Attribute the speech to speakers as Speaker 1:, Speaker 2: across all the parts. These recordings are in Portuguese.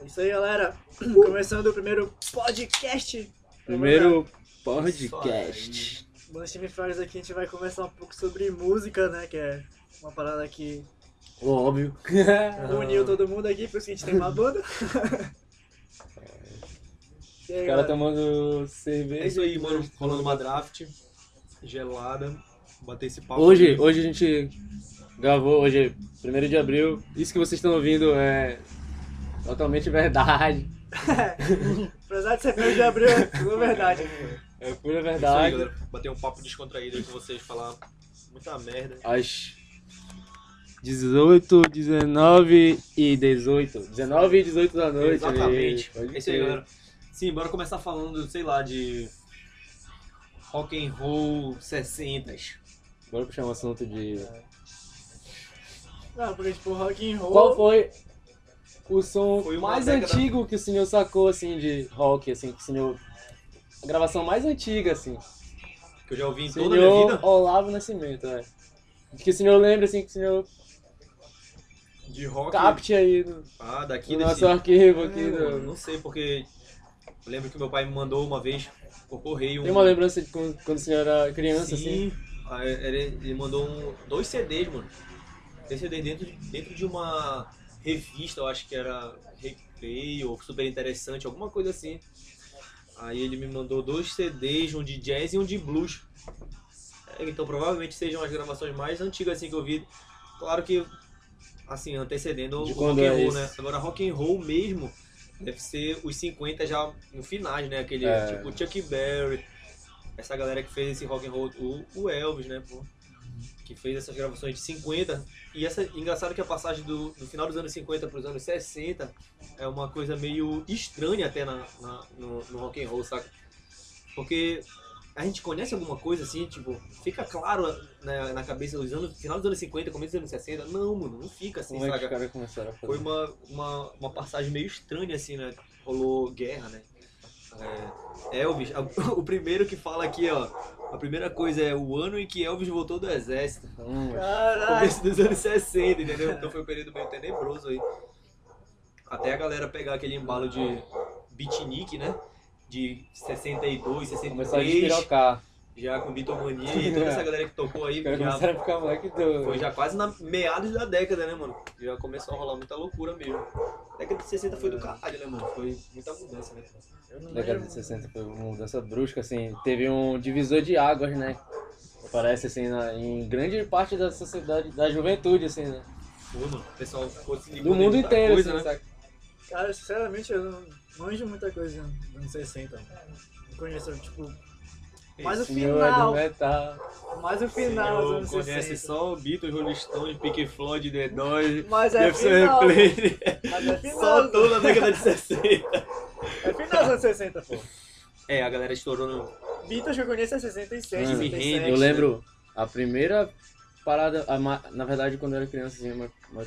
Speaker 1: É isso aí, galera. Começando o primeiro podcast.
Speaker 2: Uh! Primeiro podcast.
Speaker 1: Bom, time Fries aqui a gente vai conversar um pouco sobre música, né? Que é uma parada que
Speaker 2: Óbvio. Ah.
Speaker 1: uniu todo mundo aqui, por isso que a gente tem uma banda. E aí,
Speaker 2: O cara
Speaker 1: galera?
Speaker 2: tomando
Speaker 3: É isso
Speaker 2: cerveja.
Speaker 3: aí, mano. Rolando uma draft gelada. Bater esse papo. É
Speaker 2: Hoje, hoje a gente gravou, hoje é 1 de abril. Isso que vocês estão ouvindo é totalmente verdade.
Speaker 1: Apesar de ser 1 de abril, é tudo verdade.
Speaker 2: É pura
Speaker 3: É isso aí,
Speaker 2: verdade.
Speaker 3: galera. Bater um papo descontraído aí com vocês, falar muita merda.
Speaker 2: Às 18, 19 e 18. 19 e 18 da noite.
Speaker 3: Exatamente.
Speaker 2: ali. Pode
Speaker 3: É isso aí,
Speaker 2: crer.
Speaker 3: galera. Sim, bora começar falando, sei lá, de rock and roll 60
Speaker 2: Bora puxar um assunto de.
Speaker 1: Não, porque tipo, rock and roll.
Speaker 2: Qual foi o som
Speaker 3: Foi uma
Speaker 2: mais
Speaker 3: década-
Speaker 2: antigo que o senhor sacou, assim, de rock, assim, que o senhor... A gravação mais antiga, assim.
Speaker 3: que eu já ouvi em toda a minha
Speaker 2: Senhor
Speaker 3: vida.
Speaker 2: Olavo Nascimento, é. De Que o senhor lembra, assim, que o senhor
Speaker 3: De rock.
Speaker 2: capte aí no,
Speaker 3: Ah, daqui
Speaker 2: no
Speaker 3: desse.
Speaker 2: nosso arquivo aqui.
Speaker 3: Ah,
Speaker 2: do-
Speaker 3: mano, Não sei, porque eu lembro que meu pai me mandou uma vez por correio.
Speaker 2: Tem
Speaker 3: um-
Speaker 2: uma lembrança de quando, quando o senhor era criança, assim?
Speaker 3: Sim, aí ele, ele mandou um, dois CDs, mano. Dois CDs dentro, de- dentro de uma revista, eu acho que era Recreio ou Super Interessante, alguma coisa assim. Aí ele me mandou dois CDs, um de jazz e um de blues. É, então provavelmente sejam as gravações mais antigas assim que eu vi. Claro que, assim, antecedendo
Speaker 2: De
Speaker 3: o
Speaker 2: quando
Speaker 3: rock and
Speaker 2: é
Speaker 3: roll,
Speaker 2: esse?
Speaker 3: né? Agora rock and roll mesmo deve ser os 50 já no finais, né? Aquele
Speaker 2: É.
Speaker 3: tipo Chuck Berry, essa galera que fez esse rock and roll, o, o Elvis, né, pô, que fez essas gravações de 50. E essa engraçado que a passagem do, do final dos anos 50 para os anos 60 é uma coisa meio estranha até na, na- no, no rock and roll, saca? Porque a gente conhece alguma coisa assim, tipo, fica claro né, na, na cabeça dos anos, final dos anos 50, começo dos anos 60. Não, mano, não fica assim,
Speaker 2: Como é que
Speaker 3: saca?
Speaker 2: os caras começaram a fazer?
Speaker 3: Foi uma, uma, uma passagem meio estranha, assim, né? Rolou guerra, né? É, Elvis, a- o primeiro que fala aqui, ó. A primeira coisa é o ano em que Elvis voltou do exército.
Speaker 2: Hum,
Speaker 1: Caralho.
Speaker 3: Começo dos anos 60, entendeu? Então foi um período meio tenebroso aí. Até a galera pegar aquele embalo de beatnik, né? De 62,
Speaker 2: começaram a
Speaker 3: 63,
Speaker 2: despirocar.
Speaker 3: já com Beatlemania e toda essa galera que tocou aí.
Speaker 2: Os caras
Speaker 3: Já
Speaker 2: começaram a ficar moleque
Speaker 3: foi
Speaker 2: doido.
Speaker 3: já quase na meados da década, né, mano? Já começou a rolar muita loucura mesmo. A década de 60 foi do caralho, né, mano? Foi muita mudança, né?
Speaker 1: Eu não
Speaker 2: década
Speaker 1: lembro.
Speaker 2: de 60 foi uma mudança brusca, assim, teve um divisor de águas, né? Parece assim, na- em grande parte da sociedade, da juventude, assim, né?
Speaker 3: Foi, mano. O pessoal ficou se ligando
Speaker 2: Do mundo
Speaker 3: em muita
Speaker 2: inteiro,
Speaker 3: coisa,
Speaker 2: assim,
Speaker 3: né?
Speaker 2: saca?
Speaker 1: Cara, sinceramente, eu não manjo muita coisa dos anos 60. Não conheço, tipo. Mas o
Speaker 2: Senhor é
Speaker 1: final.
Speaker 2: do metal.
Speaker 1: Mas o final
Speaker 3: Senhor,
Speaker 1: dos anos
Speaker 3: conhece
Speaker 1: 60.
Speaker 3: só Beatles, Rolling Stones, Pink Floyd, The Doors,
Speaker 1: Mas é
Speaker 3: Jefferson
Speaker 1: final.
Speaker 3: Airplane,
Speaker 1: Mas é final.
Speaker 3: só toda a década de 60.
Speaker 1: É final dos anos 60, pô.
Speaker 3: É, a galera estourou no...
Speaker 1: Beatles que eu conheço é 66,
Speaker 2: Hum.
Speaker 1: 67.
Speaker 2: Eu lembro a primeira parada, a ma- na verdade, quando eu era criança, assim, uma- uma-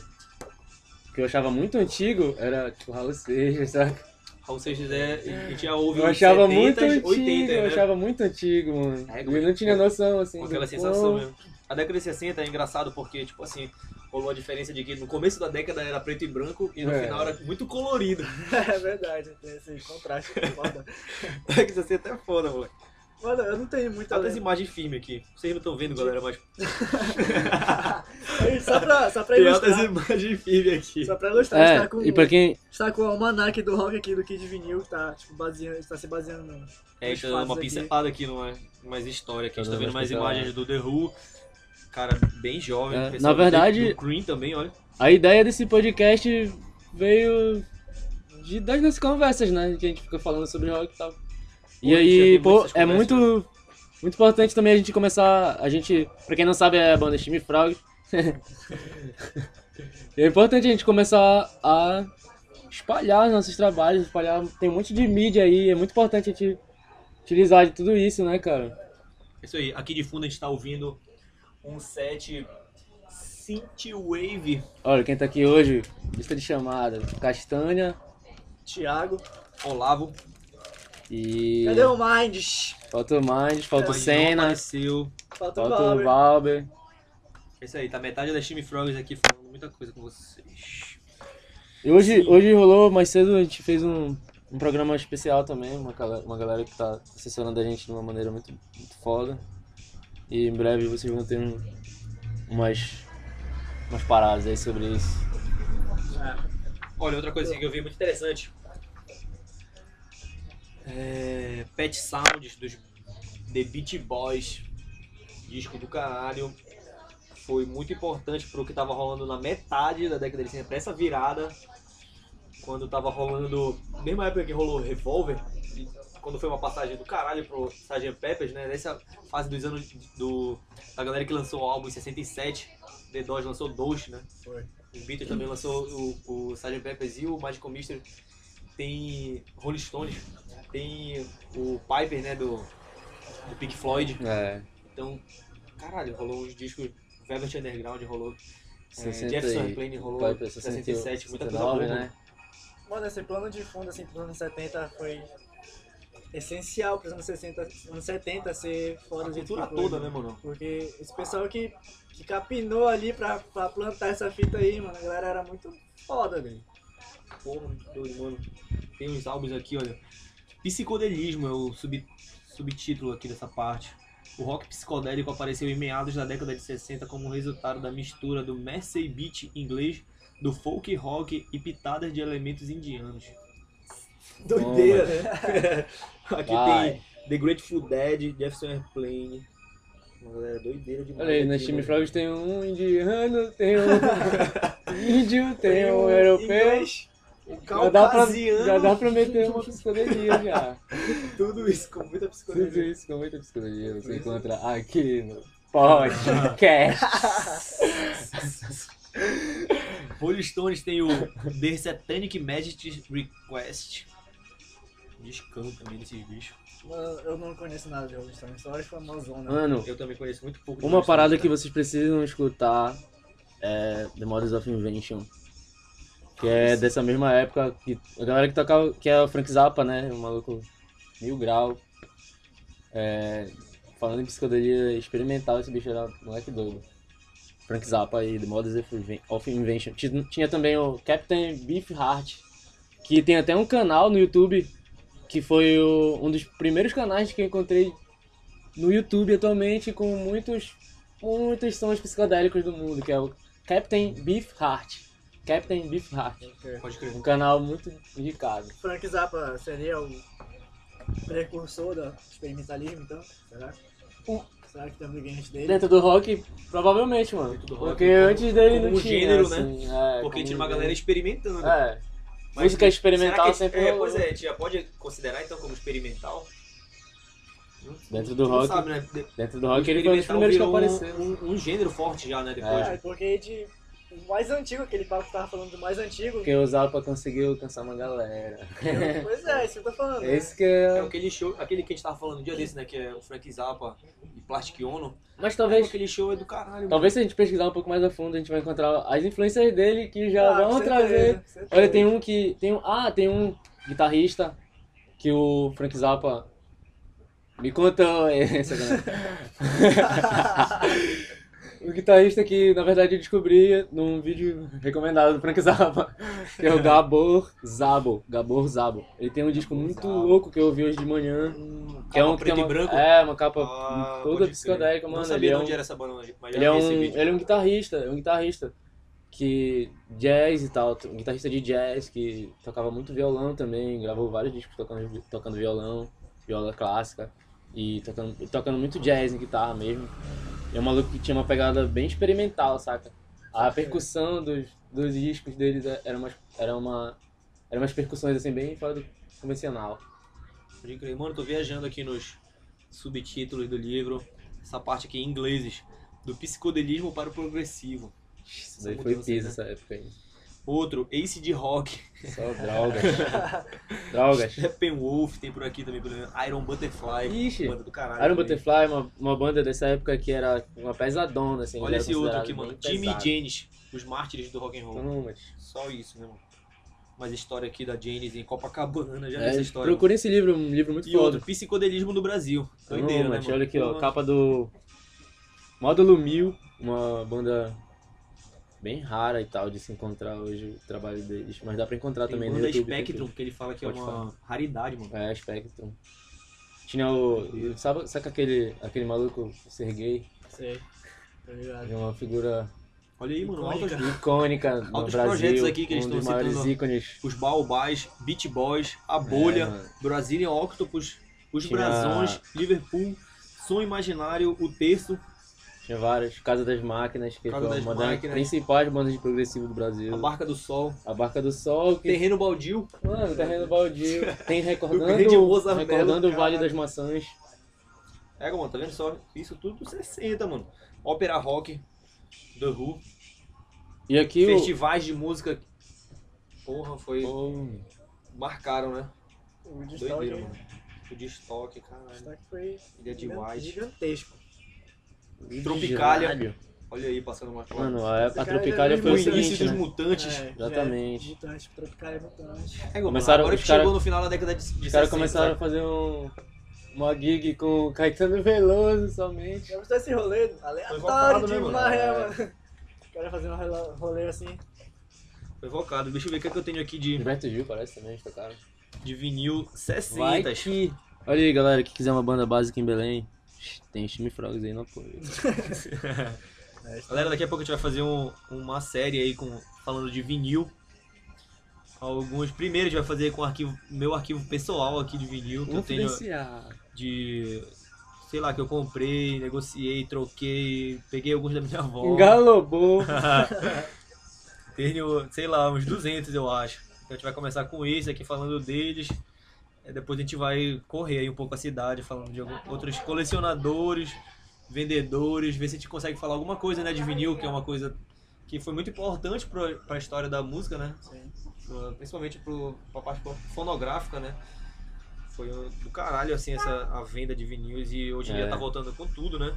Speaker 2: que eu achava muito antigo era tipo Raul Seixas, saca?
Speaker 3: Raul Seixas é... A gente já ouve
Speaker 2: Eu
Speaker 3: uns
Speaker 2: achava
Speaker 3: 70s,
Speaker 2: muito antigo,
Speaker 3: 80s, né?
Speaker 2: eu achava muito antigo, mano.
Speaker 3: É,
Speaker 2: eu não tinha noção, assim.
Speaker 3: Com aquela
Speaker 2: do
Speaker 3: sensação
Speaker 2: quão-
Speaker 3: mesmo. A década de 60 é engraçado porque, tipo assim, rolou a diferença de que no começo da década era preto e branco e no
Speaker 2: É.
Speaker 3: final era muito colorido.
Speaker 1: É verdade, tem esse contraste foda.
Speaker 3: A década de 60 é foda, moleque.
Speaker 1: Mano, eu não tenho muita.
Speaker 3: Tá das
Speaker 1: lembrança.
Speaker 3: imagens firmes aqui. Vocês não estão vendo, galera, mas
Speaker 1: Só pra, só pra
Speaker 3: tem altas
Speaker 1: ilustrar.
Speaker 3: imagens firmes aqui.
Speaker 1: Só pra ilustrar, a gente tá
Speaker 2: É,
Speaker 1: com,
Speaker 2: e pra quem,
Speaker 1: está com o almanac do rock aqui do Kid Vinil, que tá, tipo, baseando, está se baseando no.
Speaker 3: É,
Speaker 1: Os
Speaker 3: isso é uma
Speaker 1: fatos aqui.
Speaker 3: pincelada aqui, não é? Mais história aqui. A gente
Speaker 2: Tá
Speaker 3: tá
Speaker 2: dando
Speaker 3: vendo mais
Speaker 2: uma pincelada.
Speaker 3: imagens do The Who. Cara, bem jovem.
Speaker 2: É,
Speaker 3: pessoal
Speaker 2: na verdade-
Speaker 3: Do Cream também, olha.
Speaker 2: A ideia desse podcast veio de, das nossas conversas, né? Que a gente ficou falando sobre rock e tal. E
Speaker 3: Pô, já
Speaker 2: aí,
Speaker 3: tem
Speaker 2: pô,
Speaker 3: muitas
Speaker 2: é
Speaker 3: conversas,
Speaker 2: muito, muito importante também a gente começar. A gente, pra quem não sabe, é a banda Time Frog. e é importante a gente começar a espalhar nossos trabalhos, espalhar. Tem um monte de mídia aí, é muito importante a gente utilizar de tudo isso, né, cara?
Speaker 3: É isso aí. Aqui de fundo a gente tá ouvindo um set Synthwave.
Speaker 2: Olha, quem tá aqui hoje, lista de chamada: Castanha
Speaker 1: Thiago.
Speaker 3: Olavo.
Speaker 2: e.
Speaker 1: Cadê o Minds?
Speaker 2: Falta o Mind, falta o
Speaker 3: Mas não
Speaker 2: Senna,
Speaker 3: Apareceu.
Speaker 1: Falta o
Speaker 2: falta o
Speaker 1: Valber.
Speaker 2: Valber.
Speaker 3: É isso aí, tá metade da Time Frogs aqui falando muita coisa com vocês.
Speaker 2: E hoje, hoje rolou, mais cedo a gente fez um, um programa especial também, uma galera, uma galera que tá assessorando a gente de uma maneira muito, muito foda. E em breve vocês vão ter um, umas, umas paradas aí sobre isso.
Speaker 3: Olha, outra coisa que eu vi muito interessante. É, Pet Sounds dos The Beat Boys, disco do caralho. Foi muito importante pro que tava rolando na metade da década de 60, pra essa virada. Quando tava rolando, mesma época que rolou Revolver, e quando foi uma passagem do caralho pro Sgt. Peppers, né? Nessa fase dos anos do, da galera que lançou o álbum em 67, The Doors lançou dois, né?
Speaker 1: Foi.
Speaker 3: Os Beatles também lançou o, o Sgt. Peppers e o Magical Mystery. Tem Rolling Stones, tem o Piper, né, do, do Pink Floyd.
Speaker 2: É,
Speaker 3: Então, caralho, rolou uns discos Velvet Underground, rolou é,
Speaker 2: 60
Speaker 3: Jefferson
Speaker 2: e-
Speaker 3: Airplane, rolou
Speaker 2: vai pra um,
Speaker 3: 67, muita coisa
Speaker 2: 69,
Speaker 3: boa.
Speaker 2: né?
Speaker 1: Mano, esse plano de fundo, assim, dos anos 70 foi essencial para os anos 60, anos 70 ser
Speaker 3: A
Speaker 1: fora de
Speaker 3: cultura toda, né, mano?
Speaker 1: Porque esse pessoal que, que capinou ali pra, pra plantar essa fita aí, mano, a galera era muito foda, velho.
Speaker 3: Porra, muito doido, mano. Tem uns álbuns aqui, olha. Psicodelismo é o sub- subtítulo aqui dessa parte. O rock psicodélico apareceu em meados da década de 60 como um resultado da mistura do Mersey Beat inglês, do folk rock e pitadas de elementos indianos. Doideira, né? aqui
Speaker 2: Vai.
Speaker 3: tem The Grateful Dead, Jefferson Airplane. Uma galera é doideira demais.
Speaker 2: Olha aí, no
Speaker 3: aqui,
Speaker 2: time
Speaker 3: né?
Speaker 2: Frogs tem um indiano, tem um índio, tem um europeu.
Speaker 1: Inglês,
Speaker 3: O
Speaker 2: Já dá, pra,
Speaker 3: caucasiano,
Speaker 2: já dá pra meter uma psicodelia já.
Speaker 3: tudo isso com muita
Speaker 2: Tudo
Speaker 3: psicodelia.
Speaker 2: isso é com muita psicodelia você encontra aqui no podcast.
Speaker 3: Rolling Stones tem o The Satanic Majesty Request. Discão também desses bichos.
Speaker 1: Mano, Tipo, eu não conheço nada de Rolling Stones, só os famosão, né?
Speaker 2: Mano,
Speaker 3: Eu também conheço muito pouco. né? do
Speaker 2: uma
Speaker 3: Rolling
Speaker 2: parada
Speaker 3: Stones,
Speaker 2: que vocês precisam escutar é The Models of Invention. Que é dessa mesma época que a galera que tocava, que é o Frank Zappa, né? O maluco mil grau. É, falando em psicodelia experimental, esse bicho era moleque doido. Frank Zappa e The Models of Inven- of Invention. Ti- Tinha também o Captain Beefheart, que tem até um canal no YouTube, que foi o- um dos primeiros canais que eu encontrei no YouTube atualmente com muitos, muitos sons psicodélicos do mundo, que é o Captain Beefheart. Captain Beefheart.
Speaker 1: Porque
Speaker 3: Pode crer.
Speaker 2: Um canal muito indicado.
Speaker 1: Frank Zappa seria o precursor do experimentalismo, então? Será?
Speaker 2: O-
Speaker 1: Será que temos gente dele?
Speaker 2: Dentro do é rock, provavelmente, mano.
Speaker 3: Dentro do rock,
Speaker 2: Porque
Speaker 3: como-
Speaker 2: antes dele
Speaker 3: como
Speaker 2: não
Speaker 3: um
Speaker 2: tinha.
Speaker 3: gênero, né?
Speaker 2: assim, né?
Speaker 3: Porque tinha uma galera experimentando.
Speaker 2: É.
Speaker 3: Mas
Speaker 2: música
Speaker 3: será
Speaker 2: experimental
Speaker 3: que-
Speaker 2: sempre.
Speaker 3: É, pois é, a gente já pode considerar então como experimental?
Speaker 2: Dentro do
Speaker 3: Não
Speaker 2: rock.
Speaker 3: sabe, né? De-
Speaker 2: Dentro do
Speaker 3: o
Speaker 2: rock ele foi um dos
Speaker 3: experimental
Speaker 2: primeiros que
Speaker 3: virou
Speaker 2: apareceu.
Speaker 3: Um, um, um gênero forte já, né? Depois.
Speaker 1: É, porque de o mais antigo, aquele papo que tava falando do mais antigo.
Speaker 2: Porque o Zappa conseguiu alcançar uma galera.
Speaker 1: Pois é, isso que eu tô falando. né?
Speaker 2: Esse que
Speaker 3: É
Speaker 2: é.
Speaker 3: aquele show, aquele que a gente tava falando um dia desse, né? Que é o Frank Zappa e Plastic Ono.
Speaker 2: Mas talvez.
Speaker 3: Aquele show é do caralho.
Speaker 2: Talvez se a gente pesquisar um pouco mais a fundo, a gente vai encontrar as influências dele que já
Speaker 1: Ah,
Speaker 2: vão
Speaker 1: com
Speaker 2: trazer.
Speaker 1: certeza, com
Speaker 2: Olha,
Speaker 1: certeza.
Speaker 2: tem um que. Tem um, ah, tem um guitarrista que o Frank Zappa me contou. é, sacanagem. o guitarrista que, na verdade, eu descobri num vídeo recomendado do Frank Zappa, que é o Gabor Zabo. Gabor Zabo. Ele tem um disco
Speaker 3: Gabor
Speaker 2: muito
Speaker 3: Zabo.
Speaker 2: louco que eu ouvi hoje de manhã.
Speaker 3: Hum,
Speaker 2: Que é um que
Speaker 3: capa preto
Speaker 2: tem
Speaker 3: e
Speaker 2: uma,
Speaker 3: branco.
Speaker 2: É, uma capa
Speaker 3: Ah,
Speaker 2: toda
Speaker 3: pode crer.
Speaker 2: psicodélica,
Speaker 3: Não
Speaker 2: mano.
Speaker 3: sabia
Speaker 2: Ele é
Speaker 3: de
Speaker 2: um-
Speaker 3: onde era essa banda, mas já
Speaker 2: ele é,
Speaker 3: vi esse
Speaker 2: um,
Speaker 3: vídeo.
Speaker 2: ele é um guitarrista, é um guitarrista que jazz e tal, um guitarrista de jazz que tocava muito violão também, gravou vários discos tocando, tocando violão, viola clássica e tocando, tocando muito jazz em guitarra mesmo. E é um maluco que tinha uma pegada bem experimental, saca? A percussão dos, dos discos deles é, era umas, era uma, era umas percussões assim bem fora do convencional.
Speaker 3: Pode crer. Mano, tô viajando aqui nos subtítulos do livro. Essa parte aqui em ingleses. Do psicodelismo para o progressivo.
Speaker 2: Isso daí foi
Speaker 3: mudança,
Speaker 2: piso
Speaker 3: né?
Speaker 2: essa época aí.
Speaker 3: Outro, Ace de Rock.
Speaker 2: Só drogas. drogas.
Speaker 3: Steppenwolf tem por aqui também, pelo menos. Iron Butterfly.
Speaker 2: Ixi.
Speaker 3: Banda do caralho.
Speaker 2: Iron
Speaker 3: também.
Speaker 2: um Butterfly, uma, uma banda dessa época que era uma pesadona, assim.
Speaker 3: Olha
Speaker 2: era
Speaker 3: esse outro
Speaker 2: considerado
Speaker 3: aqui, mano.
Speaker 2: bem
Speaker 3: Jimmy
Speaker 2: pesado.
Speaker 3: James, os mártires do rock and roll.
Speaker 2: Então, mas-
Speaker 3: Só isso, né, mano? Mas a história aqui da Janis em Copacabana, já vi
Speaker 2: É,
Speaker 3: essa história. mano.
Speaker 2: procura esse livro, um livro muito
Speaker 3: E
Speaker 2: foda.
Speaker 3: outro, psicodelismo do Brasil.
Speaker 2: Então,
Speaker 3: Doideira, né,
Speaker 2: mas
Speaker 3: mano?
Speaker 2: Olha aqui, ó,
Speaker 3: Porra.
Speaker 2: capa do Módulo 1000, uma banda bem rara e tal de se encontrar hoje o trabalho deles. Mas dá pra encontrar
Speaker 3: Tem
Speaker 2: também no
Speaker 3: banda
Speaker 2: YouTube.
Speaker 3: Spectrum, que ele fala que é
Speaker 2: Pode
Speaker 3: uma raridade, mano.
Speaker 2: É, Spectrum. Tinha o. Sabe, sabe aquele, aquele maluco Serguei?
Speaker 1: Sei. Tá ligado?
Speaker 2: É uma figura
Speaker 3: Olha aí, mano.
Speaker 1: Icônica.
Speaker 3: altas-
Speaker 2: icônica no
Speaker 3: Altos
Speaker 2: Brasil.
Speaker 3: projetos aqui que eles
Speaker 2: um
Speaker 3: estão
Speaker 2: dos maiores
Speaker 3: citando.
Speaker 2: ícones.
Speaker 3: Os Baobás, Beat Boys, A Bolha,
Speaker 2: É, mano.
Speaker 3: Brazilian Octopus, Os
Speaker 2: Tinha-
Speaker 3: Brasões, Liverpool, Som Imaginário, O Terço,
Speaker 2: Tinha várias. Casa das Máquinas, que
Speaker 3: Casa
Speaker 2: foi
Speaker 3: das
Speaker 2: uma das
Speaker 3: Máquinas.
Speaker 2: principais bandas de progressivo do
Speaker 3: A
Speaker 2: Brasil.
Speaker 3: Barca do Sol,
Speaker 2: A Barca do Sol, que.
Speaker 3: Terreno Baldio,
Speaker 2: Mano, terreno baldio. Tem recordando,
Speaker 3: grande Mozart
Speaker 2: recordando
Speaker 3: Mello,
Speaker 2: o Vale
Speaker 3: cara.
Speaker 2: das Maçãs.
Speaker 3: É, mano, tá vendo só? Isso tudo dos 60, mano. Ópera rock, The Who,
Speaker 2: E aqui o-
Speaker 3: festivais de música. Porra, foi.
Speaker 2: o.
Speaker 3: Marcaram, né?
Speaker 1: O destaque,
Speaker 3: Doideira, mano. O destoque, caralho.
Speaker 1: destaque foi
Speaker 3: Ilha de
Speaker 1: gigan-
Speaker 3: White.
Speaker 1: gigantesco.
Speaker 3: Tropicália.
Speaker 2: Giralho.
Speaker 3: Olha aí, passando mais pra lá.
Speaker 2: Mano, a, a
Speaker 1: Tropicália
Speaker 2: Tropicália
Speaker 1: é
Speaker 2: foi o
Speaker 1: muito
Speaker 3: Tipo, início
Speaker 2: seguinte,
Speaker 3: dos
Speaker 2: né?
Speaker 3: mutantes.
Speaker 1: É,
Speaker 2: Exatamente.
Speaker 1: já é Mutante, Tropicália é mutante.
Speaker 3: É, mano,
Speaker 2: Começaram-
Speaker 3: agora
Speaker 2: os
Speaker 3: que
Speaker 2: cara-
Speaker 3: chegou no final da década de, de
Speaker 2: Os caras
Speaker 3: 60,
Speaker 2: começaram a fazer um, uma gig com o Caetano Veloso somente.
Speaker 1: Já gostou desse rolê? Aleatório,
Speaker 3: voltado, né,
Speaker 1: tipo,
Speaker 3: mano?
Speaker 1: na real,
Speaker 2: É.
Speaker 1: mano. O cara fazendo um rela- rolê assim.
Speaker 3: sabe? Foi focado. Deixa eu ver o que, é que eu tenho aqui de,
Speaker 2: Gilberto Gil parece também, eles tocaram.
Speaker 3: de vinil 60.
Speaker 2: Vai que... Olha aí, galera, que quiser uma banda básica em Belém, tem Steam Frogs aí no apoio.
Speaker 3: Galera, daqui a pouco a gente vai fazer um- uma série aí com, falando de vinil. Alguns. Primeiro a gente vai fazer com o arquivo, meu arquivo pessoal aqui de vinil, que eu tenho
Speaker 2: Confidenciar.
Speaker 3: de. Sei lá, que eu comprei, negociei, troquei, peguei alguns da minha avó.
Speaker 2: Engalobou.
Speaker 3: Tenho, sei lá, uns 200 eu acho. Então a gente vai começar com esse aqui falando deles. É, Depois a gente vai correr aí um pouco a cidade falando de algum- outros colecionadores, vendedores, ver se a gente consegue falar alguma coisa né, de vinil, que é uma coisa que foi muito importante para a história da música, né?
Speaker 1: Sim.
Speaker 3: Pro- Principalmente para a parte fonográfica, né? Foi um- do caralho, assim, essa, a venda de vinis e hoje em dia
Speaker 2: É.
Speaker 3: tá voltando com tudo, né?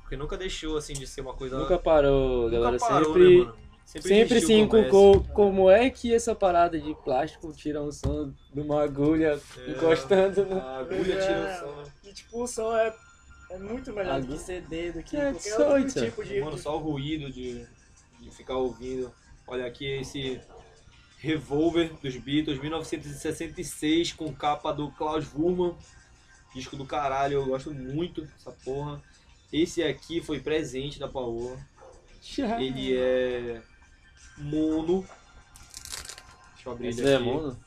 Speaker 3: Porque nunca deixou, assim, de ser uma coisa...
Speaker 2: Nunca parou,
Speaker 3: nunca
Speaker 2: galera.
Speaker 3: parou,
Speaker 2: sempre
Speaker 3: né, mano?
Speaker 2: sempre
Speaker 3: existiu
Speaker 2: se
Speaker 3: comércio.
Speaker 2: inculcou como é que essa parada de plástico tira um som de uma agulha
Speaker 3: É.
Speaker 2: encostando no...
Speaker 3: A Ah, agulha tira o som, né?
Speaker 1: E tipo, o som é, é muito melhor do
Speaker 2: Agora-
Speaker 1: que CD, do que
Speaker 2: É,
Speaker 1: qualquer
Speaker 2: só
Speaker 1: outro
Speaker 2: isso.
Speaker 1: tipo de.
Speaker 3: Mano, só o ruído de, de ficar ouvindo. Olha aqui esse Revolver dos Beatles, 1966, com capa do Klaus Wurman. Disco do caralho, eu gosto muito dessa porra. Esse aqui foi presente da Paola. Ele é mono. Deixa eu abrir
Speaker 2: Esse
Speaker 3: ele
Speaker 2: é
Speaker 3: um aqui.
Speaker 2: mono?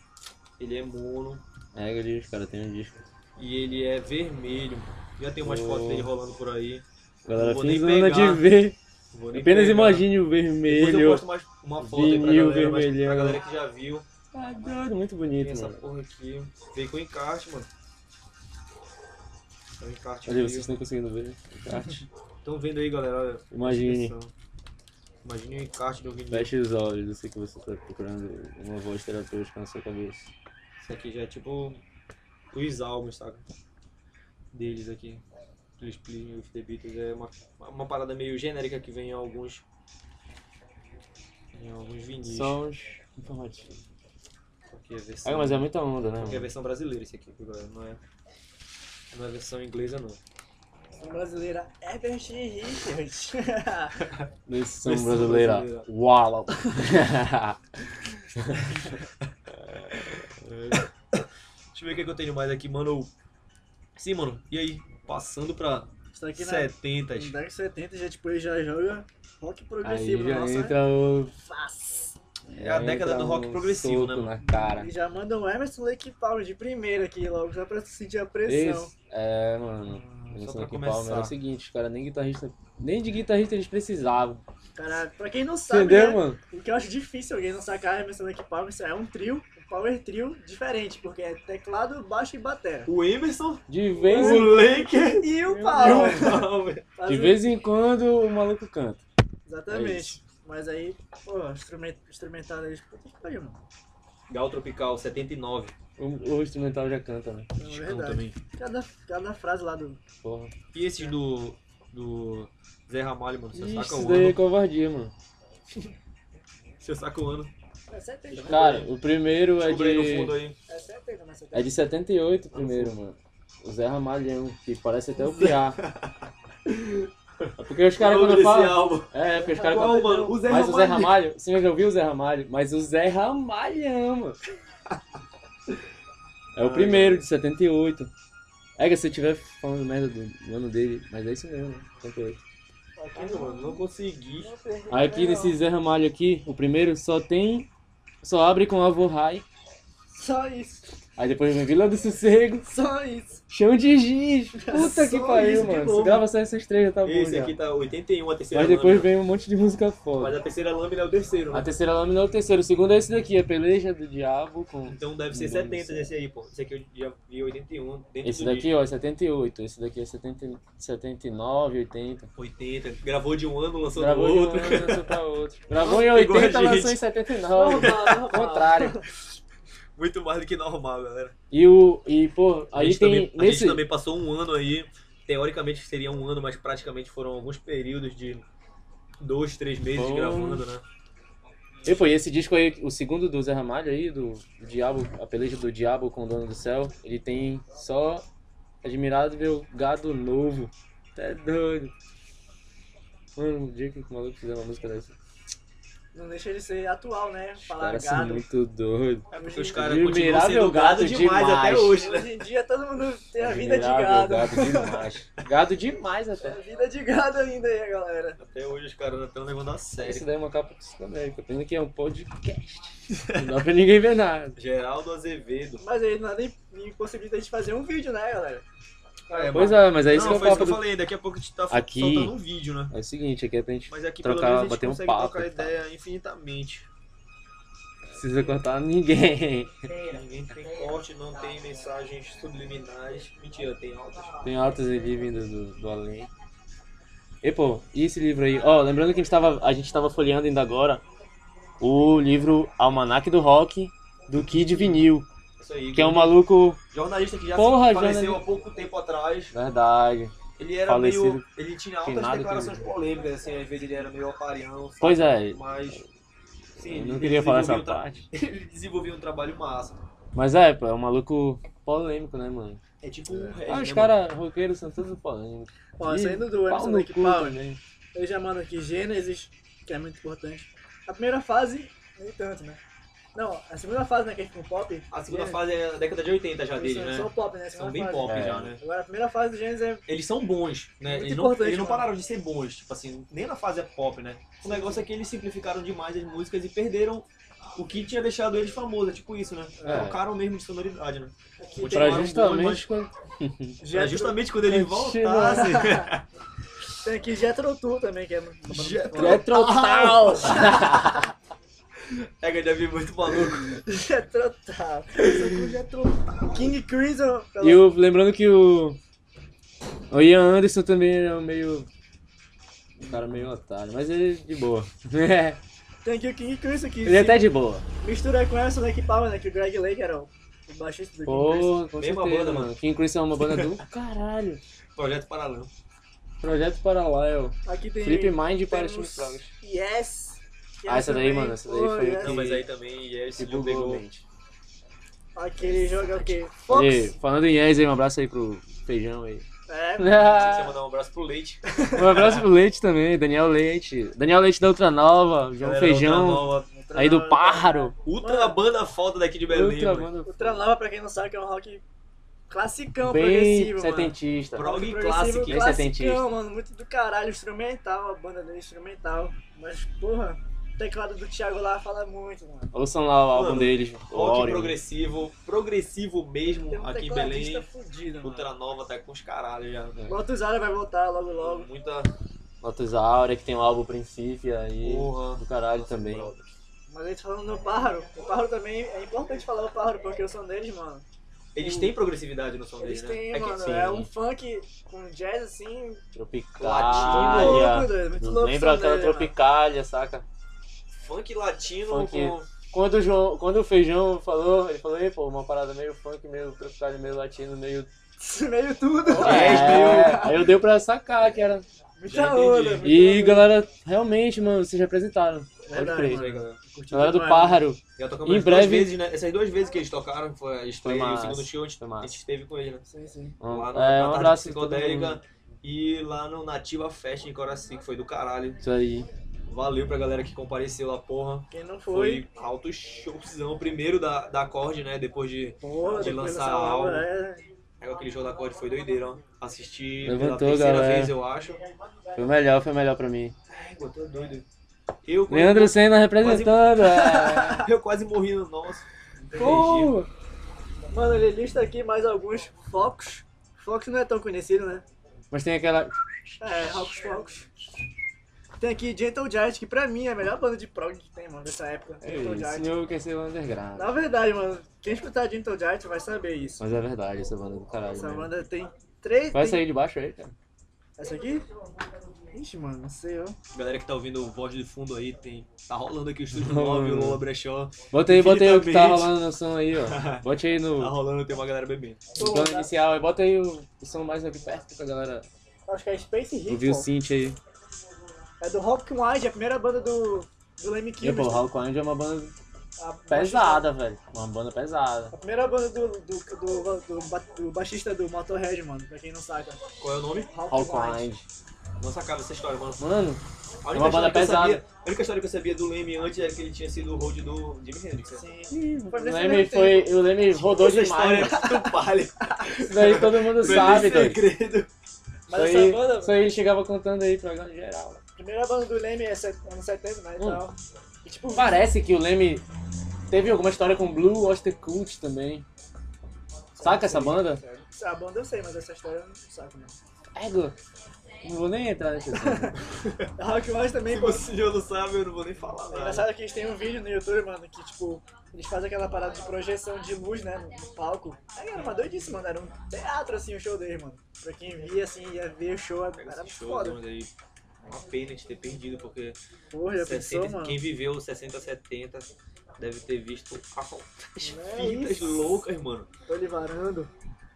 Speaker 3: Ele é mono.
Speaker 2: É, galera, os caras têm um disco.
Speaker 3: E ele é vermelho. Já tem umas
Speaker 2: Oh.
Speaker 3: fotos dele rolando por aí.
Speaker 2: Galera,
Speaker 3: Não vou nem
Speaker 2: fiz zona de
Speaker 3: pegar.
Speaker 2: ver.
Speaker 3: Vou nem
Speaker 2: Apenas
Speaker 3: pegar.
Speaker 2: imagine o
Speaker 3: Depois eu
Speaker 2: vermelho.
Speaker 3: posto mais uma foto aí pra
Speaker 2: Vinil
Speaker 3: galera, mas pra
Speaker 2: vermelhão.
Speaker 3: galera que já viu.
Speaker 2: Ah, Adoro, muito
Speaker 3: Tem
Speaker 2: bonito,
Speaker 3: essa
Speaker 2: mano.
Speaker 3: porra aqui. Veio com encarte, mano. É um encarte
Speaker 2: Olha,
Speaker 3: aqui.
Speaker 2: vocês estão conseguindo ver. a arte?
Speaker 3: Estão vendo aí, galera? Olha,
Speaker 2: Imagine.
Speaker 3: descrição. Imagine o encarte do vinil.
Speaker 2: Feche os olhos, eu sei que você está procurando uma voz terapêutica na sua cabeça.
Speaker 3: Isso aqui já é tipo os álbuns, saca? Deles aqui. Please, please, me with the Beatles. É uma, uma parada meio genérica que vem em alguns. Em alguns vinis.
Speaker 2: Sons informativos.
Speaker 3: Porque a versão-
Speaker 2: Ah, mas é muita onda, né?
Speaker 3: porque é a
Speaker 2: mano?
Speaker 3: versão brasileira esse aqui, viu, galera. Não é, não é a versão inglesa, não.
Speaker 1: Sou brasileira Herbert Richards.
Speaker 2: Versão
Speaker 3: versão
Speaker 2: brasileira.
Speaker 3: brasileira.
Speaker 2: Uau!
Speaker 3: Deixa eu ver o que, é que eu tenho mais aqui, mano. Sim, mano. E aí? Passando pra
Speaker 1: Está aqui na
Speaker 3: 70
Speaker 1: na década de 70, já, tipo, ele já joga rock
Speaker 2: Aí
Speaker 1: progressivo na
Speaker 2: já
Speaker 1: nossa
Speaker 2: entra o.
Speaker 1: face.
Speaker 3: né, É a
Speaker 2: já
Speaker 3: década
Speaker 2: entra
Speaker 3: do rock
Speaker 2: um
Speaker 3: progressivo,
Speaker 2: soco
Speaker 3: né, mano?
Speaker 2: na cara.
Speaker 1: E já manda um Emerson Lake Palmer de primeira aqui logo, só pra sentir a pressão.
Speaker 2: Esse, é, mano.
Speaker 3: Ah, Só
Speaker 2: Só
Speaker 3: pra
Speaker 2: que Palmer é o
Speaker 3: começar.
Speaker 2: seguinte, cara, nem guitarrista, nem de guitarrista eles precisavam.
Speaker 1: Cara, pra quem não sabe,
Speaker 2: Entendeu,
Speaker 1: né,
Speaker 2: mano?
Speaker 1: o que eu acho difícil alguém não sacar Emerson Lake Palmer, isso é um trio, um power trio diferente, porque é teclado, baixo e batera.
Speaker 3: O Emerson,
Speaker 2: De
Speaker 3: o
Speaker 2: vez, em-
Speaker 3: Lake e
Speaker 1: E o
Speaker 2: Meu
Speaker 1: Palmer.
Speaker 3: o Palmer.
Speaker 1: Faz
Speaker 2: de
Speaker 1: um-
Speaker 2: vez em quando o maluco canta. É
Speaker 1: Exatamente.
Speaker 2: isso.
Speaker 1: Mas aí, pô, instrument, instrumental deles, puta que pariu, mano.
Speaker 3: Gal Tropical, 79.
Speaker 2: O, o instrumental já canta, né?
Speaker 1: É
Speaker 3: Chicão
Speaker 1: verdade.
Speaker 3: também.
Speaker 1: Cada, cada frase lá do.
Speaker 2: Porra.
Speaker 3: E esses do, do Zé Ramalho, mano? Você saca
Speaker 2: Isso
Speaker 3: o
Speaker 2: daí é
Speaker 3: ano?
Speaker 2: covardia, mano.
Speaker 3: Você saca o ano?
Speaker 1: É 70, né?
Speaker 2: Cara, o primeiro é
Speaker 3: Descubra aí no fundo
Speaker 2: de.
Speaker 3: aí.
Speaker 1: É 70, mas 70.
Speaker 2: É de 78 o primeiro, mano. O Zé Ramalhão, que parece até o Piá. É porque os caras
Speaker 3: o nome
Speaker 2: quando
Speaker 3: desse
Speaker 2: falam.
Speaker 3: álbum.
Speaker 2: É, porque os caras
Speaker 3: Qual,
Speaker 2: quando.
Speaker 3: mano? O Zé
Speaker 2: Mas o Zé
Speaker 3: Ramalho.
Speaker 2: Ramalho, você já ouviu o Zé Ramalho? Mas o Zé Ramalhão, mano. É o primeiro, de 78. É que se eu estiver falando merda do, do ano dele, mas é isso mesmo, né? 78.
Speaker 3: Aqui, mano, não consegui.
Speaker 2: Aqui nesse Zé Ramalho aqui, o primeiro só tem. Só abre com Avô Rai.
Speaker 1: Só isso.
Speaker 2: Aí depois vem Vila do Sossego,
Speaker 1: Só isso.
Speaker 2: Chão de Giz. Puta que
Speaker 1: Só
Speaker 2: pariu,
Speaker 1: isso, que
Speaker 2: mano.
Speaker 1: bom.
Speaker 2: Grava só essas três, já tá bom.
Speaker 3: Esse
Speaker 2: já.
Speaker 3: aqui tá 81, a terceira
Speaker 2: Mas depois
Speaker 3: lâmina.
Speaker 2: vem um monte de música foda.
Speaker 3: Mas a terceira lâmina é o terceiro,
Speaker 2: A
Speaker 3: né?
Speaker 2: terceira lâmina é o terceiro. O segundo é esse daqui, a peleja do diabo com.
Speaker 3: Então deve ser
Speaker 2: Não deve
Speaker 3: 70
Speaker 2: ser.
Speaker 3: desse aí, pô. Esse aqui eu já vi 81. Dentro
Speaker 2: Esse
Speaker 3: do
Speaker 2: daqui,
Speaker 3: disco.
Speaker 2: ó, é 78. Esse daqui é 70, 79, 80.
Speaker 3: 80. Gravou de um ano, lançou no
Speaker 2: Gravou em
Speaker 3: outro.
Speaker 2: um ano, lançou pra outro. Gravou em
Speaker 3: Igual a
Speaker 2: 80, lançou
Speaker 3: gente.
Speaker 2: em 79. Contrário.
Speaker 3: Muito mais do que normal, galera.
Speaker 2: E o. E, pô, aí
Speaker 3: a gente,
Speaker 2: tem.
Speaker 3: também, a
Speaker 2: nesse.
Speaker 3: gente também passou um ano aí. Teoricamente seria um ano, mas praticamente foram alguns períodos de dois, três meses
Speaker 2: Foi.
Speaker 3: gravando, né?
Speaker 2: E foi esse disco aí, o segundo do Zé Ramalho aí, do Diabo, a peleja do Diabo com o Dono do Céu, ele tem só admirável gado novo. É doido. Mano, o dia que o maluco fizer uma música dessa.
Speaker 1: Não deixa de ser atual, né?
Speaker 2: Os
Speaker 1: Falar
Speaker 2: caras são
Speaker 1: gado.
Speaker 2: muito doidos.
Speaker 3: É porque
Speaker 1: Hoje
Speaker 3: os
Speaker 1: em
Speaker 3: caras
Speaker 2: dia,
Speaker 3: continuam sendo
Speaker 2: admirável
Speaker 3: gado
Speaker 2: gato
Speaker 3: demais, até
Speaker 2: demais.
Speaker 3: hoje, né?
Speaker 1: Hoje em dia todo mundo tem É a vida de gado.
Speaker 2: Admirável Gado demais. Gado demais
Speaker 1: Tem
Speaker 2: até.
Speaker 1: a vida de gado ainda aí, galera.
Speaker 3: Até hoje os caras estão levando a
Speaker 2: Isso
Speaker 3: sério.
Speaker 2: daí é uma capa psicodélica. Pena que é um podcast. Não dá pra ninguém ver nada.
Speaker 3: Geraldo Azevedo.
Speaker 1: Mas aí nada impossibilita a gente fazer um vídeo, né, galera?
Speaker 3: É,
Speaker 2: Pois é, mas é isso
Speaker 3: Não,
Speaker 2: que
Speaker 3: foi
Speaker 2: é o
Speaker 3: isso que
Speaker 2: papo
Speaker 3: eu
Speaker 2: do...
Speaker 3: falei. Daqui a pouco a gente tá
Speaker 2: Aqui-
Speaker 3: soltando um vídeo, né?
Speaker 2: É o seguinte, aqui é pra gente
Speaker 3: Mas aqui
Speaker 2: Trocar-
Speaker 3: pelo menos a gente
Speaker 2: bater um
Speaker 3: consegue
Speaker 2: papo
Speaker 3: trocar
Speaker 2: e tal.
Speaker 3: ideia infinitamente.
Speaker 2: precisa cortar ninguém.
Speaker 3: Ninguém tem corte, não tem mensagens subliminais. Mentira, tem altas.
Speaker 2: Tem altas e vindas do, do além. E pô, e esse livro aí? Ó, lembrando que a gente, tava, a gente tava folheando ainda agora o livro Almanac do Rock do Kid Vinil,
Speaker 3: Isso aí.
Speaker 2: que é um maluco.
Speaker 3: Jornalista que já
Speaker 2: Porra,
Speaker 3: se faleceu
Speaker 2: jornalista.
Speaker 3: há pouco tempo atrás.
Speaker 2: Verdade.
Speaker 3: Ele era
Speaker 2: Falecido.
Speaker 3: meio. Ele tinha altas
Speaker 2: Finado
Speaker 3: declarações
Speaker 2: também.
Speaker 3: polêmicas, assim, às vezes ele era meio oparião. sabe?
Speaker 2: Pois é,
Speaker 3: Mas. Sim,
Speaker 2: eu não
Speaker 3: ele
Speaker 2: queria falar essa
Speaker 3: desenvolveu um tra-
Speaker 2: parte.
Speaker 3: Ele desenvolveu um trabalho massa.
Speaker 2: Mas é, pô, é um maluco polêmico, né, mano?
Speaker 3: É é tipo um rei.
Speaker 2: Ah, os caras roqueiros são todos polêmicos.
Speaker 1: Ó,
Speaker 2: Ih,
Speaker 1: saindo do
Speaker 2: Pau
Speaker 1: Emerson
Speaker 2: no
Speaker 1: Lake
Speaker 2: cu
Speaker 1: Power,
Speaker 2: também.
Speaker 1: eu já mando aqui Gênesis, que é muito importante. A primeira fase, nem tanto, né? Não, a segunda fase, né, que é com pop.
Speaker 3: A segunda
Speaker 1: Gênesis,
Speaker 3: fase é a década de 80 já dele,
Speaker 1: são,
Speaker 3: né?
Speaker 1: são pop, né? a
Speaker 3: São
Speaker 1: segunda
Speaker 3: bem
Speaker 1: fase.
Speaker 3: pop
Speaker 2: É.
Speaker 3: já, né?
Speaker 1: Agora, a primeira fase do Gênesis é
Speaker 3: Eles são bons, né?
Speaker 1: Muito
Speaker 3: Eles não,
Speaker 1: importante,
Speaker 3: eles não
Speaker 1: mano.
Speaker 3: pararam de ser bons, tipo assim, nem na fase pop, né? O negócio é que eles simplificaram demais as músicas e perderam o que tinha deixado eles famosos, é tipo isso, né?
Speaker 2: É.
Speaker 3: Trocaram mesmo de sonoridade, né?
Speaker 1: Pra
Speaker 2: Pra
Speaker 3: Continuaram bons,
Speaker 2: justamente quando.
Speaker 3: mas pra
Speaker 1: Jethro-
Speaker 3: justamente quando eles
Speaker 2: Continuaram.
Speaker 3: voltassem.
Speaker 1: Tem aqui Jetro Tool também, que é muito
Speaker 3: Jethro- Ah!
Speaker 2: Retrotal!
Speaker 3: É, que eu já vi muito maluco.
Speaker 1: Jetro Tool. King Crimson.
Speaker 2: E eu, lembrando que o. O Ian Anderson também era meio. Um cara meio otário, mas ele é de boa.
Speaker 1: Tem aqui o King Crimson que
Speaker 2: ele é até de boa.
Speaker 1: mistura com essa Lake Power, né? Que o Greg Lake era o o baixista do King Crimson.
Speaker 2: Porra, com
Speaker 3: Mesma
Speaker 2: certeza,
Speaker 3: banda, mano.
Speaker 2: mano. King Crimson é uma banda do caralho.
Speaker 3: Projeto Paralelo.
Speaker 2: Projeto Paralelo.
Speaker 1: Aqui tem.
Speaker 2: Flip Mind para
Speaker 1: temos
Speaker 2: Steve Frogs.
Speaker 1: Yes! que
Speaker 2: Ah, essa daí,
Speaker 1: também-
Speaker 2: mano, essa daí
Speaker 1: Pô,
Speaker 2: foi
Speaker 1: yes.
Speaker 3: Não, mas aí também, yes,
Speaker 2: Se
Speaker 3: ele pegou.
Speaker 2: bugou, gente.
Speaker 1: Aqui ele joga é o quê? Fox?
Speaker 2: E, falando em Yes, aí, um abraço aí pro feijão aí.
Speaker 1: É,
Speaker 3: Você mandar um abraço pro Leite.
Speaker 2: um abraço pro Leite também, Daniel Leite. Daniel Leite da Ultranova, João
Speaker 3: Galera,
Speaker 2: Um Feijão,
Speaker 3: Ultra Nova.
Speaker 1: Ultra
Speaker 2: aí do
Speaker 1: Nova-
Speaker 2: Pájaro.
Speaker 3: Ultra
Speaker 1: Mano.
Speaker 3: banda foda daqui de Belém.
Speaker 2: Ultra
Speaker 3: mano.
Speaker 2: banda
Speaker 1: Ultra Nova, pra quem não sabe, que é um rock classicão,
Speaker 2: bem
Speaker 1: progressivo.
Speaker 2: setentista.
Speaker 3: Pro-
Speaker 1: mano.
Speaker 3: Prog
Speaker 1: Progressivo,
Speaker 3: classic.
Speaker 2: Bem setentista.
Speaker 1: classicão, mano. Muito do caralho, instrumental, a banda dele é instrumental. Mas, porra, o teclado do Thiago lá fala muito, mano.
Speaker 2: Ouçam lá o álbum
Speaker 3: Mano,
Speaker 2: deles, o
Speaker 3: Rock
Speaker 2: Orion.
Speaker 3: progressivo, progressivo mesmo
Speaker 1: Tem um
Speaker 3: aqui em
Speaker 1: tecladista
Speaker 3: Belém.
Speaker 1: fudido, mano.
Speaker 3: Ultra Nova tá com os caralhos já.
Speaker 1: Lotus Área vai voltar logo logo.
Speaker 3: Muita
Speaker 2: Lotus Áurea, que tem o álbum Princípio aí,
Speaker 3: porra.
Speaker 2: do caralho também.
Speaker 3: brother.
Speaker 1: Mas eles falando no Pájaro, o Pájaro também é importante falar o Pájaro, porque o som deles, mano.
Speaker 3: Eles têm progressividade no som
Speaker 1: Eles
Speaker 3: deles, né?
Speaker 1: têm,
Speaker 3: É que
Speaker 1: mano,
Speaker 2: sim.
Speaker 1: é um funk com jazz assim,
Speaker 2: Tropicália.
Speaker 3: né?
Speaker 1: doido, muito louco. né,
Speaker 2: Lembra
Speaker 1: o som
Speaker 2: aquela
Speaker 1: dele,
Speaker 2: Tropicália, saca?
Speaker 3: funk latino
Speaker 2: Funk.
Speaker 3: com.
Speaker 2: Quando o, João, quando o Feijão falou, ele falou, ei, pô, uma parada meio funk, meio Tropicália, meio latino, meio...
Speaker 1: mano. Meio tudo.
Speaker 2: É,
Speaker 3: Jazz, É, meio-
Speaker 2: Aí eu deu pra sacar que era...
Speaker 3: Já
Speaker 1: Muita
Speaker 3: entendi.
Speaker 1: onda. muita
Speaker 2: E,
Speaker 1: onda.
Speaker 2: galera, realmente, mano, vocês representaram. Pode
Speaker 1: Verdade,
Speaker 2: crer.
Speaker 1: mano.
Speaker 2: A galera do
Speaker 1: demais, né?
Speaker 2: Pájaro.
Speaker 3: Já tocamos
Speaker 2: Em
Speaker 3: as
Speaker 2: breve-
Speaker 3: duas vezes, né? Essas duas vezes que eles tocaram, foi a estreia e o
Speaker 2: massa,
Speaker 3: segundo show, a gente-
Speaker 2: foi
Speaker 3: a
Speaker 2: massa.
Speaker 3: gente esteve com eles, né?
Speaker 1: Sim, sim.
Speaker 2: Um,
Speaker 3: Lá na,
Speaker 2: é,
Speaker 3: na
Speaker 2: um
Speaker 3: tarde
Speaker 2: abraço. pra todo mundo.
Speaker 3: psicodélica. E lá no Nativa Fest em Coraci, que foi do caralho.
Speaker 2: Isso aí.
Speaker 3: Valeu pra galera que compareceu lá, porra.
Speaker 1: Quem não foi,
Speaker 3: Foi alto showzão. Primeiro da, da Acorde, né? Depois de.
Speaker 1: porra,
Speaker 3: de
Speaker 1: depois
Speaker 3: lançar
Speaker 1: dessa
Speaker 3: álbum.
Speaker 1: obra, é.
Speaker 3: Aquele show da Acorde foi doideira, ó. Assisti pela
Speaker 2: Levantou,
Speaker 3: terceira
Speaker 2: galera.
Speaker 3: vez, eu acho.
Speaker 2: Foi melhor, foi melhor pra mim.
Speaker 3: Ai, pô, tô doido. Eu,
Speaker 2: Leandro Senna representando. é.
Speaker 3: eu quase morri no nosso.
Speaker 2: Pô.
Speaker 1: Mano, ele lista aqui mais alguns focos. Fox não é tão conhecido, né?
Speaker 2: Mas tem aquela.
Speaker 1: É, Rocos Focos. Tem aqui Gentle Giant, que pra mim é a melhor banda de prog que tem, mano, dessa época. Gentle
Speaker 2: Esse
Speaker 1: Giant.
Speaker 2: novo É quer ser o underground.
Speaker 1: Na verdade, mano, quem escutar Gentle Giant vai saber isso.
Speaker 2: Mas é verdade, essa banda é do caralho.
Speaker 1: Essa
Speaker 2: mesmo.
Speaker 1: banda é tem três.
Speaker 2: Vai
Speaker 1: Tem...
Speaker 2: sair de baixo aí, cara.
Speaker 1: Essa aqui? Ixi, mano, não sei, ó.
Speaker 3: Galera que tá ouvindo voz de fundo aí, tem. Tá rolando aqui o Estúdio
Speaker 2: Não,
Speaker 3: 9, o
Speaker 2: mano.
Speaker 3: Lola Brechó.
Speaker 2: Bota aí, bota aí o que tá
Speaker 3: Infinitamente.
Speaker 2: rolando no som aí, ó. Bote aí
Speaker 3: Tá
Speaker 2: no,
Speaker 3: rolando, tem uma galera bebendo.
Speaker 2: no plano inicial. Bota aí o, o som mais aqui perto pra galera
Speaker 1: Acho que é Space
Speaker 2: ouvir o
Speaker 1: Hit,
Speaker 2: synth aí.
Speaker 1: É do Rock Wide, a primeira banda do, do Leme
Speaker 2: E, pô,
Speaker 1: Kilmer.
Speaker 2: Hulk Angel é uma banda
Speaker 1: A-
Speaker 2: pesada, velho. Uma banda pesada.
Speaker 1: A primeira banda do, do, do, do, ba- do baixista do Motorhead, mano, pra quem não saca.
Speaker 3: Qual é o nome?
Speaker 2: Hulk
Speaker 1: Wide.
Speaker 2: Angel.
Speaker 3: Não sacava essa história, mano.
Speaker 2: Mano,
Speaker 3: A
Speaker 2: É uma banda
Speaker 3: história que eu
Speaker 2: pesada.
Speaker 3: sabia- a única história que eu sabia do Leme antes era que ele tinha sido o road do Jimi Hendrix. né?
Speaker 1: Sim.
Speaker 2: o
Speaker 1: Foi nesse
Speaker 2: Leme
Speaker 1: mesmo
Speaker 2: foi. O Leme rodou
Speaker 3: Essa história
Speaker 2: demais. né?
Speaker 3: é muito palha.
Speaker 2: Isso daí todo mundo
Speaker 3: Não é
Speaker 2: sabe,
Speaker 3: nem
Speaker 2: doido.
Speaker 3: segredo.
Speaker 2: Isso
Speaker 1: Mas essa
Speaker 2: aí,
Speaker 1: banda,
Speaker 2: isso aí ele chegava contando aí pra galera geral. né?
Speaker 1: a primeira banda do Leme é set- anos 70, né, e
Speaker 2: Hum.
Speaker 1: tal. E tipo,
Speaker 2: Parece que o Leme teve alguma história com Blue Oyster Cult também. Saca essa banda?
Speaker 1: a banda eu sei, mas essa história eu não saco, não.
Speaker 2: Ego. Não vou nem entrar nesse assunto.
Speaker 1: A Rock Wise também,
Speaker 3: Se
Speaker 1: pô.
Speaker 3: você já não sabe, eu não vou nem falar
Speaker 1: É
Speaker 3: nada.
Speaker 1: engraçado que eles têm um vídeo no YouTube, mano, que tipo, eles fazem aquela parada de projeção de luz, né, no no palco. Aí era uma doidice, mano, era um teatro, assim, o show deles, mano. Pra quem via, assim, ia ver o show,
Speaker 3: Pega
Speaker 1: era
Speaker 3: esse show,
Speaker 1: foda.
Speaker 3: Dona, aí. É uma pena de ter perdido, porque
Speaker 1: Porra, já
Speaker 3: 60
Speaker 1: pensou, mano?
Speaker 3: é quem viveu 60, 70 deve ter visto as
Speaker 1: É
Speaker 3: fitas
Speaker 1: isso.
Speaker 3: loucas, mano.
Speaker 1: Tô lhe varando.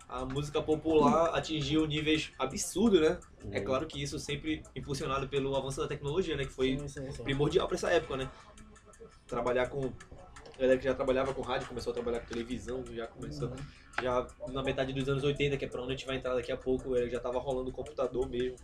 Speaker 3: A música popular atingiu níveis absurdos, né? É claro que isso sempre impulsionado pelo avanço da tecnologia, né? Que foi
Speaker 1: Sim, sim, sim.
Speaker 3: primordial pra essa época, né? Trabalhar com. A galera que já trabalhava com rádio começou a trabalhar com televisão, já começou. Já na metade dos anos 80, que é pra onde a gente vai entrar daqui a pouco, eh, já tava rolando o computador mesmo.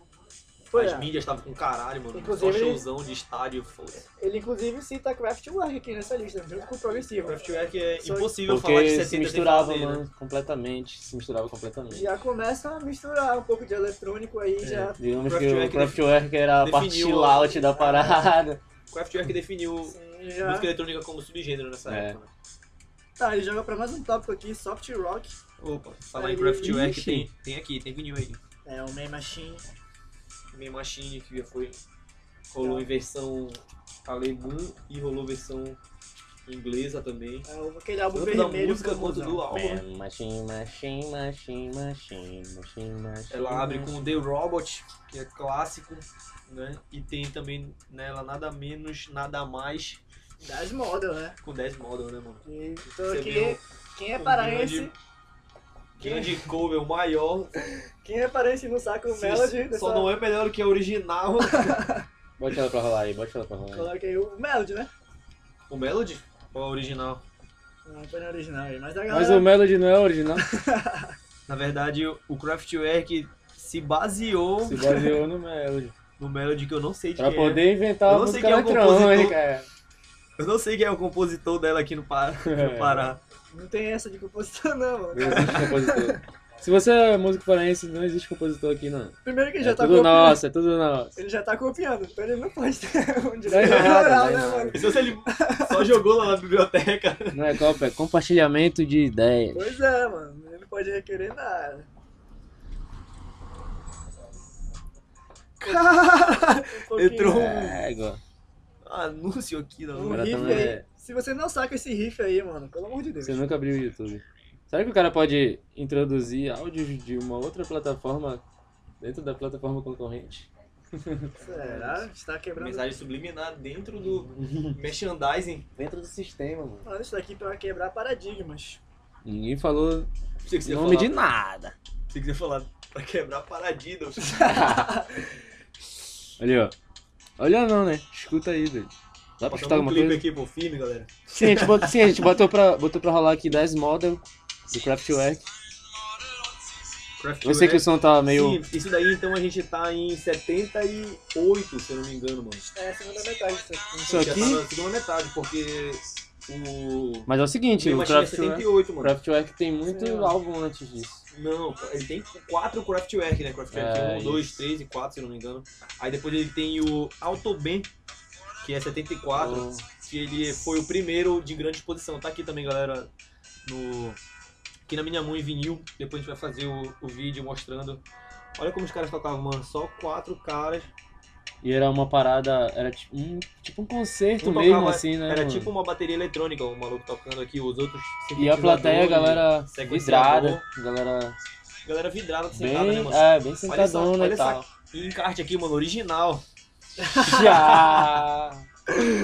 Speaker 1: Foi,
Speaker 3: As
Speaker 1: é.
Speaker 3: mídias estavam com caralho, mano.
Speaker 1: Inclusive,
Speaker 3: Só
Speaker 1: ele-
Speaker 3: showzão de estádio, foda-se.
Speaker 1: Ele inclusive cita Kraftwerk aqui nessa lista, junto com o Progressivo.
Speaker 3: Kraftwerk é
Speaker 1: Só-
Speaker 3: impossível falar de
Speaker 2: Porque
Speaker 3: 70
Speaker 2: se
Speaker 3: sem
Speaker 2: misturava,
Speaker 3: falar dele, né?
Speaker 2: mano, completamente. Se misturava completamente.
Speaker 1: Já começa a misturar um pouco de eletrônico aí,
Speaker 3: É.
Speaker 1: já.
Speaker 2: Digamos que o
Speaker 3: Kraftwerk
Speaker 2: Kraftwerk era a parte
Speaker 3: definiu
Speaker 2: chill
Speaker 3: a-
Speaker 2: out da parada.
Speaker 3: Kraftwerk definiu
Speaker 1: Sim, assim, já.
Speaker 3: música eletrônica como subgênero nessa
Speaker 2: É.
Speaker 3: época. né?
Speaker 1: Tá, ele joga pra mais um tópico aqui, soft rock.
Speaker 3: Opa, falar em
Speaker 1: Aí,
Speaker 3: Kraftwerk,
Speaker 2: ixi.
Speaker 3: tem, tem aqui, tem vinil aí.
Speaker 1: É, o Main Machine.
Speaker 3: Meio Machine, que já foi. Rolou em versão alemã e rolou versão inglesa também.
Speaker 1: É o- aquele álbum
Speaker 3: Tanto da
Speaker 1: vermelho.
Speaker 3: música quanto
Speaker 1: famosão.
Speaker 3: do álbum. né?
Speaker 2: Man, Machine, machine, machine, machine, machine, machine.
Speaker 3: Ela abre com The Robot, que é clássico, né? E tem também nela nada menos, nada mais,
Speaker 1: Das modas, né?
Speaker 3: com 10 model, né, mano?
Speaker 1: E- Então
Speaker 3: Você
Speaker 1: aqui,
Speaker 3: viu
Speaker 1: quem é
Speaker 3: um
Speaker 1: paraense,
Speaker 3: grande cover, o maior.
Speaker 1: quem é paraense não saca o
Speaker 3: se-
Speaker 1: Melody,
Speaker 3: Só
Speaker 1: dessa-
Speaker 3: não é melhor que a original.
Speaker 2: Bote ela pra rolar aí, bote ela pra rolar aí.
Speaker 1: coloca aí o Melody, né?
Speaker 3: o Melody? Ou a original?
Speaker 1: Não foi na original aí, mas a
Speaker 2: Mas
Speaker 1: galera...
Speaker 2: o Melody não é original.
Speaker 3: Na verdade, o Kraftwerk se baseou
Speaker 2: Se baseou no Melody.
Speaker 3: no Melody que eu não sei de
Speaker 2: Pra
Speaker 3: quem é.
Speaker 2: poder inventar
Speaker 3: Eu
Speaker 2: a
Speaker 3: não sei
Speaker 2: música
Speaker 3: quem é o compositor.
Speaker 2: eletrônica. é.
Speaker 3: Eu não sei quem é o compositor dela aqui no Pará. No Pará.
Speaker 1: Não tem essa de composição, não, mano.
Speaker 2: Não existe compositor. Se você é músico paraense, não existe compositor aqui, não.
Speaker 1: Primeiro que ele
Speaker 2: É
Speaker 1: já tá
Speaker 2: tudo
Speaker 1: copiando.
Speaker 2: nosso, é tudo nosso.
Speaker 1: Ele já tá copiando, então ele não pode ter um
Speaker 2: Não é
Speaker 1: direito
Speaker 2: nada,
Speaker 1: autoral,
Speaker 2: não é
Speaker 1: né, mano?
Speaker 2: nada.
Speaker 3: Se você- ele só jogou lá na biblioteca.
Speaker 2: Não é cópia, é compartilhamento de ideias.
Speaker 1: Pois é, mano. Ele não pode requerer nada. Um pouquinho.
Speaker 3: Entrou um
Speaker 2: É, igual.
Speaker 3: anúncio aqui
Speaker 1: um
Speaker 3: não.
Speaker 2: Agora
Speaker 1: riff
Speaker 2: também
Speaker 1: aí.
Speaker 2: é-
Speaker 1: Se você não saca esse riff aí, mano, pelo amor de Deus.
Speaker 2: Você nunca abriu o YouTube. Será que o cara pode introduzir áudios de uma outra plataforma dentro da plataforma concorrente?
Speaker 1: Será? Isso tá quebrando.
Speaker 3: Mensagem subliminar dentro do merchandising.
Speaker 2: Dentro do sistema, mano.
Speaker 1: Mano, isso daqui é pra quebrar paradigmas.
Speaker 2: Ninguém falou
Speaker 3: Achei que você ia
Speaker 2: nome de
Speaker 3: falar-
Speaker 2: nada.
Speaker 3: achei que você ia falar pra quebrar paradida.
Speaker 2: Olha, ó. Olha não, né? Escuta aí, velho. Dá pra escutar
Speaker 3: Botamos um
Speaker 2: Tá alguma
Speaker 3: clipe
Speaker 2: coisa?
Speaker 3: aqui pro filme, galera.
Speaker 2: Sim, a gente botou, sim, a gente botou pra, botou pra rolar aqui 10 model do Kraftwerk.
Speaker 3: Kraftwerk.
Speaker 2: Eu sei que o som tá meio.
Speaker 3: Sim, isso daí então a gente tá em 78, se eu não me engano, mano.
Speaker 1: É a segunda metade. Isso
Speaker 2: Isso aqui-
Speaker 3: Já tá na segunda metade, porque o.
Speaker 2: Mas é o seguinte,
Speaker 3: Dream
Speaker 2: o
Speaker 3: Machine é
Speaker 2: Kraftwerk,
Speaker 3: 78, mano.
Speaker 2: Kraftwerk tem muito
Speaker 1: Sei lá.
Speaker 2: álbum antes disso.
Speaker 3: Não, ele tem quatro Kraftwerk, né? Kraftwerk
Speaker 2: É,
Speaker 3: 1, 2,
Speaker 2: isso.
Speaker 3: 3 e 4, se eu não me engano. Aí depois ele tem o Autobahn, que é 74,
Speaker 2: Então,
Speaker 3: que ele foi o primeiro de grande exposição. Tá aqui também, galera, no aqui na minha mão em vinil. Depois a gente vai fazer o, o vídeo mostrando. Olha como os caras tocavam, mano. Só quatro caras.
Speaker 2: E era uma parada, era tipo um, tipo um concerto
Speaker 3: Um tocava-
Speaker 2: mesmo, assim, né?
Speaker 3: Era
Speaker 2: mano?
Speaker 3: tipo uma bateria eletrônica, o maluco tocando aqui, os outros
Speaker 2: E a plateia, a
Speaker 3: sintetizadores,
Speaker 2: galera
Speaker 3: sequenciador.
Speaker 2: vidrada, galera
Speaker 3: Galera vidrada, sentada, né,
Speaker 2: bem,
Speaker 3: mano?
Speaker 2: é, bem
Speaker 3: Olha essa-
Speaker 2: sentadona
Speaker 3: olha
Speaker 2: e tal.
Speaker 3: E encarte aqui, mano, original.
Speaker 2: Já!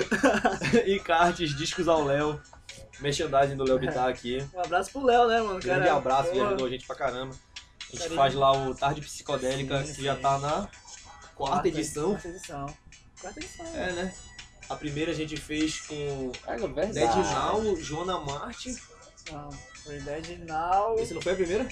Speaker 3: Encartes, discos ao Léo. Merchandising do Léo Bittar aqui.
Speaker 1: Um abraço pro Léo, né, mano?
Speaker 3: Grande
Speaker 1: cara,
Speaker 3: abraço, ele
Speaker 1: porra.
Speaker 3: ajudou a gente pra caramba. A gente
Speaker 1: Cara,
Speaker 3: faz
Speaker 1: ele-
Speaker 3: lá o Tarde Psicodélica,
Speaker 1: Sim,
Speaker 3: que já
Speaker 1: sim.
Speaker 3: tá na quarta edição.
Speaker 1: Quarta edição. Quarta edição.
Speaker 3: É, né? A primeira a gente fez com
Speaker 2: Olha, É, verdade.
Speaker 3: Dead Now, Joana Martin.
Speaker 1: Não, foi Dead Now.
Speaker 3: Esse não foi a primeira?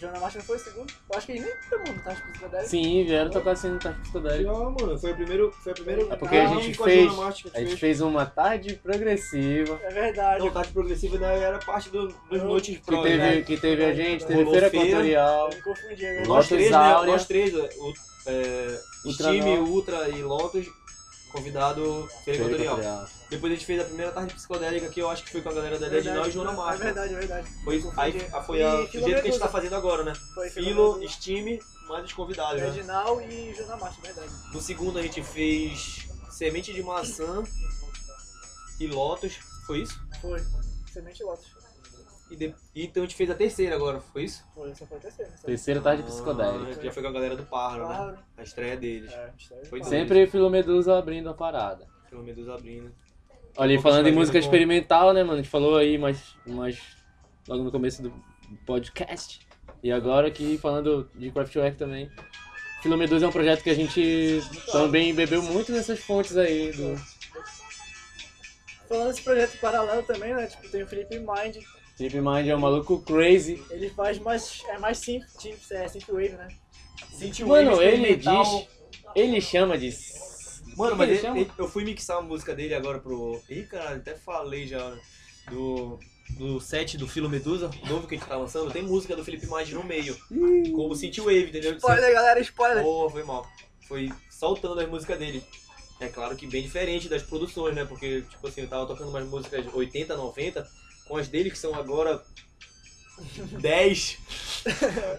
Speaker 1: Jonah Martin não foi o segundo? Eu acho que ele nem foi, mano. Tá, acho que foi o Dead.
Speaker 2: Sim, vieram tocar assim no Tarde Psicodélico.
Speaker 3: Não, mano, foi a primeira. Foi a primeira
Speaker 1: É
Speaker 2: porque a
Speaker 3: Ah,
Speaker 2: gente
Speaker 3: com
Speaker 2: fez-
Speaker 3: Joana Martin que
Speaker 2: A gente
Speaker 3: fez.
Speaker 2: fez uma tarde progressiva.
Speaker 1: É verdade.
Speaker 3: Não, tá. o Tarde Progressiva ainda era parte do, das
Speaker 1: Eu-
Speaker 3: noites
Speaker 2: Que
Speaker 3: pro, né?
Speaker 2: teve, que teve a gente, teve
Speaker 3: Rolou
Speaker 2: Feira
Speaker 3: feira.
Speaker 2: Equatorial.
Speaker 1: Eu me confundi é agora.
Speaker 2: Lotus
Speaker 3: Nós três, né?
Speaker 2: Áurea.
Speaker 3: Nós três, o é,
Speaker 2: Ultra
Speaker 3: time,
Speaker 2: Nova.
Speaker 3: Ultra e Lotus, convidado Feira Equatorial.
Speaker 2: Equatorial.
Speaker 3: Depois a gente fez a primeira tarde psicodélica que eu acho que foi com a galera da Dead Now e Joana
Speaker 1: É
Speaker 3: Marta.
Speaker 1: verdade, é verdade.
Speaker 3: Foi, aí a- foi
Speaker 1: E
Speaker 3: a, o jeito que a gente tá
Speaker 1: Filomedusa.
Speaker 3: fazendo agora, né?
Speaker 1: Foi
Speaker 3: Filo,
Speaker 1: Filomedusa,
Speaker 3: Steam, mais os convidados, né?
Speaker 1: Dead Now e Jonah Martin, é verdade.
Speaker 3: No segundo a gente fez Semente de Maçã e Lotus, foi isso?
Speaker 1: Foi. Semente Lotus.
Speaker 3: E, de- e então a gente fez a terceira agora, foi isso?
Speaker 1: Foi, essa foi né? a terceira. essa
Speaker 3: né?
Speaker 1: foi
Speaker 2: Terceira tarde psicodélica.
Speaker 3: Ah, Já foi com a galera do
Speaker 1: a
Speaker 3: Pájaro, né?
Speaker 1: quarta.
Speaker 3: A estreia deles.
Speaker 1: É, história de
Speaker 3: Foi
Speaker 1: quarta.
Speaker 3: sempre.
Speaker 2: Sempre Filomedusa abrindo a parada.
Speaker 3: Pelo menos abrindo.
Speaker 2: Olha, e
Speaker 3: Poucos
Speaker 2: falando em
Speaker 3: vai
Speaker 2: música
Speaker 3: vindo com-
Speaker 2: experimental, né, mano? A gente falou aí mais, mais logo no começo do podcast. E agora aqui falando de Kraftwerk também. Filomedusa é um projeto que a gente também bebeu muito nessas fontes aí do.
Speaker 1: Falando desse projeto paralelo também, né? Tipo, tem o Felipe Mind.
Speaker 2: Deep Mind é um maluco crazy.
Speaker 1: Ele faz mais. É mais synth, synth, é, synth wave, né?
Speaker 3: Sentiu
Speaker 2: Mano, ele diz. Ele chama de.
Speaker 3: Mano,
Speaker 2: O que
Speaker 3: mas
Speaker 2: ele
Speaker 3: ele-
Speaker 2: chama?
Speaker 3: ele- eu fui mixar a música dele agora pro. Ih, caralho, até falei já, né? Do, do set do Filo Medusa, o novo que a gente tá lançando, tem música do Felipe Maggi no meio. Como City Wave, entendeu?
Speaker 1: Spoiler, galera, spoiler!
Speaker 3: Pô, foi mal. Foi saltando as músicas dele. É claro que bem diferente das produções, né? Porque, tipo assim, eu tava tocando umas músicas 80, 90, com as dele que são agora 10.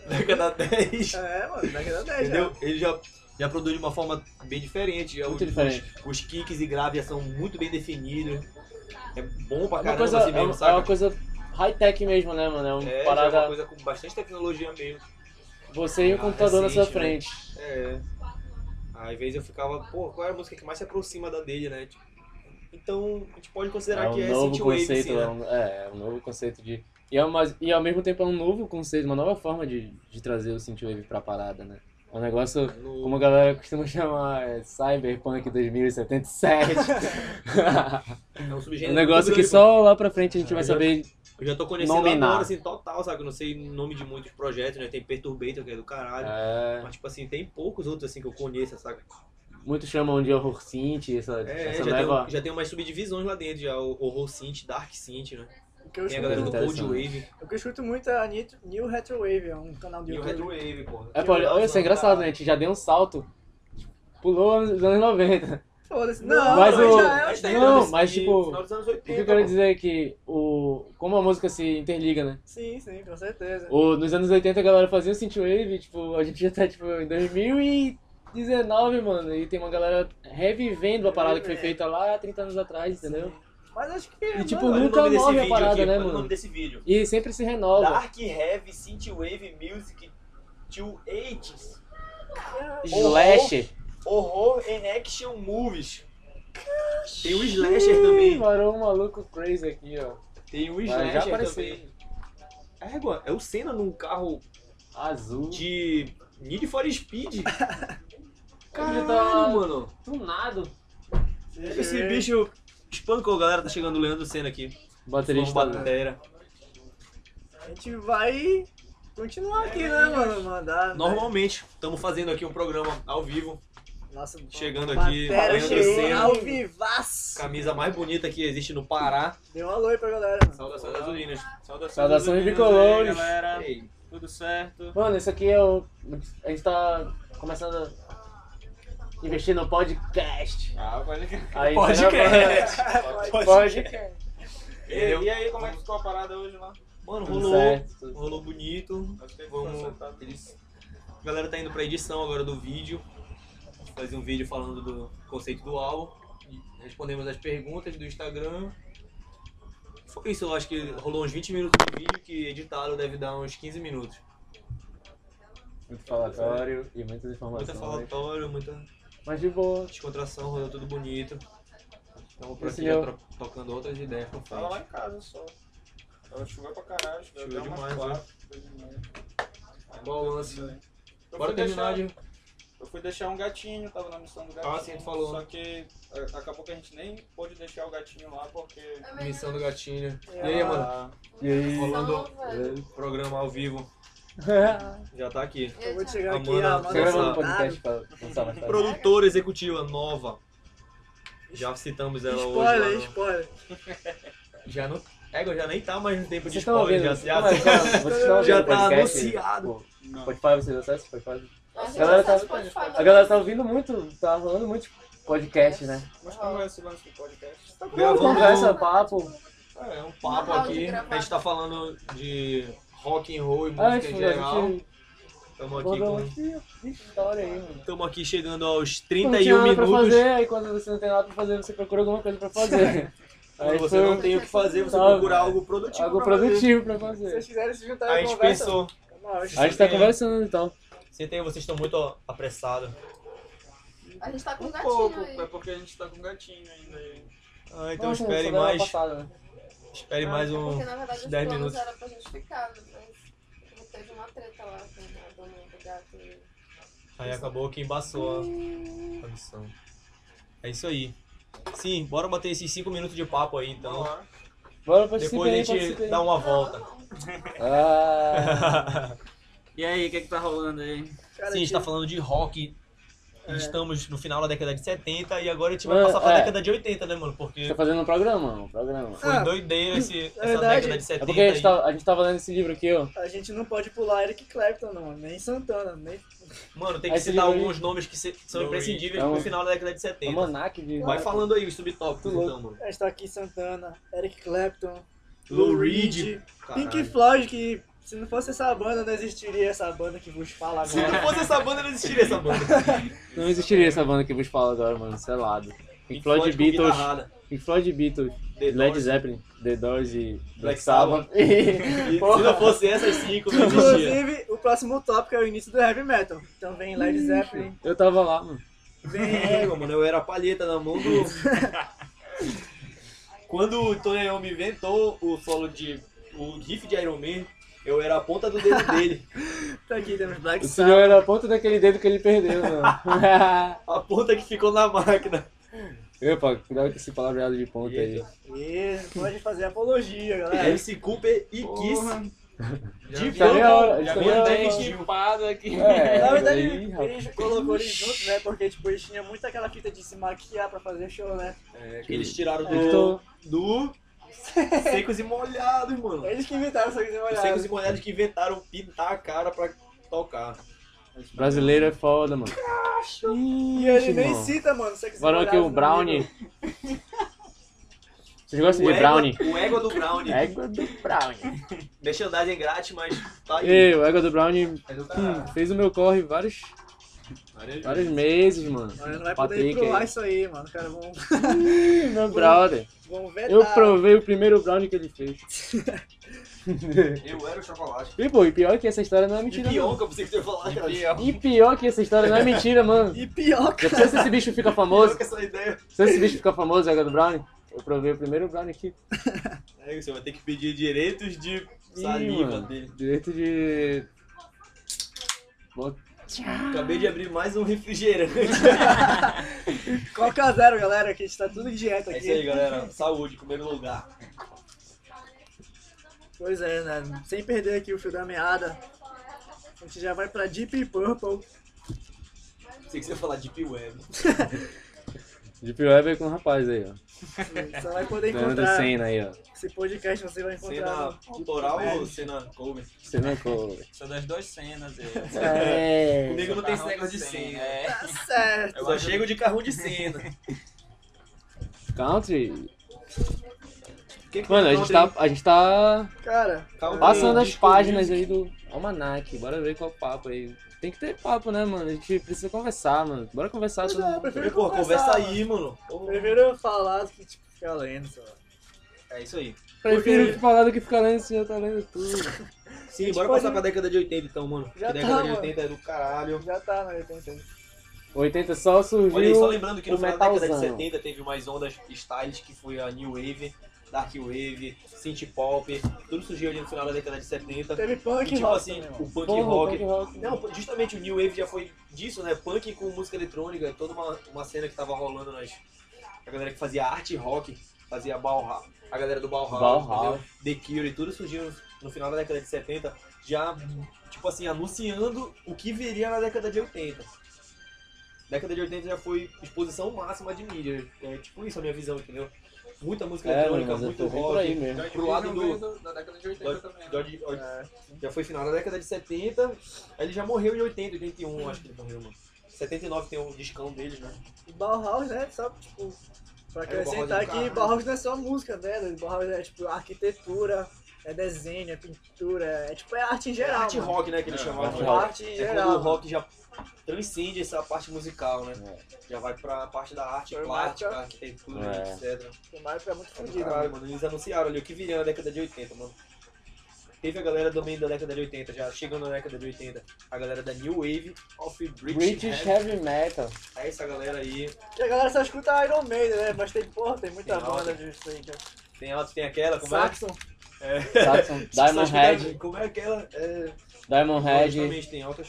Speaker 3: década 10.
Speaker 1: É, mano, década 10 já.
Speaker 3: Entendeu? Ele já, já produz de uma forma bem diferente. já
Speaker 2: Muito
Speaker 3: os,
Speaker 2: diferente.
Speaker 3: Os, os kicks e graves já são muito bem definidos. É bom
Speaker 2: É
Speaker 3: pra
Speaker 2: uma
Speaker 3: caramba
Speaker 2: coisa,
Speaker 3: assim
Speaker 2: é
Speaker 3: mesmo,
Speaker 2: uma, é uma
Speaker 3: saca?
Speaker 2: coisa high-tech mesmo, né, mano? É uma
Speaker 3: É, já é uma
Speaker 2: parada.
Speaker 3: coisa com bastante tecnologia mesmo.
Speaker 2: Você e o
Speaker 3: Ah,
Speaker 2: computador na sua
Speaker 3: recente, né?
Speaker 2: frente.
Speaker 3: É. Às vezes eu ficava, pô, qual é a música que mais se aproxima da dele, né? Tipo, Então, a gente pode considerar
Speaker 2: É um
Speaker 3: que é
Speaker 2: novo
Speaker 3: synthwave,
Speaker 2: conceito,
Speaker 3: sim,
Speaker 2: é,
Speaker 3: né?
Speaker 2: um, é, é um novo conceito de. E, é uma- e ao mesmo tempo é um novo conceito, uma nova forma de, de trazer o Synthwave pra parada, né? É um negócio,
Speaker 3: No-
Speaker 2: como a galera costuma chamar, é Cyberpunk 2077.
Speaker 3: é um subgênero
Speaker 2: um negócio
Speaker 3: muito
Speaker 2: que
Speaker 3: grande,
Speaker 2: só lá pra frente a gente vai
Speaker 3: Eu já-
Speaker 2: saber.
Speaker 3: Eu já tô conhecendo
Speaker 2: nominar.
Speaker 3: agora, assim, total, sabe? Eu não sei nome de muitos projetos, né? Tem Perturbator, que é do caralho.
Speaker 2: É,
Speaker 3: Mas, tipo assim, tem poucos outros, assim, que eu conheço, saca?
Speaker 2: muitos chamam de horror synth, essa,
Speaker 3: É,
Speaker 2: essa
Speaker 3: já,
Speaker 2: leva.
Speaker 3: tem, já tem umas subdivisões lá dentro, já o horror synth, dark synth, né?
Speaker 1: O que eu
Speaker 3: Tem a galera do
Speaker 1: escuto,
Speaker 3: cold
Speaker 2: Interessante.
Speaker 3: wave
Speaker 1: o que eu escuto muito é a Nit- New Retro Wave, é um canal de
Speaker 3: e o
Speaker 1: YouTube.
Speaker 3: retro wave, pô.
Speaker 2: É, pô, olha, isso é engraçado, né? A gente já deu um salto. Pulou os anos 90.
Speaker 1: Foda-se. Não,
Speaker 2: mas o-
Speaker 1: já é
Speaker 3: a
Speaker 1: o
Speaker 3: gente tá
Speaker 1: tempo.
Speaker 2: não,
Speaker 3: entrando
Speaker 2: mas,
Speaker 3: nesse
Speaker 2: tipo,
Speaker 3: final dos anos
Speaker 2: O que
Speaker 3: 80,
Speaker 2: eu quero
Speaker 3: pô.
Speaker 2: dizer é que o, como a música se interliga, né?
Speaker 1: Sim, sim, com certeza.
Speaker 2: O- nos anos 80 a galera fazia o Synthwave, tipo, a gente já tá tipo, em 2019, mano, e tem uma galera revivendo a parada
Speaker 3: É.
Speaker 2: que foi feita lá 30 anos atrás, entendeu?
Speaker 1: Mas acho que.
Speaker 2: E, tipo,
Speaker 1: mano, é
Speaker 3: Olha o
Speaker 2: nunca
Speaker 3: nome desse
Speaker 2: morre a
Speaker 3: vídeo
Speaker 2: parada,
Speaker 3: aqui,
Speaker 2: né,
Speaker 3: olha o
Speaker 2: mano?
Speaker 3: nome desse vídeo.
Speaker 2: E sempre se renova.
Speaker 3: Dark Heavy Synthwave Music to 80s oh,
Speaker 2: Slasher.
Speaker 3: Horror and Action Movies. Tem o Slasher também.
Speaker 2: Ih, varou um maluco crazy aqui, ó.
Speaker 3: Tem o
Speaker 2: Mas
Speaker 3: Slasher
Speaker 2: já apareceu.
Speaker 3: também. É, mano, é o Senna num carro
Speaker 2: Azul.
Speaker 3: de Need for Speed.
Speaker 2: Caralho,
Speaker 3: Caralho,
Speaker 2: tá-
Speaker 3: mano.
Speaker 2: Tunado.
Speaker 3: Esse bicho espancou, galera. Tá chegando o
Speaker 2: né?
Speaker 3: Leandro Senna aqui.
Speaker 2: Baterista.
Speaker 3: Vamos, batera.
Speaker 1: A gente vai Continuar aqui, né, mano? Mandar.
Speaker 3: Normalmente, estamos fazendo aqui um programa ao vivo.
Speaker 1: Nossa,
Speaker 3: Chegando
Speaker 1: Batera
Speaker 3: aqui, Leandro
Speaker 1: chegou
Speaker 3: Senna.
Speaker 1: ao vivaço.
Speaker 3: Camisa mais bonita que existe no Pará.
Speaker 1: Deu um alô aí pra galera, mano.
Speaker 3: Saudações das Urinas.
Speaker 4: Saudações,
Speaker 2: Saudações
Speaker 4: aos meninos
Speaker 2: bicolores.
Speaker 4: aí, galera.
Speaker 3: Ei,
Speaker 4: Tudo certo?
Speaker 2: Mano, isso aqui é o. A gente tá começando a investir no podcast.
Speaker 4: Ah, pode crer.
Speaker 2: Aí, tá
Speaker 3: Podcast.
Speaker 2: Pode. Pode.
Speaker 4: E,
Speaker 3: Entendeu?
Speaker 4: e aí, como é que ficou a parada hoje lá?
Speaker 3: Mano,
Speaker 2: Tudo
Speaker 3: rolou.
Speaker 2: certo. tudo
Speaker 3: Rolou bonito.
Speaker 4: Gostei do
Speaker 3: Vamos-
Speaker 4: conceito.
Speaker 3: eles- A galera tá indo pra edição agora do vídeo. A gente fazia um vídeo falando do conceito do álbum. E Respondemos as perguntas do Instagram. Foi isso, eu acho que rolou uns 20 minutos de vídeo que editado deve dar uns 15 minutos.
Speaker 2: Muito falatório e muitas informações.
Speaker 3: Muita falatório, muita
Speaker 2: Mas de boa.
Speaker 3: descontração, rolou tudo bonito. Estamos por
Speaker 2: Esse
Speaker 3: aqui já
Speaker 2: eu-
Speaker 3: tro- tocando outras ideias pra
Speaker 4: Tava lá
Speaker 3: frente.
Speaker 4: em casa só. Tava choveu pra caralho, choveu né?
Speaker 3: Choveu
Speaker 4: até umas
Speaker 3: demais,
Speaker 4: quatro, três e meia. Aí
Speaker 3: Qual o
Speaker 4: não
Speaker 3: lance?
Speaker 4: deu, né? Eu
Speaker 3: Tá Bora
Speaker 4: fui deixar-
Speaker 3: terminar de.
Speaker 4: Eu fui deixar um gatinho, tava na missão do gatinho.
Speaker 3: Ah, sim, tu falou.
Speaker 4: Só que é, acabou que a gente nem pôde deixar o gatinho lá porque. tá-
Speaker 3: Missão do Gatinho. E
Speaker 4: Ah.
Speaker 3: aí, mano?
Speaker 2: E aí?
Speaker 3: Rolando
Speaker 5: Salva.
Speaker 3: programa ao vivo já tá aqui.
Speaker 1: Eu vou
Speaker 5: Eu
Speaker 1: chegar aqui, ah,
Speaker 3: Amanda, tá
Speaker 1: a
Speaker 2: Você gravando um
Speaker 1: Amanda
Speaker 2: podcast
Speaker 1: Soldado.
Speaker 2: pra lançar mais tarde.
Speaker 3: Produtora executiva nova. Já citamos ela
Speaker 1: Spoiler,
Speaker 3: hoje. lá no-
Speaker 1: spoiler.
Speaker 3: Já não. Égua, já nem tá mais no tempo de
Speaker 2: Vocês estão ouvindo?
Speaker 3: spoiler. Já,
Speaker 2: Vocês
Speaker 3: já,
Speaker 2: estão
Speaker 3: tá
Speaker 2: ouvindo? Vocês estão
Speaker 3: já
Speaker 2: ouvindo o
Speaker 3: tá
Speaker 2: podcast?
Speaker 3: anunciado.
Speaker 2: Pô,
Speaker 4: Não.
Speaker 2: Spotify, vocês acessam Spotify?
Speaker 5: acho que
Speaker 2: Galera,
Speaker 5: tá
Speaker 2: tá-
Speaker 5: Spotify,
Speaker 2: A galera tá ouvindo muito, tá rolando muito podcast, né?
Speaker 4: Mas como é esse lance do podcast?
Speaker 3: Gravando-
Speaker 2: Conversa, papo.
Speaker 3: É, é um papo
Speaker 5: Normal de
Speaker 3: um aqui.
Speaker 5: gravar.
Speaker 3: A gente tá falando de rock and roll e
Speaker 2: Ah,
Speaker 3: música em
Speaker 2: tipo,
Speaker 3: geral.
Speaker 2: a gente
Speaker 3: Tamo aqui
Speaker 2: rodou
Speaker 3: com.
Speaker 2: uma história aí, mano.
Speaker 3: Estamos aqui chegando aos
Speaker 2: Não tinha
Speaker 3: 31
Speaker 2: nada pra
Speaker 3: minutos.
Speaker 2: fazer, aí quando você não tem nada pra fazer, você procura alguma coisa pra fazer.
Speaker 3: Quando
Speaker 2: Aí
Speaker 3: você
Speaker 2: foi
Speaker 3: não tem o que fazer, você
Speaker 2: Tá,
Speaker 3: procura
Speaker 2: velho.
Speaker 3: algo produtivo.
Speaker 2: algo
Speaker 3: pra fazer.
Speaker 2: produtivo pra
Speaker 1: Se
Speaker 2: fazer.
Speaker 1: vocês quiserem se juntar
Speaker 3: A
Speaker 1: e
Speaker 3: gente
Speaker 1: conversa,
Speaker 3: pensou.
Speaker 1: tá na hora.
Speaker 2: A gente tá
Speaker 3: Sim.
Speaker 2: conversando e tal.
Speaker 3: Sentem, vocês estão muito ó, apressados.
Speaker 5: A gente tá com
Speaker 4: Um
Speaker 5: gatinho
Speaker 4: pouco,
Speaker 5: aí.
Speaker 4: é porque a gente tá com gatinho ainda aí.
Speaker 3: Ah, então
Speaker 2: Nossa,
Speaker 3: espere
Speaker 2: semana
Speaker 3: mais.
Speaker 2: passada, né?
Speaker 3: Espere mais
Speaker 5: É
Speaker 3: um.
Speaker 5: Porque na verdade os
Speaker 3: 10
Speaker 5: planos
Speaker 3: minutos.
Speaker 5: era pra gente ficar, mas teve uma treta lá com a dona do gato. e-
Speaker 3: Aí acabou que embaçou a- a missão. É isso aí. Sim, bora bater esses 5 minutos de papo aí então.
Speaker 4: Bora.
Speaker 2: Bora participar
Speaker 3: Depois a
Speaker 2: aí,
Speaker 3: gente
Speaker 2: participa
Speaker 3: dá um-
Speaker 2: aí.
Speaker 3: uma volta.
Speaker 5: Não, não.
Speaker 2: Ah,
Speaker 4: E aí, o que que tá rolando aí?
Speaker 1: Cara,
Speaker 3: Sim, a gente tá falando de rock.
Speaker 1: É.
Speaker 3: Estamos no final da década de 70 e agora a gente vai
Speaker 2: É,
Speaker 3: passar pra
Speaker 2: é.
Speaker 3: década de 80, né, mano?
Speaker 2: a gente
Speaker 3: Porque
Speaker 2: tá fazendo um programa, um programa.
Speaker 1: Ah,
Speaker 3: foi doideira esse, essa
Speaker 1: verdade.
Speaker 3: década de 70.
Speaker 2: É porque a
Speaker 3: aí.
Speaker 2: gente, tá, a gente tava lendo esse livro aqui, ó.
Speaker 1: A gente não pode pular Eric Clapton, não. Nem Santana, nem...
Speaker 3: Mano, tem que
Speaker 2: Esse
Speaker 3: citar
Speaker 2: livro aí-
Speaker 3: alguns nomes que se- que são
Speaker 4: Doido.
Speaker 3: imprescindíveis
Speaker 2: É um-
Speaker 3: pro final da década de
Speaker 2: É
Speaker 3: 70.
Speaker 2: um manac de...
Speaker 3: tá. Vai falando aí os subtópicos
Speaker 2: Muito
Speaker 3: então, mano.
Speaker 1: A gente tá aqui Santana, Eric Clapton,
Speaker 3: Lou Reed.
Speaker 1: Pink
Speaker 3: Caralho.
Speaker 1: Floyd, que se não fosse essa banda, não existiria essa banda que vos fala
Speaker 3: Se não
Speaker 1: agora.
Speaker 3: fosse essa banda, não existiria essa banda.
Speaker 2: Não existiria essa banda que vos falo agora, mano. Selado. Pink Floyd,
Speaker 3: com
Speaker 2: Beatles,
Speaker 3: guitarrada.
Speaker 2: Pink Floyd, Beatles,
Speaker 3: The
Speaker 2: Led
Speaker 3: Doors.
Speaker 2: Zeppelin, The Doors e Black
Speaker 3: Sabbath.
Speaker 2: Sabbath.
Speaker 3: Se
Speaker 2: Porra.
Speaker 3: não fosse essas cinco, não existia.
Speaker 1: Inclusive, o próximo tópico é o início do heavy metal. Então vem Led Zeppelin,
Speaker 2: Eu tava lá, mano.
Speaker 1: vem...
Speaker 3: É, mano, eu era a palheta na mão do. Quando o Tony Iommi inventou o solo de. o riff de Iron Man, eu era a ponta do dedo dele.
Speaker 1: Tá aqui, temos Black
Speaker 2: O
Speaker 1: Sabbath.
Speaker 2: senhor era a ponta daquele dedo que ele perdeu, mano.
Speaker 3: A ponta que ficou na máquina.
Speaker 2: Epa, cuidado com esse palavreado de ponta aí.
Speaker 1: Isso, pode fazer apologia, galera.
Speaker 3: MC Cooper e
Speaker 4: Porra.
Speaker 3: Kiss.
Speaker 4: Já
Speaker 3: De
Speaker 4: vi-
Speaker 2: Tá
Speaker 4: um
Speaker 2: meia
Speaker 3: plantão.
Speaker 2: hora,
Speaker 4: Já
Speaker 2: tá
Speaker 4: vem
Speaker 2: meia
Speaker 4: até
Speaker 2: hora.
Speaker 4: equipado aqui.
Speaker 2: É,
Speaker 1: Na verdade,
Speaker 2: aí,
Speaker 1: ele,
Speaker 2: rapaz.
Speaker 1: ele colocou eles juntos, né? Porque, tipo, eles tinham muito aquela fita de se maquiar pra fazer show, né?
Speaker 3: É, que eles tiraram
Speaker 2: Eu tô-
Speaker 3: do. do. Secos e molhados, mano.
Speaker 1: Eles que inventaram essa coisa
Speaker 3: Os
Speaker 1: molhada.
Speaker 3: secos e molhados que inventaram pintar a cara pra tocar.
Speaker 2: Brasileiro é foda, mano.
Speaker 1: E ele
Speaker 2: Ixi,
Speaker 1: nem
Speaker 2: mano.
Speaker 1: cita, mano. Sexo
Speaker 2: Agora aqui o brownie. Vocês gostam de
Speaker 3: égua-
Speaker 2: brownie? É.
Speaker 3: O égua do brownie.
Speaker 2: Égua do brownie.
Speaker 3: Merchandising grátis, mas tá aí.
Speaker 2: Ei, o égua do brownie
Speaker 4: É do
Speaker 2: hum,
Speaker 4: caralho.
Speaker 2: fez o meu corre vários,
Speaker 3: Várias
Speaker 2: vários meses, mano.
Speaker 1: Olha, não vai poder
Speaker 2: Patrick
Speaker 1: provar
Speaker 2: aí.
Speaker 1: isso aí, mano. Cara, vão,
Speaker 2: Ih, Meu brother.
Speaker 1: vão vetar.
Speaker 2: Eu provei o primeiro brownie que ele fez.
Speaker 4: Eu era o chocolate.
Speaker 2: E, pô, e pior que essa história não é
Speaker 3: De
Speaker 2: mentira, não.
Speaker 3: pionca, pra você que ter falado, cara.
Speaker 4: Pior.
Speaker 2: E pior que essa história não é mentira, mano.
Speaker 1: E pior, cara.
Speaker 2: Depois se esse bicho fica famoso,
Speaker 3: Pionca, essa ideia.
Speaker 2: se esse bicho fica famoso, égua do brownie, eu provei o primeiro brownie aqui.
Speaker 3: É, você vai ter que pedir direitos de
Speaker 2: Ih,
Speaker 3: saliva
Speaker 2: mano,
Speaker 3: dele.
Speaker 2: Direito de... Bota-
Speaker 3: Acabei de abrir mais um refrigerante.
Speaker 1: Coca é zero, galera. Que a gente tá tudo em dieta
Speaker 3: É
Speaker 1: aqui.
Speaker 3: isso aí, galera. Saúde, em primeiro lugar.
Speaker 1: Pois é, né? Sem perder aqui o fio da meada. A gente já vai pra Deep Purple.
Speaker 3: Sei que você ia falar Deep Web.
Speaker 2: Deep Web é com o rapaz aí, ó.
Speaker 1: Você vai poder
Speaker 2: Leandro
Speaker 1: encontrar.
Speaker 2: Senna aí, ó.
Speaker 1: Esse podcast você vai encontrar.
Speaker 3: Cena autoral ou cena cover?
Speaker 2: Senna Cole.
Speaker 4: São das duas cenas. É.
Speaker 2: É.
Speaker 3: Comigo não tem esse
Speaker 4: Carrão
Speaker 3: negócio de cena.
Speaker 4: É.
Speaker 1: Tá certo.
Speaker 3: Eu só chego de carro de cena.
Speaker 2: Country?
Speaker 3: Que é que
Speaker 2: Mano, a
Speaker 3: tem
Speaker 2: gente
Speaker 3: country?
Speaker 2: tá, a gente tá
Speaker 1: Cara,
Speaker 3: Country,
Speaker 2: passando as
Speaker 3: disco,
Speaker 2: páginas
Speaker 3: music.
Speaker 2: aí do Almanac. Bora ver qual é o papo aí. Tem que ter papo, né, mano? A gente precisa conversar, mano. Bora conversar.
Speaker 1: Pois
Speaker 2: Todo...
Speaker 1: é, eu prefiro
Speaker 3: Pô,
Speaker 1: conversar,
Speaker 3: conversa aí, mano.
Speaker 1: mano. Prefiro falar do que tipo, ficar lendo, sei lá.
Speaker 3: É isso aí.
Speaker 2: Prefiro
Speaker 1: Porque-
Speaker 2: falar do que ficar lendo, você já tá lendo tudo.
Speaker 3: Sim,
Speaker 1: gente
Speaker 3: bora
Speaker 1: pode-
Speaker 3: passar pra década de 80 então, mano.
Speaker 1: Já tá,
Speaker 3: que década de
Speaker 1: mano.
Speaker 3: 80 é do caralho.
Speaker 1: Já tá, né? Tem, tem.
Speaker 2: 80 só surgiu.
Speaker 3: Olha aí, só lembrando que no
Speaker 2: o
Speaker 3: final da década de
Speaker 2: metalzão.
Speaker 3: 70 teve umas ondas styles que foi a New Wave, Dark Wave, Synth Pop, tudo surgiu ali no final da década de 70.
Speaker 1: Teve
Speaker 3: E,
Speaker 1: punk
Speaker 3: tipo
Speaker 1: rock
Speaker 3: assim,
Speaker 1: também, mano.
Speaker 3: o punk
Speaker 2: Porra,
Speaker 3: rock.
Speaker 2: punk rock.
Speaker 3: Não, justamente o New Wave já foi disso, né? Punk com música eletrônica, toda uma, uma cena que tava rolando nas. A galera que fazia arte rock, fazia Bauhaus, a galera do
Speaker 1: É
Speaker 3: Bauhaus,
Speaker 2: Bauhaus.
Speaker 3: entendeu? The Cure, tudo surgiu no, no final da década de 70, já, tipo assim, anunciando o que viria na década de 80. Década de 80 já foi exposição máxima de mídia, é tipo isso a minha visão, entendeu? Muita música
Speaker 2: É, mano,
Speaker 3: eletrônica,
Speaker 2: mas
Speaker 3: muito
Speaker 2: eu tô bem por aí
Speaker 3: rock,
Speaker 2: mesmo.
Speaker 3: pro lado do-
Speaker 4: Da década de 80 também. né?
Speaker 3: George, George-
Speaker 1: É.
Speaker 3: já foi final da década de 70, aí ele já morreu em 80, 81, acho que ele morreu, mano. 79 tem um discão deles, né?
Speaker 1: E Bauhaus, né? Só, tipo, pra acrescentar
Speaker 3: Bauhaus é um
Speaker 1: aqui,
Speaker 3: carro,
Speaker 1: Bauhaus não é só música, né? Bauhaus é, tipo, arquitetura, é desenho, é pintura, é, tipo, é arte em geral.
Speaker 3: arte
Speaker 1: mano.
Speaker 3: rock, né, que eles
Speaker 4: É,
Speaker 3: chamavam.
Speaker 2: arte
Speaker 1: Tipo,
Speaker 3: né?
Speaker 2: rock.
Speaker 1: arte em
Speaker 3: É quando o
Speaker 1: geral.
Speaker 3: rock já transcende essa parte musical, né? Já vai pra parte da arte
Speaker 1: Foi
Speaker 3: plástica,
Speaker 1: marca.
Speaker 3: arquitetura,
Speaker 2: É.
Speaker 3: etc.
Speaker 1: O Mario é muito
Speaker 3: É do
Speaker 1: fodido,
Speaker 3: caralho,
Speaker 1: mano.
Speaker 3: mano. Eles anunciaram ali o que viria na década de 80, mano. Teve a galera também da década de 80, já chegando na década de 80, a galera da New Wave of British,
Speaker 2: British
Speaker 3: Heavy.
Speaker 2: Heavy Metal.
Speaker 3: É essa galera aí.
Speaker 1: Que a galera só escuta Iron Maiden, né? Mas tem, porra, tem muita
Speaker 3: Tem
Speaker 1: banda
Speaker 3: rock.
Speaker 1: disso aí, cara.
Speaker 3: Tem a outra, tem aquela, como
Speaker 1: Saxon.
Speaker 3: é? É.
Speaker 2: Saxon, Diamond
Speaker 3: Sabe,
Speaker 2: Head.
Speaker 3: Como é aquela? É...
Speaker 2: Diamond Head.
Speaker 3: Justamente tem outras.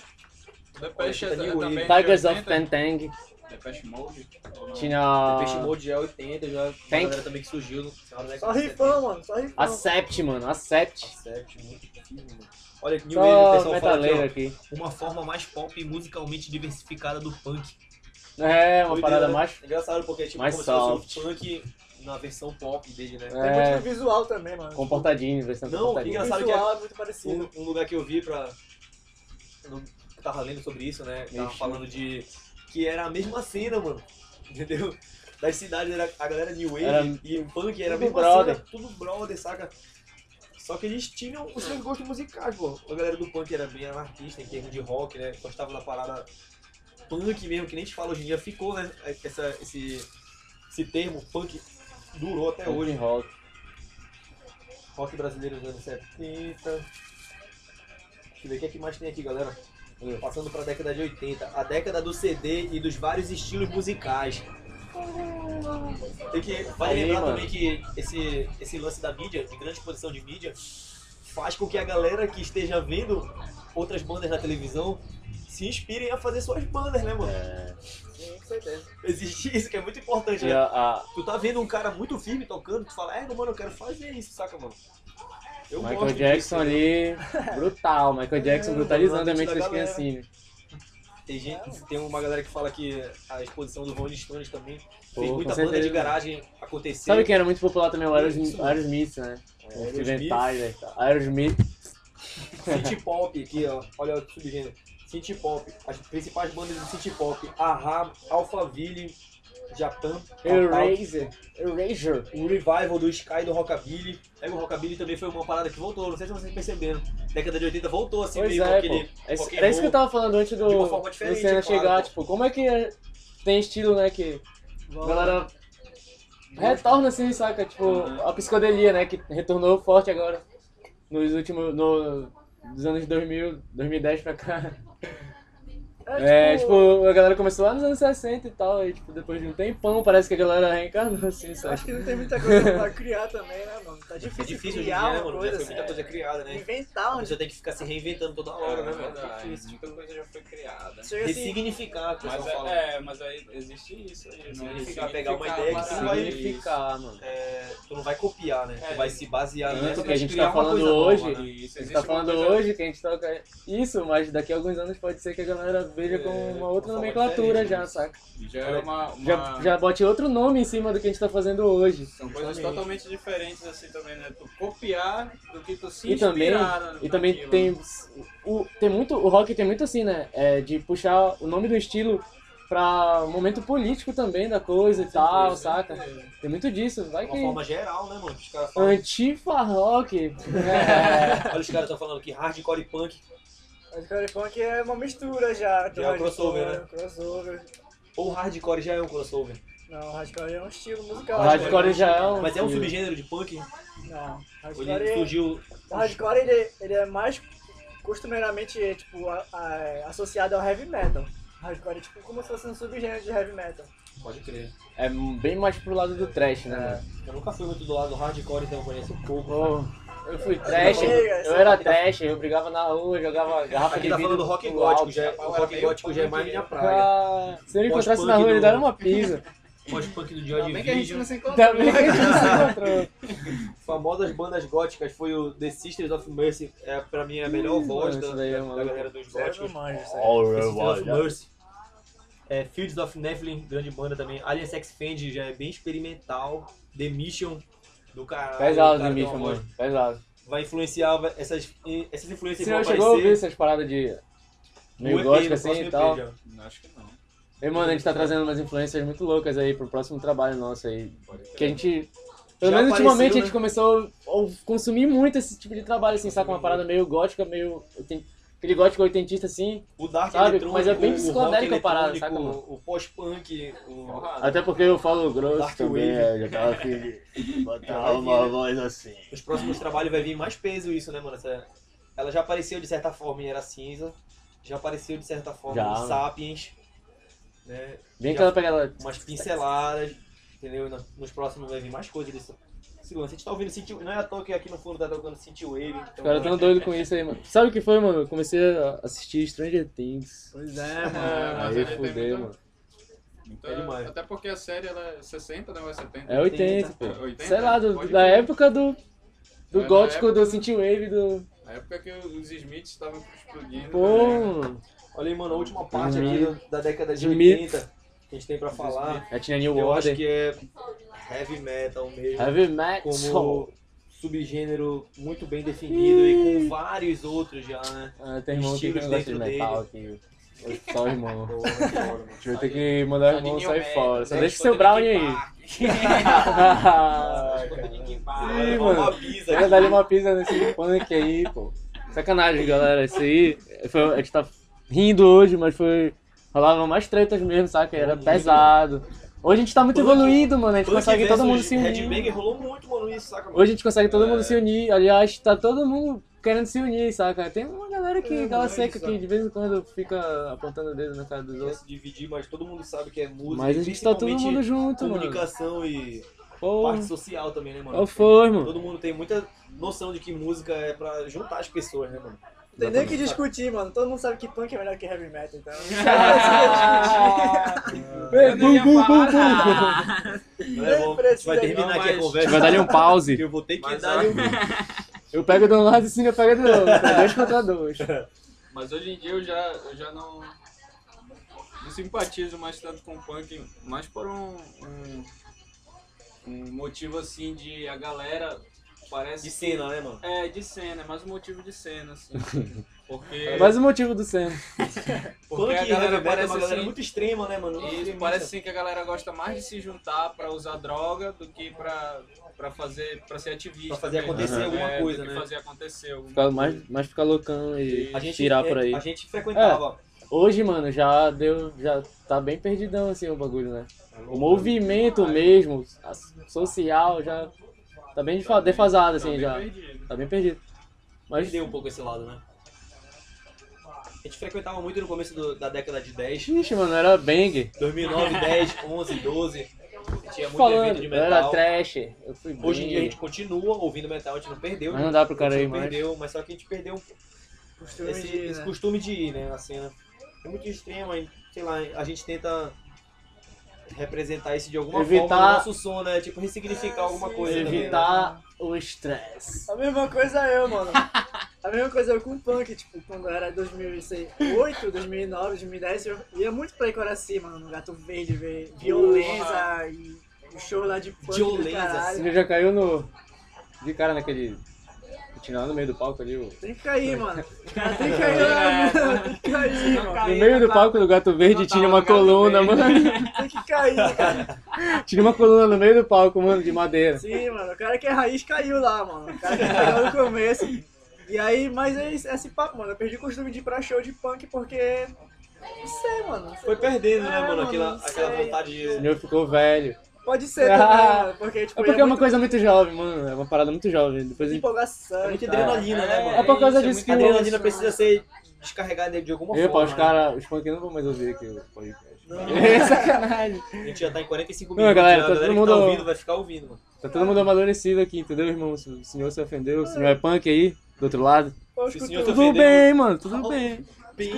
Speaker 4: Depeche
Speaker 3: Olha, tá New
Speaker 4: também.
Speaker 2: Tigers
Speaker 4: de
Speaker 2: of
Speaker 4: 80.
Speaker 2: Tantang.
Speaker 4: Depeche Mode. ou não?
Speaker 2: Tinha
Speaker 3: Depeche Mode já é 80, já uma
Speaker 2: Thank-
Speaker 3: galera também que surgiu no final da
Speaker 1: Só
Speaker 3: década de 70.
Speaker 1: rifão, mano. Só rifão.
Speaker 2: a Sept, mano. A Sept.
Speaker 3: Accept, muito difícil, mano. Olha, New Wave, um, o
Speaker 2: Só
Speaker 3: pessoal fala é um
Speaker 2: metaleiro
Speaker 3: aqui,
Speaker 2: aqui.
Speaker 3: ó, uma forma mais pop e musicalmente diversificada do punk.
Speaker 2: É, uma
Speaker 3: Doideira,
Speaker 2: parada
Speaker 3: né?
Speaker 2: mais.
Speaker 3: Engraçado, porque é tipo
Speaker 2: mais
Speaker 3: como se
Speaker 2: soft.
Speaker 3: fosse o punk na versão pop dele, né?
Speaker 1: Tem
Speaker 2: É.
Speaker 1: muito no visual também, mano.
Speaker 2: Comportadinho, versão
Speaker 3: Não,
Speaker 1: O
Speaker 2: comportadinha.
Speaker 3: engraçado que
Speaker 1: visual é muito parecido.
Speaker 3: Um, um lugar que eu vi pra. no- que tava lendo sobre isso, né? Tava
Speaker 2: Ixi.
Speaker 3: falando de. Que era a mesma cena, mano. Entendeu? Das cidades era a galera New Wave
Speaker 2: Era
Speaker 3: e o punk era a
Speaker 2: tudo
Speaker 3: mesma
Speaker 2: brother.
Speaker 3: cena, tudo brother, saca? Só que eles tinham os seus gostos musicais, pô. A galera do punk era bem anarquista em termos de rock, né? Gostava da parada punk mesmo, que nem te fala hoje em dia, ficou, né? Essa, esse, esse termo punk durou até hoje.
Speaker 2: Hoje rock.
Speaker 3: Rock brasileiro dos anos 70. Deixa eu ver o que, é que mais tem aqui, galera. Passando pra década de 80. A década do CD e dos vários estilos musicais. Tem que, vale
Speaker 2: Aí,
Speaker 3: lembrar
Speaker 2: mano.
Speaker 3: também que esse, esse lance da mídia, de grande exposição de mídia, faz com que a galera que esteja vendo outras bandas na televisão se inspirem a fazer suas bandas, né, mano?
Speaker 2: É.
Speaker 1: Sim, com certeza.
Speaker 3: Existe isso, que é muito importante,
Speaker 2: E
Speaker 3: né?
Speaker 2: a, a
Speaker 3: Tu tá vendo um cara muito firme tocando, tu fala, é, mano, eu quero fazer isso, saca, mano? Eu
Speaker 2: Michael
Speaker 3: gosto
Speaker 2: Jackson
Speaker 3: disso, né?
Speaker 2: ali. Brutal. Michael Jackson
Speaker 3: É,
Speaker 2: brutalizando
Speaker 3: mano,
Speaker 2: a mente
Speaker 3: da
Speaker 2: das
Speaker 3: galera.
Speaker 2: criancinhas.
Speaker 3: Tem, gente, tem uma galera que fala que a exposição do Rolling Stones também
Speaker 2: Pô,
Speaker 3: fez
Speaker 2: com
Speaker 3: muita banda
Speaker 2: certeza.
Speaker 3: de garagem acontecer.
Speaker 2: Sabe quem era muito popular também? O Aeros-
Speaker 3: Isso. É,
Speaker 2: Aerosmith, né? O Steven
Speaker 3: Aerosmith.
Speaker 2: Tyler. Aerosmith.
Speaker 3: City Pop aqui, ó. Olha o subgênero. City Pop. As principais bandas do City Pop. Ahá, Alphaville, Japan, Tap
Speaker 2: Eraser. Erasure.
Speaker 3: Out, o revival do Sky e do Rockabilly. Aí o Rockabilly também foi uma parada que voltou, não sei se vocês perceberam. Década de 80 voltou assim
Speaker 2: Pois
Speaker 3: meio com
Speaker 2: é,
Speaker 3: aquele.
Speaker 2: pô. É isso-
Speaker 3: rock and
Speaker 2: Era isso que eu
Speaker 3: roll
Speaker 2: tava falando antes do,
Speaker 3: de uma forma
Speaker 2: do
Speaker 3: diferente,
Speaker 2: Senna
Speaker 3: claro,
Speaker 2: chegar,
Speaker 3: pô.
Speaker 2: tipo, como é que é- tem estilo, né, que a galera retorna assim, saca? Tipo,
Speaker 3: Uhum.
Speaker 2: a psicodelia, né, que retornou forte agora nos últimos, no, dos anos 2000, 2010 pra cá. É, tipo, a galera começou lá nos anos 60 e tal, aí, tipo, depois de um tempão, parece que a galera reencarnou, assim,
Speaker 1: Eu
Speaker 2: sabe?
Speaker 1: acho que não tem muita coisa pra criar também, né, mano? Tá
Speaker 3: É
Speaker 1: difícil,
Speaker 3: difícil hoje em
Speaker 1: criar
Speaker 3: dia, né,
Speaker 1: uma
Speaker 3: mano? Já
Speaker 1: coisa
Speaker 3: foi
Speaker 1: assim.
Speaker 3: muita coisa criada, né?
Speaker 1: Inventar um
Speaker 3: A
Speaker 1: onde
Speaker 3: pessoa tem que ficar se reinventando toda hora, né, mano?
Speaker 4: É difícil,
Speaker 3: Difícil.
Speaker 4: muita coisa já foi criada.
Speaker 1: chega assim.
Speaker 3: Ressignificar, o que o
Speaker 4: Mas
Speaker 3: pessoal fala.
Speaker 4: é, é, mas aí existe isso aí. Não
Speaker 3: Significa pegar uma ideia que
Speaker 4: parado.
Speaker 3: tu vai-
Speaker 2: Significar, mano.
Speaker 3: É, tu não vai copiar, né? Tu
Speaker 4: É.
Speaker 3: vai se basear
Speaker 2: Tanto
Speaker 3: nessa
Speaker 2: que a gente tá
Speaker 3: criar uma
Speaker 2: falando
Speaker 3: coisa nova,
Speaker 2: hoje,
Speaker 3: né?
Speaker 4: Isso,
Speaker 2: a gente
Speaker 4: existe
Speaker 2: tá
Speaker 4: uma
Speaker 2: falando
Speaker 4: coisa-
Speaker 2: hoje que a gente toca isso, mas daqui a alguns anos pode ser que a galera veja com uma outra
Speaker 3: uma forma
Speaker 2: nomenclatura
Speaker 3: diferente,
Speaker 2: já,
Speaker 3: né?
Speaker 2: saca?
Speaker 4: Já é uma. uma...
Speaker 2: Já, já bote outro nome em cima do que a gente tá fazendo hoje.
Speaker 4: São coisas
Speaker 2: Justamente.
Speaker 4: totalmente diferentes assim também, né? Tu copiar do que tu se
Speaker 2: E também,
Speaker 4: inspirar na-
Speaker 2: e também
Speaker 4: naquilo.
Speaker 2: tem, o, tem muito, o rock tem muito assim, né? É, de puxar o nome do estilo pra o momento político também da coisa e tal, saca? Tem muito disso. Vai
Speaker 3: é. Uma
Speaker 2: que
Speaker 3: forma geral, né, mano? Os caras falam.
Speaker 2: antifa rock. É,
Speaker 3: Olha, os caras estão falando que hardcore e punk,
Speaker 1: Mas o Corefunk é uma mistura já.
Speaker 3: Já é o crossover, né?
Speaker 1: Crossover.
Speaker 3: ou hardcore já é um crossover.
Speaker 1: Não, hardcore é um estilo musical. né?
Speaker 2: o hardcore já é um.
Speaker 3: Mas é um subgênero de punk,
Speaker 1: Não, hardcore
Speaker 3: ele
Speaker 1: é...
Speaker 3: surgiu.
Speaker 1: O hardcore ele, ele é mais costumeiramente é, tipo, a- a- associado ao heavy metal. Hardcore é tipo como se fosse um subgênero de heavy metal.
Speaker 3: Pode crer.
Speaker 2: É bem mais pro lado do trash, né? mano?
Speaker 3: Eu nunca fui muito do lado do hardcore, então eu conheço pouco.
Speaker 2: Pô, eu fui trash,
Speaker 1: Chega,
Speaker 2: eu era trash, eu brigava na rua, jogava garrafa
Speaker 3: é Aqui
Speaker 2: de
Speaker 3: tá
Speaker 2: vidro.
Speaker 3: falando do rock
Speaker 2: pro
Speaker 3: gótico,
Speaker 2: alto.
Speaker 3: já, o rock gótico já é mais minha praia.
Speaker 2: Ah, se eu encontrasse
Speaker 3: Pós-punk
Speaker 2: na rua, ele
Speaker 3: do-
Speaker 2: dava uma pisa.
Speaker 3: Pós-punk do Joy
Speaker 1: Também que a gente
Speaker 3: Division.
Speaker 1: não se encontra.
Speaker 2: Também que a gente se encontrou.
Speaker 3: Famosas bandas góticas foi o The Sisters of Mercy, é, pra mim é a melhor
Speaker 2: Ih,
Speaker 3: voz
Speaker 2: mano,
Speaker 3: da,
Speaker 2: isso daí é
Speaker 3: da,
Speaker 2: uma
Speaker 3: da
Speaker 2: loucura.
Speaker 3: galera dos
Speaker 1: Sério, eu
Speaker 3: góticos.
Speaker 1: não manjo, sério.
Speaker 3: Sisters of
Speaker 2: Alright,
Speaker 3: Mercy. É, Fields of Nephilim, grande banda também. Alien Sex Fendi já é bem experimental. The Mission, do caralho.
Speaker 2: Pesado
Speaker 3: o
Speaker 2: de
Speaker 3: cara tem
Speaker 2: mim,
Speaker 3: uma voz-
Speaker 2: mano. Pesado.
Speaker 3: Vai influenciar vai- essas, essas influências
Speaker 2: Você
Speaker 3: vão
Speaker 2: não chegou a ouvir
Speaker 3: aparecer.
Speaker 2: essas paradas de
Speaker 3: no
Speaker 2: meio
Speaker 3: EP,
Speaker 2: gótico
Speaker 3: no
Speaker 2: assim
Speaker 3: próximo
Speaker 2: e tal?
Speaker 3: EP já.
Speaker 4: Acho que não.
Speaker 2: E, mano, a gente tá trazendo umas influências muito loucas aí pro próximo trabalho nosso aí. Que a gente. Pelo
Speaker 3: Já
Speaker 2: menos
Speaker 3: apareceu,
Speaker 2: ultimamente a
Speaker 3: né?
Speaker 2: gente começou a consumir muito esse tipo de trabalho, assim, saca? Uma parada meio gótica, meio. oiten- Aquele gótico oitentista assim.
Speaker 3: O Dark
Speaker 2: Sabe,
Speaker 3: eletrônico,
Speaker 2: mas é bem
Speaker 3: o rock
Speaker 2: psicodélico a parada,
Speaker 3: eletrônico,
Speaker 2: saca, mano?
Speaker 3: O pós-punk, o...
Speaker 2: Até porque eu falo grosso
Speaker 3: Dark
Speaker 2: também,
Speaker 3: Wave.
Speaker 2: eu já tava afim de botar
Speaker 3: Vai vir,
Speaker 2: uma
Speaker 3: né?
Speaker 2: voz assim.
Speaker 3: Nos próximos trabalhos vai vir mais peso isso, né, mano? Essa- Ela já apareceu de certa forma em Era Cinza, já apareceu de certa forma
Speaker 2: Já,
Speaker 3: em
Speaker 2: mano.
Speaker 3: Sapiens, né?
Speaker 2: Bem
Speaker 3: Já-
Speaker 2: aquela pegada.
Speaker 3: Umas pinceladas, entendeu? E no- Nos próximos vai vir mais coisas desse desse lance. A gente tá ouvindo City Não é à toa que aqui no fundo tá tocando City Wave.
Speaker 2: Os caras tão doidos com isso aí, mano. Sabe o que foi, mano? Eu comecei a assistir Stranger Things.
Speaker 1: Pois é, mano.
Speaker 3: Ah,
Speaker 4: É, mas
Speaker 2: Aí
Speaker 4: ele tem
Speaker 2: fudeu,
Speaker 3: né?
Speaker 4: muita-
Speaker 2: mano.
Speaker 4: muita-
Speaker 3: É demais.
Speaker 4: Então, até porque a série ela é 60, né? Ou é 70?
Speaker 2: É 80, pô.
Speaker 4: 80?
Speaker 2: Sei lá, do-
Speaker 4: Pode
Speaker 2: da
Speaker 4: crer.
Speaker 2: época do.
Speaker 4: É,
Speaker 2: Do
Speaker 4: da
Speaker 2: gótico,
Speaker 4: época.
Speaker 2: do synthwave, do.
Speaker 4: A época que os Smiths estavam explodindo.
Speaker 2: Pô,
Speaker 4: né?
Speaker 2: mano.
Speaker 3: Olha aí, mano, a última parte aqui
Speaker 2: Uhum.
Speaker 3: do- da década de
Speaker 2: De mito.
Speaker 3: 80 que a gente tem pra falar.
Speaker 2: Já tinha New
Speaker 3: Eu acho
Speaker 2: Order.
Speaker 3: que é heavy metal mesmo.
Speaker 2: Heavy Metal.
Speaker 3: como subgênero muito bem definido e com vários outros já, né?
Speaker 2: Ah, tem irmão aqui que
Speaker 3: Estilos
Speaker 2: não gosta de
Speaker 3: dentro
Speaker 2: metal aqui. Só o irmão. A gente vai ter que
Speaker 4: Só
Speaker 2: mandar o
Speaker 4: de
Speaker 2: irmão
Speaker 4: New
Speaker 2: sair
Speaker 4: Man,
Speaker 2: fora. Só
Speaker 4: né?
Speaker 2: deixa o
Speaker 4: Escuta
Speaker 2: seu Brown aí.
Speaker 4: Linkin Park.
Speaker 2: Ah,
Speaker 4: Escuta Linkin Park.
Speaker 2: Sim,
Speaker 3: Ih,
Speaker 2: mano.
Speaker 3: Uma pizza
Speaker 2: Vai dar uma pisa nesse punk aí, pô. Sacanagem, galera. Isso aí. Foi, a gente tá rindo hoje, mas foi. Rolava mais tretas mesmo, saca? Era
Speaker 3: Muito.
Speaker 2: pesado. Hoje a gente tá muito
Speaker 3: Punk-
Speaker 2: evoluído, mano. A gente
Speaker 3: Punk
Speaker 2: consegue todo
Speaker 3: versus
Speaker 2: mundo um se unir.
Speaker 3: Headbanger rolou muito, mano, isso, saca? mano?
Speaker 2: Hoje a gente consegue todo mundo
Speaker 4: É.
Speaker 2: se unir. Aliás, tá todo mundo querendo se unir, saca? Tem uma galera que
Speaker 3: É,
Speaker 2: gala
Speaker 3: mas é
Speaker 2: seca
Speaker 3: isso,
Speaker 2: que
Speaker 3: sabe?
Speaker 2: de vez em quando fica apontando o dedo na cara dos
Speaker 3: Quer
Speaker 2: outros.
Speaker 3: se dividir, mas todo mundo sabe que é música.
Speaker 2: Mas a gente tá todo mundo
Speaker 3: principalmente
Speaker 2: junto, mano.
Speaker 3: Comunicação e
Speaker 2: Pô,
Speaker 3: parte social também, né, mano?
Speaker 2: qual foi, mano?
Speaker 3: É. Todo mundo tem muita noção de que música é pra juntar as pessoas, né, mano?
Speaker 1: Não tem nem o que discutir, mano. Todo mundo sabe que punk é melhor que heavy metal, então.
Speaker 2: Ei,
Speaker 4: Eu não
Speaker 2: bum,
Speaker 4: ia
Speaker 2: bum, bum,
Speaker 4: falar
Speaker 2: bum.
Speaker 4: nada.
Speaker 3: Não é bom. A gente vai
Speaker 1: precisa,
Speaker 3: terminar
Speaker 4: não,
Speaker 3: aqui a
Speaker 4: mas-
Speaker 2: A
Speaker 3: conversa.
Speaker 2: gente vai dar ali um pause.
Speaker 3: que Eu vou ter que
Speaker 4: Mas
Speaker 3: dar
Speaker 4: a-
Speaker 3: ali um...
Speaker 2: Eu pego de um lado e o Cine pega do outro. É dois contra dois.
Speaker 4: Mas hoje em dia eu já, eu já não, não simpatizo mais tanto com o punk, mais por um, um, um motivo assim de a galera parece.
Speaker 3: De cena, né, mano?
Speaker 4: É, de cena, é mais um motivo de cena, assim. Porque.
Speaker 2: Mas o motivo do Sam.
Speaker 4: porque
Speaker 3: Punk
Speaker 4: a
Speaker 3: e heavy
Speaker 4: galera
Speaker 3: metal é
Speaker 4: parece
Speaker 3: uma galera
Speaker 4: assim.
Speaker 3: muito extrema, né, mano?
Speaker 4: E
Speaker 3: Extremista.
Speaker 4: parece assim que a galera gosta mais de se juntar pra usar droga do que pra, pra fazer para ser ativista.
Speaker 3: Pra fazer
Speaker 4: mesmo.
Speaker 3: acontecer
Speaker 4: É,
Speaker 3: alguma
Speaker 4: do
Speaker 3: coisa,
Speaker 4: que
Speaker 3: né?
Speaker 4: Fazer acontecer alguma
Speaker 2: Ficar mais, mais ficar loucão e
Speaker 3: A gente,
Speaker 2: tirar
Speaker 3: é,
Speaker 2: por aí.
Speaker 3: A gente frequentava.
Speaker 2: Hoje, mano, já deu. Já tá bem perdidão assim o bagulho, né? O movimento mesmo, a- social, já tá bem defa- defasado, assim,
Speaker 4: Tá
Speaker 2: já.
Speaker 4: bem perdido.
Speaker 2: Tá bem perdido. Mas
Speaker 3: Perdeu um pouco esse lado, né? A gente frequentava muito no começo do- da década de 10,
Speaker 2: Ixi, mano, era bang.
Speaker 3: 2009, 10, 11, 12. Tinha muito evento
Speaker 2: Falando,
Speaker 3: de
Speaker 2: eu era
Speaker 3: metal.
Speaker 2: trash. Eu fui bang.
Speaker 3: Hoje em dia a gente continua ouvindo metal, a gente não perdeu. né?
Speaker 2: Mas não dá pro
Speaker 3: a
Speaker 2: cara
Speaker 3: gente
Speaker 2: aí
Speaker 3: não
Speaker 2: mais.
Speaker 3: perdeu, mas só que a gente perdeu
Speaker 1: Costume
Speaker 3: esse,
Speaker 1: de,
Speaker 3: esse
Speaker 1: né?
Speaker 3: costume de ir, né, na cena. É muito extremo, aí, sei lá, a gente tenta representar isso de alguma
Speaker 2: Evitar-
Speaker 3: forma no nosso som, né? Tipo, ressignificar
Speaker 1: É,
Speaker 3: alguma
Speaker 1: sim,
Speaker 3: coisa. também, né?
Speaker 2: Evitar o estresse.
Speaker 1: A mesma coisa eu, mano. A mesma coisa eu com o punk, tipo, quando era 2008, 2009, 2010, eu ia muito pra Icoraci, mano, no Gato Verde, ver violência e o show lá de punk do
Speaker 3: Violência,
Speaker 1: caralho.
Speaker 2: Ele já caiu no. De cara naquele. Tinha lá no meio do palco ali. o-
Speaker 1: Tem que cair, mano. Os caras
Speaker 2: É.
Speaker 1: tem que cair, lá, mano. Tem que cair, mano.
Speaker 2: No meio do palco do Gato Verde
Speaker 4: não
Speaker 2: tinha
Speaker 4: tava
Speaker 2: uma
Speaker 4: no Gato
Speaker 2: coluna,
Speaker 4: Verde.
Speaker 2: mano.
Speaker 1: Tem que cair, cara.
Speaker 2: Tinha uma coluna no meio do palco, mano, de madeira.
Speaker 1: Sim, mano, o cara que é raiz caiu lá, mano. O cara que caiu no começo. E aí, mas é esse, é esse papo, mano. Eu perdi o costume de ir pra show de punk porque. Não sei, mano.
Speaker 3: Foi perdendo,
Speaker 1: É,
Speaker 3: né, mano,
Speaker 1: mano,
Speaker 3: aquela,
Speaker 1: não
Speaker 3: aquela
Speaker 1: sei.
Speaker 3: vontade
Speaker 2: O
Speaker 3: de...
Speaker 2: meu ficou velho.
Speaker 1: Pode ser também,
Speaker 2: Ah,
Speaker 1: mano. Porque, tipo,
Speaker 2: É porque é uma
Speaker 1: muito
Speaker 2: coisa muito jovem, mano. É uma parada muito jovem. Depois a gente...
Speaker 1: empolgação.
Speaker 3: É
Speaker 1: e
Speaker 3: muita
Speaker 1: tal.
Speaker 3: adrenalina, né, mano?
Speaker 2: É por causa
Speaker 4: isso,
Speaker 2: disso
Speaker 4: muito
Speaker 2: que
Speaker 3: A
Speaker 2: eu-
Speaker 3: adrenalina precisa ser descarregada de alguma
Speaker 2: Epa,
Speaker 3: forma.
Speaker 2: os
Speaker 3: né?
Speaker 2: caras, os punk não vão mais ouvir aqui o podcast.
Speaker 1: Não.
Speaker 2: É sacanagem.
Speaker 3: A gente já tá em 45
Speaker 2: Não,
Speaker 3: minutos.
Speaker 2: galera,
Speaker 3: já,
Speaker 2: tá
Speaker 3: a
Speaker 2: todo
Speaker 3: galera que
Speaker 2: mundo-
Speaker 3: tá ouvindo vai ficar ouvindo, mano.
Speaker 2: Tá todo mundo amadurecido aqui, entendeu, irmão? Se o senhor se ofendeu, o senhor é punk aí, do outro lado.
Speaker 1: Pô,
Speaker 3: Se o
Speaker 1: escuto-
Speaker 3: senhor tá
Speaker 2: Tudo bem, mano, tudo bem.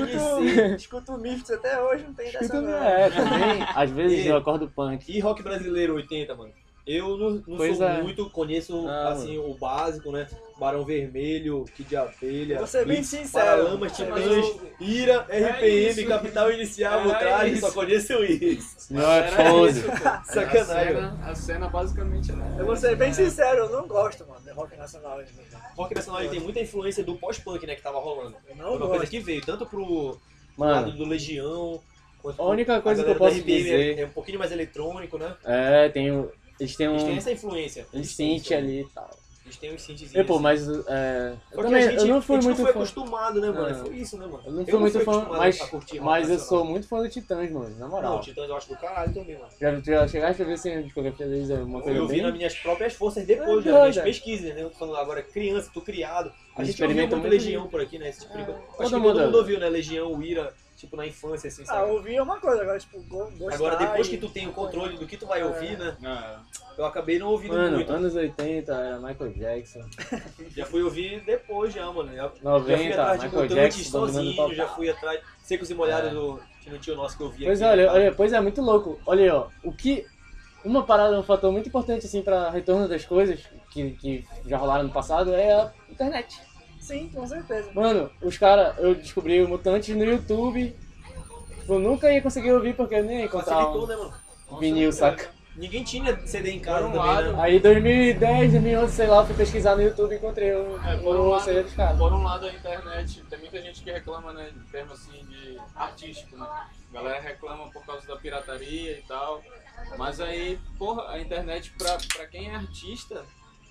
Speaker 1: Escuto, escuto o Mifts até hoje, não tem dessa
Speaker 2: Escuta,
Speaker 1: não.
Speaker 2: é, também. Às vezes
Speaker 3: E-
Speaker 2: eu acordo punk.
Speaker 3: E rock brasileiro 80, mano? Eu não, não
Speaker 2: Pois
Speaker 3: sou
Speaker 2: é.
Speaker 3: muito, conheço
Speaker 2: Ah,
Speaker 3: assim, o básico, né? Barão Vermelho, Kid de Abelha,
Speaker 1: Vou ser bem
Speaker 3: Blitz,
Speaker 1: sincero.
Speaker 3: Paralamas,
Speaker 1: Você é
Speaker 3: Titãs, Ira, RPM,
Speaker 4: isso.
Speaker 3: Capital Inicial,
Speaker 4: É
Speaker 3: Voltragem,
Speaker 4: isso.
Speaker 3: só conheço isso.
Speaker 2: O senhor é
Speaker 4: Era
Speaker 2: pose.
Speaker 4: isso, pô.
Speaker 2: é.
Speaker 3: Sacanagem. É
Speaker 4: A É cena, a cena basicamente né? era.
Speaker 1: Eu vou ser bem sincero, eu não gosto, mano, de rock nacional.
Speaker 3: Rock nacional ele tem muita influência do pós-punk, né, que tava rolando.
Speaker 1: Eu
Speaker 3: Foi
Speaker 1: não
Speaker 3: uma coisa
Speaker 1: gosto.
Speaker 3: que veio tanto pro lado
Speaker 2: Mano,
Speaker 3: do Legião, quanto
Speaker 2: a única coisa que eu
Speaker 3: galera da
Speaker 2: posso
Speaker 3: RPM é-
Speaker 2: dizer-
Speaker 3: é um pouquinho mais eletrônico, né?
Speaker 2: é, tem um. Eles têm
Speaker 3: Eles têm
Speaker 2: um.
Speaker 3: essa né? influência.
Speaker 2: Eles
Speaker 3: têm isso,
Speaker 2: synth ali e tal.
Speaker 3: Eles têm um synthzinho.
Speaker 2: E, pô, mas. É, eu também
Speaker 3: a gente,
Speaker 2: eu não
Speaker 3: a
Speaker 2: fui
Speaker 3: gente
Speaker 2: muito
Speaker 3: foi
Speaker 2: fã.
Speaker 3: acostumado, né, mano?
Speaker 2: É.
Speaker 3: Foi isso, né, mano?
Speaker 2: Eu não fui muito fã,
Speaker 3: acostumado
Speaker 2: mas-
Speaker 3: a curtir rock
Speaker 2: Mas eu
Speaker 3: nacional.
Speaker 2: sou muito fã do Titãs, mano, na
Speaker 3: Não,
Speaker 2: moral.
Speaker 3: Titãs eu acho do caralho também, mano.
Speaker 2: Já, já chegaste a ver assim, a discografia deles é uma coisa
Speaker 3: eu vi
Speaker 2: bem.
Speaker 3: nas minhas próprias forças depois,
Speaker 2: É
Speaker 3: das minhas
Speaker 2: doida.
Speaker 3: pesquisas, né? Eu tô falando agora criança, tô criado. A
Speaker 2: Eles
Speaker 3: gente ouviu
Speaker 2: experimentam
Speaker 3: muito
Speaker 2: muito É.
Speaker 3: Legião por aqui, né? Esse tipo de coisa. Acho que todo
Speaker 2: mundo
Speaker 3: mundo
Speaker 2: ouve.
Speaker 3: ouviu, né? Legião, o Ira, tipo, na infância, assim,
Speaker 1: Ah,
Speaker 3: sabe?
Speaker 1: ouvir é uma coisa, agora, tipo, go- gostar
Speaker 3: Agora, depois que
Speaker 1: e-
Speaker 3: tu tem o controle do que tu vai
Speaker 1: É.
Speaker 3: ouvir, né?
Speaker 4: Ah,
Speaker 3: Eu acabei não ouvindo
Speaker 2: Mano,
Speaker 3: muito.
Speaker 2: anos 80 era Michael Jackson.
Speaker 3: Já fui ouvir depois, já, mano. Já, já fui
Speaker 2: 90,
Speaker 3: atrás de
Speaker 2: Michael
Speaker 3: mutantes
Speaker 2: Jackson, dominando
Speaker 3: sozinho,
Speaker 2: total.
Speaker 3: já fui atrás. Secos e molhados
Speaker 2: É.
Speaker 3: do. Que não tinha o nosso que eu vi
Speaker 2: Pois é,
Speaker 3: aqui, né,
Speaker 2: olha,
Speaker 3: cara?
Speaker 2: olha, pois é, muito louco. Olha aí, ó, o que... Uma parada, um fator muito importante, assim, pra retorno das coisas que, que já rolaram no passado é a internet.
Speaker 1: Sim, com
Speaker 3: É,
Speaker 1: certeza.
Speaker 2: Mano, os caras, eu descobri o Mutantes no YouTube. Eu nunca ia conseguir ouvir porque eu nem ia encontrar
Speaker 3: Facilitou,
Speaker 2: um
Speaker 3: né, mano?
Speaker 2: vinil, saca?
Speaker 3: Ninguém tinha CD em casa
Speaker 4: Por um
Speaker 3: também,
Speaker 4: lado,
Speaker 3: né?
Speaker 2: Aí 2010, 2011, sei lá, eu fui pesquisar no YouTube e encontrei o,
Speaker 4: É, por um
Speaker 2: o
Speaker 4: lado-
Speaker 2: CD dos caras.
Speaker 4: Por um lado, a internet, tem muita gente que reclama, né, em termos assim de artístico, né? A galera reclama por causa da pirataria e tal. Mas aí, porra, a internet, pra, pra quem é artista,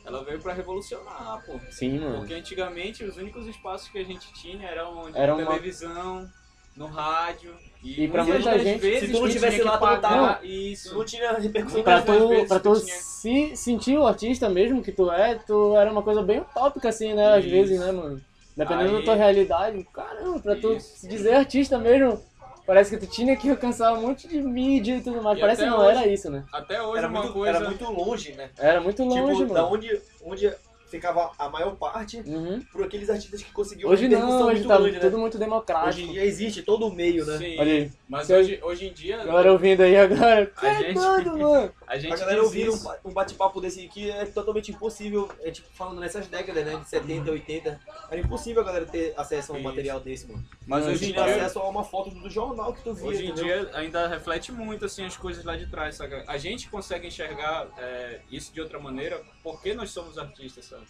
Speaker 4: ela veio pra revolucionar, pô.
Speaker 2: Sim, mano.
Speaker 4: Porque antigamente os únicos espaços que a gente tinha eram de
Speaker 2: Era uma-
Speaker 4: televisão, no rádio. E,
Speaker 2: E pra
Speaker 4: muitas
Speaker 2: muita
Speaker 4: das
Speaker 2: gente,
Speaker 4: vezes,
Speaker 3: se tu não
Speaker 4: tinha
Speaker 3: tivesse
Speaker 4: que
Speaker 3: lá, tu não
Speaker 4: pagar
Speaker 2: tava.
Speaker 4: Isso.
Speaker 3: Não tinha repercussão
Speaker 2: Pra
Speaker 4: Muitas
Speaker 2: tu,
Speaker 4: vezes
Speaker 2: pra
Speaker 4: tu
Speaker 2: tu
Speaker 4: tinha-
Speaker 2: se sentir o artista mesmo que tu é, tu era uma coisa bem utópica, assim, né? Às
Speaker 4: Isso.
Speaker 2: vezes, né, mano? Dependendo
Speaker 4: Aí-
Speaker 2: da tua realidade, caramba, pra tu
Speaker 4: Isso.
Speaker 2: se dizer artista mesmo, parece que tu tinha que alcançar um monte de mídia e tudo mais.
Speaker 4: E
Speaker 2: parece que
Speaker 4: até
Speaker 2: não
Speaker 4: hoje-
Speaker 2: era isso, né?
Speaker 4: Até hoje
Speaker 3: Era
Speaker 4: uma
Speaker 3: muito,
Speaker 4: coisa.
Speaker 3: era muito longe, né?
Speaker 2: Era muito longe,
Speaker 3: tipo, da
Speaker 2: mano.
Speaker 3: onde, onde ficava a maior parte,
Speaker 2: Uhum.
Speaker 3: por aqueles artistas que conseguiram
Speaker 2: Hoje
Speaker 3: uma
Speaker 2: não,
Speaker 3: repercussão
Speaker 2: hoje
Speaker 3: muito
Speaker 2: tá
Speaker 3: grande,
Speaker 2: tudo
Speaker 3: né?
Speaker 2: muito
Speaker 3: Hoje em
Speaker 2: democrático.
Speaker 3: dia existe todo o meio, né?
Speaker 4: Sim.
Speaker 2: Olha aí,
Speaker 4: Mas
Speaker 2: Se
Speaker 4: hoje, hoje em dia,
Speaker 2: galera ouvindo aí agora.
Speaker 4: A
Speaker 2: É
Speaker 4: gente-
Speaker 2: doido, mano.
Speaker 4: a gente
Speaker 3: A galera
Speaker 4: diz
Speaker 3: ouvir um,
Speaker 4: isso.
Speaker 3: ba- um bate-papo desse aqui é totalmente impossível. É tipo, falando nessas décadas, né? De 70, 80. Era impossível a galera ter acesso a um
Speaker 4: Uhum. Isso.
Speaker 3: material desse, mano.
Speaker 4: Mas
Speaker 2: Não,
Speaker 3: Hoje
Speaker 4: hoje em
Speaker 3: tinha
Speaker 4: dia,
Speaker 3: acesso a uma foto do jornal que tu via,
Speaker 4: hoje em
Speaker 3: entendeu?
Speaker 4: dia ainda reflete muito assim, as coisas lá de trás. Sabe? A gente consegue enxergar é, isso de outra maneira porque nós somos artistas, sabe?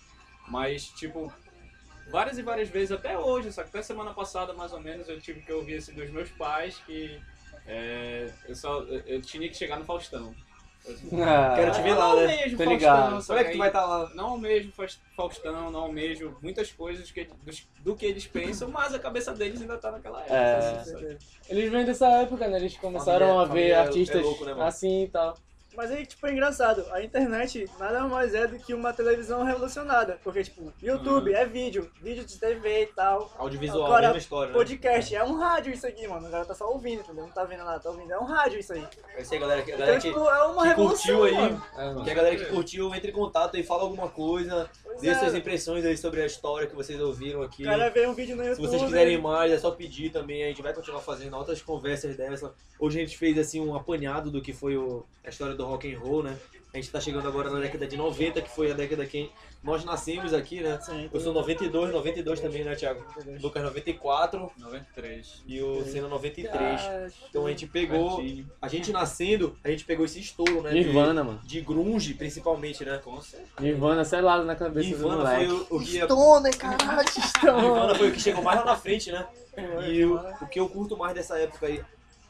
Speaker 4: Mas, tipo, várias e várias vezes, até hoje, sabe? até semana passada mais ou menos, eu tive que ouvir assim, dos meus pais que é, eu, só, eu, eu tinha que chegar no Faustão.
Speaker 2: Ah,
Speaker 3: Quero te ver lá,
Speaker 4: Eu
Speaker 3: né?
Speaker 4: não almejo
Speaker 2: Tô
Speaker 4: Faustão,
Speaker 2: ligado.
Speaker 4: sabe?
Speaker 3: Como é que tu vai estar lá?
Speaker 4: Não almejo Faus- Faustão, não almejo muitas coisas que, dos- do que eles pensam, mas a cabeça deles ainda tá naquela época.
Speaker 2: É.
Speaker 4: assim, sabe?
Speaker 2: Eles vêm dessa época, né? Eles começaram
Speaker 3: Família-
Speaker 2: a ver
Speaker 3: família é- é
Speaker 2: artistas
Speaker 3: louco, né, mano?
Speaker 2: assim e tal.
Speaker 1: Mas aí, tipo, é engraçado. A internet nada mais é do que uma televisão revolucionada. Porque, tipo, YouTube
Speaker 3: Uhum.
Speaker 1: é vídeo, vídeo de TV e tal.
Speaker 3: Audiovisual,
Speaker 1: Agora,
Speaker 3: mesma história, né?
Speaker 1: Podcast é um rádio isso aqui, mano. O cara tá só ouvindo, entendeu? Não tá vendo nada, tá ouvindo. É um rádio isso aí.
Speaker 3: Vai ser a galera, que- a
Speaker 1: Então,
Speaker 3: galera que,
Speaker 1: tipo, é uma
Speaker 3: que
Speaker 1: revolução.
Speaker 3: curtiu aí,
Speaker 1: mano.
Speaker 2: É, mano.
Speaker 3: que a galera que curtiu, entre em contato e fala alguma coisa,
Speaker 1: Pois
Speaker 3: dê
Speaker 1: é.
Speaker 3: suas impressões aí sobre a história que vocês ouviram aqui.
Speaker 1: O cara vê um vídeo no
Speaker 3: Se
Speaker 1: YouTube.
Speaker 3: vocês quiserem mais, é só pedir também. A gente vai continuar fazendo outras conversas dessa. Hoje a gente fez assim um apanhado do que foi o- a história do rock and roll, né? A gente tá chegando agora na década de 90, que foi a década que nós nascemos aqui, né?
Speaker 1: Sim,
Speaker 3: Eu sou 92, 92 também, né, Thiago? Lucas 94
Speaker 4: 93.
Speaker 3: e o Senna 93.
Speaker 1: Acho.
Speaker 3: Então a gente pegou,
Speaker 4: Pertinho.
Speaker 3: a gente nascendo, a gente pegou esse estouro, né? de-
Speaker 2: Ah, Nirvana, mano.
Speaker 3: De grunge, principalmente, né?
Speaker 4: Com certeza.
Speaker 2: Nirvana selado na cabeça do
Speaker 3: Nirvana foi
Speaker 2: moleque.
Speaker 3: o, o que é,
Speaker 1: Stoner, caralho,
Speaker 3: Nirvana
Speaker 1: Stoner.
Speaker 3: foi o que chegou mais lá na frente, né? E o, o que eu curto mais dessa época aí,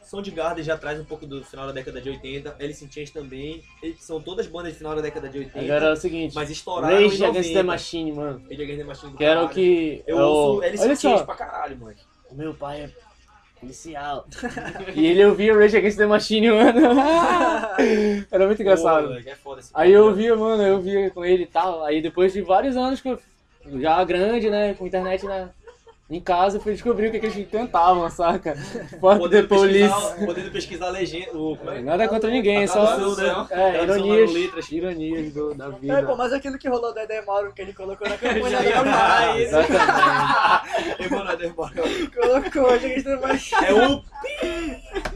Speaker 3: Soundgarden já traz um pouco do final da década de 80, Alice in Chains também, eles são todas bandas de final da década de 80,
Speaker 2: Agora é o seguinte,
Speaker 3: mas estouraram em
Speaker 2: Rage
Speaker 3: 90.
Speaker 2: Against the Machine, mano.
Speaker 3: Rage Against the Machine do
Speaker 2: Que era o
Speaker 3: caralho.
Speaker 2: que...
Speaker 3: Eu
Speaker 2: é o-
Speaker 3: ouço Alice
Speaker 2: Olha
Speaker 3: in Chains
Speaker 2: só,
Speaker 3: pra caralho, moleque.
Speaker 2: o meu pai é policial. e ele ouvia Rage Against the Machine, mano. Era muito
Speaker 3: Pô,
Speaker 2: engraçado.
Speaker 3: moleque, é foda esse
Speaker 2: Aí
Speaker 3: cara.
Speaker 2: eu via, mano, eu via com ele e tal. Aí depois de vários anos que eu já grande, né, com internet na, em casa, eu fui descobrir o que, que eles cantavam, saca? Fuck the
Speaker 3: Podendo
Speaker 2: police.
Speaker 3: pesquisar, podendo pesquisar a legenda, o, como é?
Speaker 2: Nada contra ninguém, é só
Speaker 3: Tradução, né?
Speaker 2: é,
Speaker 3: Tradução
Speaker 2: ironias,
Speaker 3: lá no letras.
Speaker 2: ironias do, da
Speaker 1: É, pô,
Speaker 2: vida.
Speaker 1: mas aquilo que rolou do Edemoro, que ele colocou na
Speaker 3: Eu
Speaker 1: campanha
Speaker 3: já ia
Speaker 1: dele,
Speaker 3: falar isso.
Speaker 2: Exatamente.
Speaker 3: Emmanuel Demora.
Speaker 1: né? colocou, a gente não vai...
Speaker 3: É o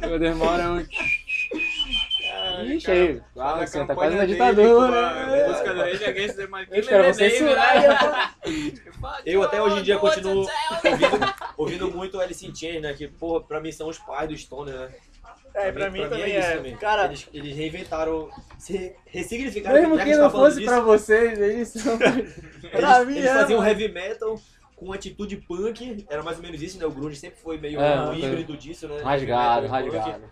Speaker 2: Eu demoro um... Ixi,
Speaker 3: É.
Speaker 4: é, cara,
Speaker 2: aí,
Speaker 4: Faz
Speaker 2: ah,
Speaker 4: a
Speaker 2: você tá
Speaker 4: campanha
Speaker 2: quase na
Speaker 4: dele
Speaker 2: ditadura. É.
Speaker 4: com a
Speaker 2: né?
Speaker 4: Música do Rage Against the Machine.
Speaker 2: Os caras vão censurar.
Speaker 3: Eu até hoje em dia continuo ouvindo, ouvindo muito Alice in Chains, né? Que, porra, pra mim são os pais do Stoner, né?
Speaker 1: É, pra mim também
Speaker 3: isso
Speaker 1: é. Cara,
Speaker 3: eles, eles reinventaram, se ressignificaram.
Speaker 2: Mesmo
Speaker 3: já
Speaker 2: que
Speaker 3: a gente tá
Speaker 2: não
Speaker 3: falando
Speaker 2: fosse pra vocês, eles são...
Speaker 3: disso,
Speaker 1: pra
Speaker 3: eles,
Speaker 1: mim
Speaker 3: eles
Speaker 1: é,
Speaker 3: faziam
Speaker 1: mano.
Speaker 3: heavy metal com atitude punk, era mais ou menos isso, né? O grunge sempre foi meio
Speaker 2: É,
Speaker 3: um
Speaker 2: foi.
Speaker 3: híbrido disso, né?
Speaker 2: Rasgado,
Speaker 3: Heavy metal e punk.
Speaker 2: rasgado.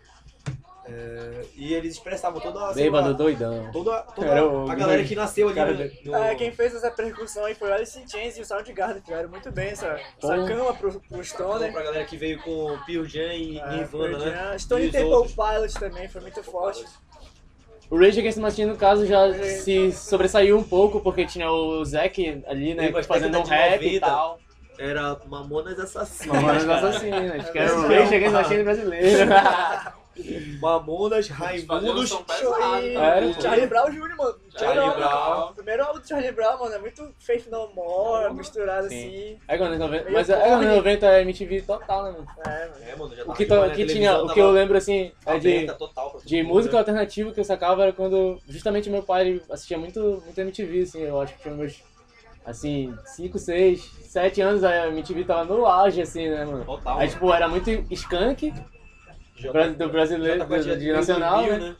Speaker 3: É, E eles expressavam toda a...
Speaker 2: Bêbado doidão.
Speaker 3: Toda, toda
Speaker 2: Era o-
Speaker 3: a galera que nasceu ali
Speaker 2: cara
Speaker 3: no-
Speaker 2: de-
Speaker 3: no-
Speaker 1: é, quem fez essa percussão aí foi o Alice in Chains e o Soundgarden, tiraram muito bem essa, essa
Speaker 2: Bom.
Speaker 1: cama pro, pro
Speaker 2: né?
Speaker 1: Stoner.
Speaker 3: Pra galera que veio com Pearl Jam e
Speaker 1: É, Pearl
Speaker 3: Nirvana, né?
Speaker 1: Jam.
Speaker 3: E
Speaker 1: Stone
Speaker 3: os
Speaker 1: Temple
Speaker 3: outros.
Speaker 1: Pilots também, foi muito forte.
Speaker 2: O Rage Against the Machine, no caso, já se sobressaiu um pouco, porque tinha o Zack ali, né,
Speaker 3: Sim, mas
Speaker 2: fazendo um
Speaker 3: década
Speaker 2: rap
Speaker 3: de
Speaker 2: e
Speaker 3: 90.
Speaker 2: tal.
Speaker 3: Era Mamonas Assassinas.
Speaker 2: Mamonas
Speaker 3: cara.
Speaker 2: Assassinas, que
Speaker 1: É
Speaker 2: era o
Speaker 1: verdade.
Speaker 2: Rage Against the Machine brasileiro.
Speaker 3: Mamonas, Raimundos.
Speaker 4: Raimundos.
Speaker 1: Charlie,
Speaker 2: Era, pô.
Speaker 1: ah, Charlie Brown Jr., mano.
Speaker 3: Charlie
Speaker 1: Primeiro
Speaker 3: Brown.
Speaker 1: álbum- Primeiro álbum do Charlie Brown, mano, é muito Faith No More, misturado assim.
Speaker 2: É quando 90,
Speaker 1: Meio
Speaker 2: mas é
Speaker 1: punk.
Speaker 2: quando 90 é MTV total, né, mano?
Speaker 1: É, mano.
Speaker 3: É, mano, já
Speaker 2: O
Speaker 3: tava
Speaker 2: que,
Speaker 3: demais,
Speaker 2: to,
Speaker 3: né?
Speaker 2: que tinha,
Speaker 3: A televisão
Speaker 2: o que eu
Speaker 3: tava
Speaker 2: lembro, assim, é de,
Speaker 3: aberta total pra todo
Speaker 2: de
Speaker 3: mundo,
Speaker 2: música
Speaker 3: né?
Speaker 2: alternativa que eu sacava era quando, justamente, meu pai assistia muito, muito MTV, assim, eu acho que tinha meus, assim, 5, 6, 7 anos, a MTV tava no auge, assim, né, mano?
Speaker 3: Total. tá-
Speaker 2: Aí, tipo, era muito Skank,
Speaker 3: Jota-
Speaker 2: Bra- do brasileiro,
Speaker 3: Jota-
Speaker 2: do-
Speaker 3: Jota-
Speaker 2: de
Speaker 3: Jota-
Speaker 2: nacional,
Speaker 3: Rio,
Speaker 2: né?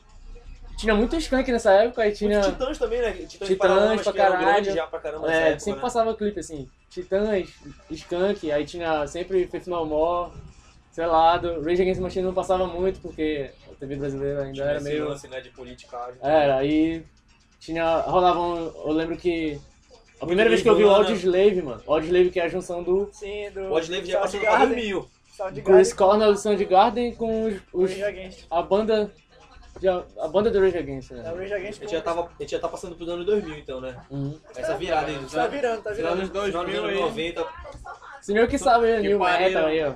Speaker 2: Tinha muito skunk nessa época e tinha.
Speaker 3: Tipo, Os Titãs também, né? Titãs,
Speaker 2: Titãs
Speaker 3: Paralamas,
Speaker 2: pra
Speaker 3: que eram
Speaker 2: caralho.
Speaker 3: grandes já pra caramba nessa
Speaker 2: é,
Speaker 3: época,
Speaker 2: sempre
Speaker 3: né?
Speaker 2: passava clipe assim. Titãs, skunk, aí tinha sempre Faith No More, Selado. Rage Against the Machine não passava muito porque a TV brasileira ainda
Speaker 3: Tinha
Speaker 2: era
Speaker 3: esse
Speaker 2: meio.
Speaker 3: lance, né, de politicagem.
Speaker 2: Era, aí tinha. Rolavam. Eu lembro que. A primeira vez que eu vi o
Speaker 3: Nirvana.
Speaker 2: Audio Slave, mano. Audio Slave que é a junção do
Speaker 1: Sim, do né?
Speaker 3: O Odileve já passou pra
Speaker 1: Soundgarden.
Speaker 3: 2000.
Speaker 2: Chris
Speaker 1: Soundgarden
Speaker 2: Cornell do Soundgarden com os,
Speaker 1: com o
Speaker 2: os-
Speaker 1: Rage Against.
Speaker 2: a banda. de- a banda do Rage Against,
Speaker 1: É, o
Speaker 2: né?
Speaker 1: Rage
Speaker 3: A
Speaker 1: Against
Speaker 3: gente já
Speaker 1: com-
Speaker 3: tava, a gente já tá passando pros anos 2000, então, né?
Speaker 2: Uhum.
Speaker 3: Essa virada aí. né?
Speaker 1: Tá virando, tá virando.
Speaker 4: Anos 2000 aí.
Speaker 3: 90.
Speaker 2: Senhor que sabe, New
Speaker 4: pariu.
Speaker 2: Metal aí, ó.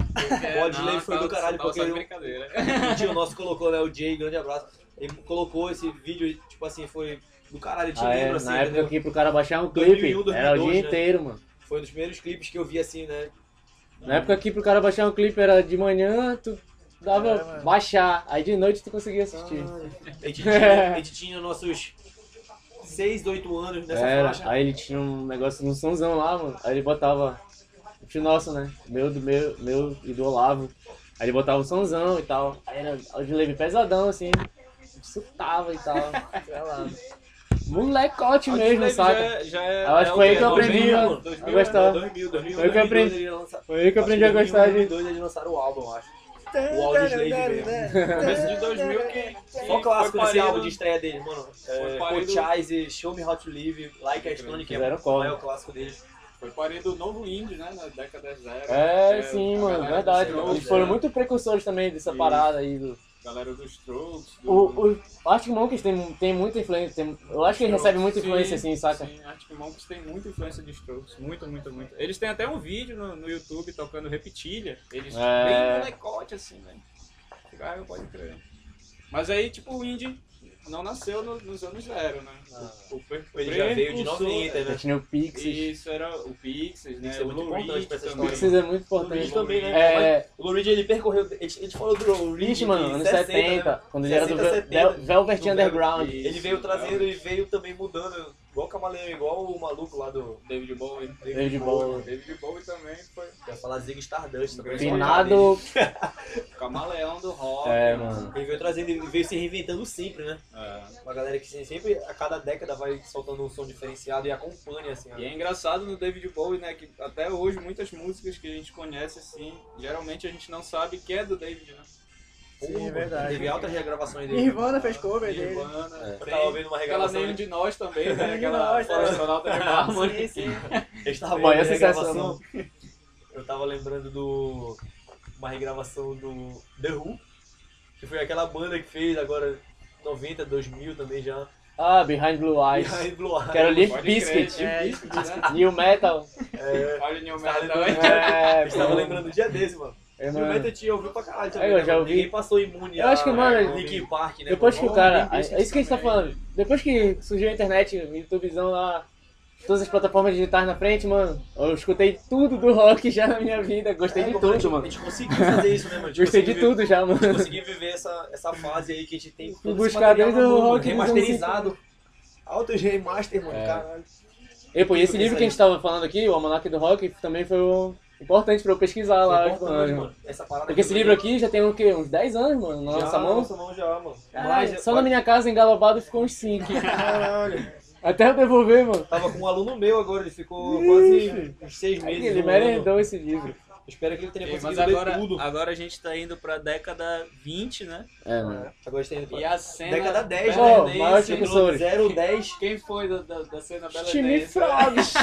Speaker 4: É,
Speaker 3: Pode ler,
Speaker 4: não,
Speaker 3: foi
Speaker 4: tá-
Speaker 3: do caralho,
Speaker 4: tá
Speaker 3: porque
Speaker 4: só de
Speaker 3: eu-
Speaker 4: brincadeira.
Speaker 2: É
Speaker 3: O tio nosso colocou, né? O Jay, grande abraço. Ele colocou esse vídeo, tipo assim, foi do caralho, eu te
Speaker 2: Ah, é,
Speaker 3: lembro, assim,
Speaker 2: na época
Speaker 3: entendeu?
Speaker 2: que pro cara baixar um
Speaker 3: 2001,
Speaker 2: clipe, era o
Speaker 3: 2002,
Speaker 2: dia
Speaker 3: né?
Speaker 2: inteiro, mano.
Speaker 3: Foi um dos primeiros clipes que eu vi, assim, né?
Speaker 2: Na época que pro cara baixar um clipe era de manhã, tu dava
Speaker 1: É, mano.
Speaker 2: baixar, aí de noite tu conseguia assistir.
Speaker 3: A gente tinha, a gente tinha nossos 6, 8 anos nessa
Speaker 2: era,
Speaker 3: faixa.
Speaker 2: aí ele tinha um negócio no somzão lá, mano. Aí ele botava o tio nosso, né? Meu do meu, meu e do Olavo. Aí ele botava o somzão e tal. Aí era de leve pesadão, assim. Sutava e tal. Sei lá. Molecote
Speaker 4: Pode
Speaker 2: mesmo,
Speaker 4: ler,
Speaker 2: saca?
Speaker 4: já- já é-
Speaker 2: Eu acho
Speaker 4: é
Speaker 2: que
Speaker 4: o
Speaker 2: foi aí
Speaker 4: quê?
Speaker 2: que eu aprendi
Speaker 4: 2000,
Speaker 2: a-
Speaker 4: mano, 2000,
Speaker 2: a gostar.
Speaker 4: né?
Speaker 3: 2000, 2000,
Speaker 2: Foi o que eu
Speaker 3: 2002
Speaker 2: aprendi.
Speaker 3: eles lançaram-
Speaker 2: Foi aí que eu
Speaker 3: acho
Speaker 2: aprendi a
Speaker 4: é
Speaker 2: gostar de.
Speaker 3: 2002 eles lançaram o álbum, eu acho.
Speaker 1: O
Speaker 3: Audio Slave
Speaker 1: né?
Speaker 4: Começo de 2000 que.
Speaker 3: Só
Speaker 4: que
Speaker 3: clássico
Speaker 4: foi
Speaker 3: esse
Speaker 4: parido-
Speaker 3: álbum de estreia deles, mano.
Speaker 4: Foi
Speaker 3: É,
Speaker 4: parido-
Speaker 3: Cochise, Show Me How to Live, Like a Stone, que é
Speaker 2: Fizeram
Speaker 3: o
Speaker 2: cover.
Speaker 3: maior clássico deles.
Speaker 4: Foi parei do novo indie, né? Na década zero.
Speaker 2: É,
Speaker 4: a
Speaker 2: sim, mano,
Speaker 4: galera
Speaker 2: verdade.
Speaker 4: do
Speaker 3: Zero,
Speaker 2: Eles
Speaker 3: Zero.
Speaker 2: foram muito precursores também dessa
Speaker 4: Isso.
Speaker 2: parada aí do,
Speaker 4: galera dos Strokes. Do...
Speaker 2: O, o Arctic Monkeys tem, tem muita influência. tem- eu acho que ele recebe muita
Speaker 4: Sim,
Speaker 2: influência, assim, saca?
Speaker 4: Sim, Arctic Monkeys tem muita influência de Strokes, muito, muito, muito. Eles têm até um vídeo no, no YouTube tocando repetilha, eles
Speaker 2: É.
Speaker 4: bem molecote, assim, velho. Cara, "Ah, pode crer. Mas aí, tipo, o indie não nasceu no- nos anos zero, né? O, o per-
Speaker 3: Ele já veio de
Speaker 4: precursor-
Speaker 3: 90, né?
Speaker 2: A gente tem o Pixies.
Speaker 4: Isso, era o Pixies, né?
Speaker 3: Isso é
Speaker 4: o
Speaker 3: muito
Speaker 4: Lou Reed
Speaker 3: importante pra essa
Speaker 4: também.
Speaker 3: história.
Speaker 2: Pixies é muito
Speaker 3: O Reed
Speaker 2: importante.
Speaker 3: também, né?
Speaker 2: É,
Speaker 3: Mas O Lou Reed, ele percorreu... A gente a gente falou do Lou Reed
Speaker 2: Pixies, mano,
Speaker 3: em né?
Speaker 2: anos 70, quando ele era do
Speaker 3: 60,
Speaker 2: Vel-
Speaker 3: 70,
Speaker 2: Vel- Velvet
Speaker 3: do
Speaker 2: Underground.
Speaker 4: Velvet.
Speaker 3: Ele veio
Speaker 4: Isso,
Speaker 3: trazendo,
Speaker 4: cara.
Speaker 3: ele veio também mudando, igual o Camaleão, igual o maluco lá do
Speaker 4: David Bowie.
Speaker 2: David Bowie.
Speaker 4: David Bowie também foi
Speaker 3: Ia falar Zig Stardust também.
Speaker 2: Finado.
Speaker 4: o camaleão do rock.
Speaker 2: É,
Speaker 4: né?
Speaker 2: mano.
Speaker 3: Ele veio trazendo, ele veio se reinventando sempre, né?
Speaker 4: É.
Speaker 3: Uma galera que sempre, a cada década, vai soltando um som diferenciado e acompanha, assim. ó.
Speaker 4: E é engraçado no David Bowie, né, que até hoje muitas músicas que a gente conhece, assim, geralmente a gente não sabe que é do David, né?
Speaker 1: Sim, é verdade.
Speaker 3: Teve altas regravações dele. né?
Speaker 1: Nirvana fez cover dele.
Speaker 4: Nirvana,
Speaker 2: É.
Speaker 3: Eu
Speaker 4: tem
Speaker 3: tava ouvindo uma
Speaker 4: aquela
Speaker 3: regravação.
Speaker 4: nem
Speaker 3: né?
Speaker 4: de nós também, né,
Speaker 1: De
Speaker 4: aquela
Speaker 1: Nós, né?
Speaker 4: Forest Sonata de
Speaker 1: Sim,
Speaker 4: Harmony.
Speaker 1: sim.
Speaker 3: Eu tava
Speaker 2: Bom,
Speaker 3: ouvindo
Speaker 2: essa
Speaker 3: uma
Speaker 2: sensação,
Speaker 3: regravação. Eu tava lembrando do. Uma regravação do The Who, que foi aquela banda que fez agora 90, 2000 também já.
Speaker 2: Ah, Behind Blue Eyes.
Speaker 3: Behind Blue Eyes.
Speaker 2: Quero Limp
Speaker 4: Pode
Speaker 2: Biscuit.
Speaker 4: crer,
Speaker 1: É,
Speaker 4: Limp Bizkit, né?
Speaker 2: New Metal.
Speaker 3: É,
Speaker 4: Olha o New
Speaker 3: Scarlet
Speaker 4: Metal.
Speaker 3: Witch.
Speaker 2: É,
Speaker 3: eu tava
Speaker 2: pô.
Speaker 3: lembrando do dia desse, mano.
Speaker 2: É,
Speaker 3: E
Speaker 2: mano.
Speaker 3: o Metal tinha ouviu pra caralho também.
Speaker 2: É, eu
Speaker 3: né,
Speaker 2: já
Speaker 3: mano?
Speaker 2: ouvi.
Speaker 3: Ninguém passou imune
Speaker 2: Eu acho que,
Speaker 3: a-
Speaker 2: mano,
Speaker 3: a Linkin Park, né?
Speaker 2: Depois que
Speaker 3: mano?
Speaker 2: o cara.
Speaker 4: Limp Bizkit
Speaker 2: É isso que a gente tá
Speaker 4: também.
Speaker 2: falando. Depois que surgiu a internet, o YouTubezão lá, todas as plataformas digitais na frente, mano, eu escutei tudo do rock já na minha vida. Gostei
Speaker 3: É,
Speaker 2: de
Speaker 3: como a gente-
Speaker 2: tudo,
Speaker 3: A
Speaker 2: mano.
Speaker 3: gente conseguiu fazer isso, né, mano? A gente
Speaker 2: Gostei de
Speaker 3: conseguiu
Speaker 2: tudo já, mano.
Speaker 3: conseguir viver essa, essa fase aí que a gente tem todo esse
Speaker 2: buscar
Speaker 3: material
Speaker 2: desde o
Speaker 3: novo,
Speaker 2: rock dos anos
Speaker 3: remasterizado. Altos remaster, mano,
Speaker 2: É.
Speaker 3: caralho.
Speaker 2: E, pô, e esse
Speaker 3: Isso
Speaker 2: livro que a
Speaker 3: aí.
Speaker 2: gente tava falando aqui, o Almanac do Rock, também foi um- importante pra eu pesquisar lá.
Speaker 3: Foi importante,
Speaker 2: mano.
Speaker 3: mano. Essa parada
Speaker 2: Porque esse livro aqui já tem o quê? Uns 10 anos, mano, na
Speaker 3: já,
Speaker 2: nossa mão.
Speaker 3: Nossa mão já, mano.
Speaker 2: Caralho, só na minha casa em Galobado ficou uns 5. Até eu devolver, mano.
Speaker 3: Tava com um aluno meu agora, ele ficou quase uns seis meses.
Speaker 2: Ele então.
Speaker 3: um ano.
Speaker 2: merendou esse livro.
Speaker 3: Espero que ele tenha
Speaker 4: Ei, Mas
Speaker 3: conseguido
Speaker 4: agora,
Speaker 3: ler tudo.
Speaker 4: agora a gente tá indo pra década 20, né?
Speaker 2: É, mano.
Speaker 3: É, Agora a gente tá indo pra
Speaker 4: E a é cena...
Speaker 3: década 10,
Speaker 2: Pô,
Speaker 3: né?
Speaker 2: maior
Speaker 3: Desde
Speaker 2: precursores.
Speaker 3: 0, 10.
Speaker 4: Quem foi da, da, da cena Bela
Speaker 2: Time
Speaker 3: é
Speaker 4: Dance?
Speaker 2: Frogs.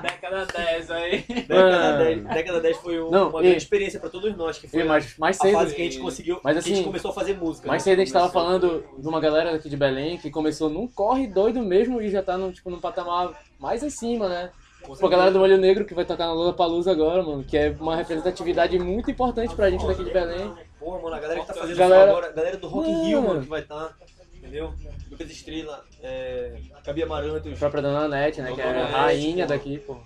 Speaker 4: década 10 aí.
Speaker 3: Década
Speaker 2: Mano.
Speaker 3: 10, década 10 foi um-
Speaker 2: Não,
Speaker 3: uma
Speaker 2: e-
Speaker 3: grande experiência pra todos nós, que foi
Speaker 2: Sim, mas mais
Speaker 3: a
Speaker 2: cedo.
Speaker 3: fase que a gente conseguiu,
Speaker 2: Mas
Speaker 3: que a
Speaker 2: assim,
Speaker 3: gente começou a fazer música.
Speaker 2: Mais
Speaker 3: né?
Speaker 2: cedo a gente tava
Speaker 4: Começou-
Speaker 2: falando de uma galera aqui de Belém que começou num corre doido mesmo e já tá num, tipo, num patamar mais acima, né? Tipo, a galera do Olho Negro que vai tocar na Lula Palusa agora, mano, que é uma representatividade muito importante pra gente daqui de Belém.
Speaker 3: Pô, mano, a galera que tá fazendo
Speaker 2: Galera-
Speaker 3: isso agora, a galera do Rock in Rio,
Speaker 2: Mano.
Speaker 3: mano, que vai estar, entendeu? Lucas Estrela, é, Gabi Amarantos.
Speaker 2: A própria Dona Nete, né? Que é a
Speaker 4: Dona Nete,
Speaker 2: rainha
Speaker 3: pô.
Speaker 2: daqui, pô.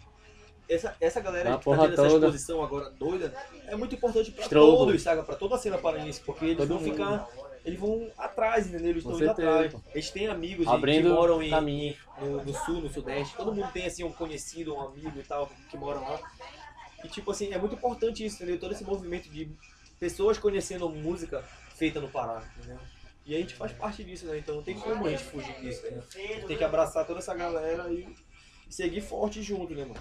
Speaker 3: Essa, essa galera
Speaker 2: Ah,
Speaker 3: que tá
Speaker 2: porra
Speaker 3: tendo essa
Speaker 2: toda.
Speaker 3: exposição agora doida é muito importante pra
Speaker 2: Estrobo.
Speaker 3: todos, saca? Pra toda a cena paranaense, porque eles
Speaker 2: Todo
Speaker 3: vão
Speaker 2: mundo.
Speaker 3: ficar. Eles vão atrás, entendeu? Eles
Speaker 2: Com
Speaker 3: estão indo
Speaker 2: certeza,
Speaker 3: atrás.
Speaker 2: pô.
Speaker 3: Eles têm amigos e- que
Speaker 2: Abrindo
Speaker 3: moram em,
Speaker 2: caminho.
Speaker 3: no, no sul, no sudeste. Todo mundo tem assim um conhecido, um amigo e tal que mora lá. E tipo assim, é muito importante isso, entendeu? Todo esse movimento de pessoas conhecendo música feita no Pará, entendeu? E a gente faz parte disso, né? Então não tem como a gente fugir disso, né? A gente tem que abraçar toda essa galera e e seguir forte junto, né, mano?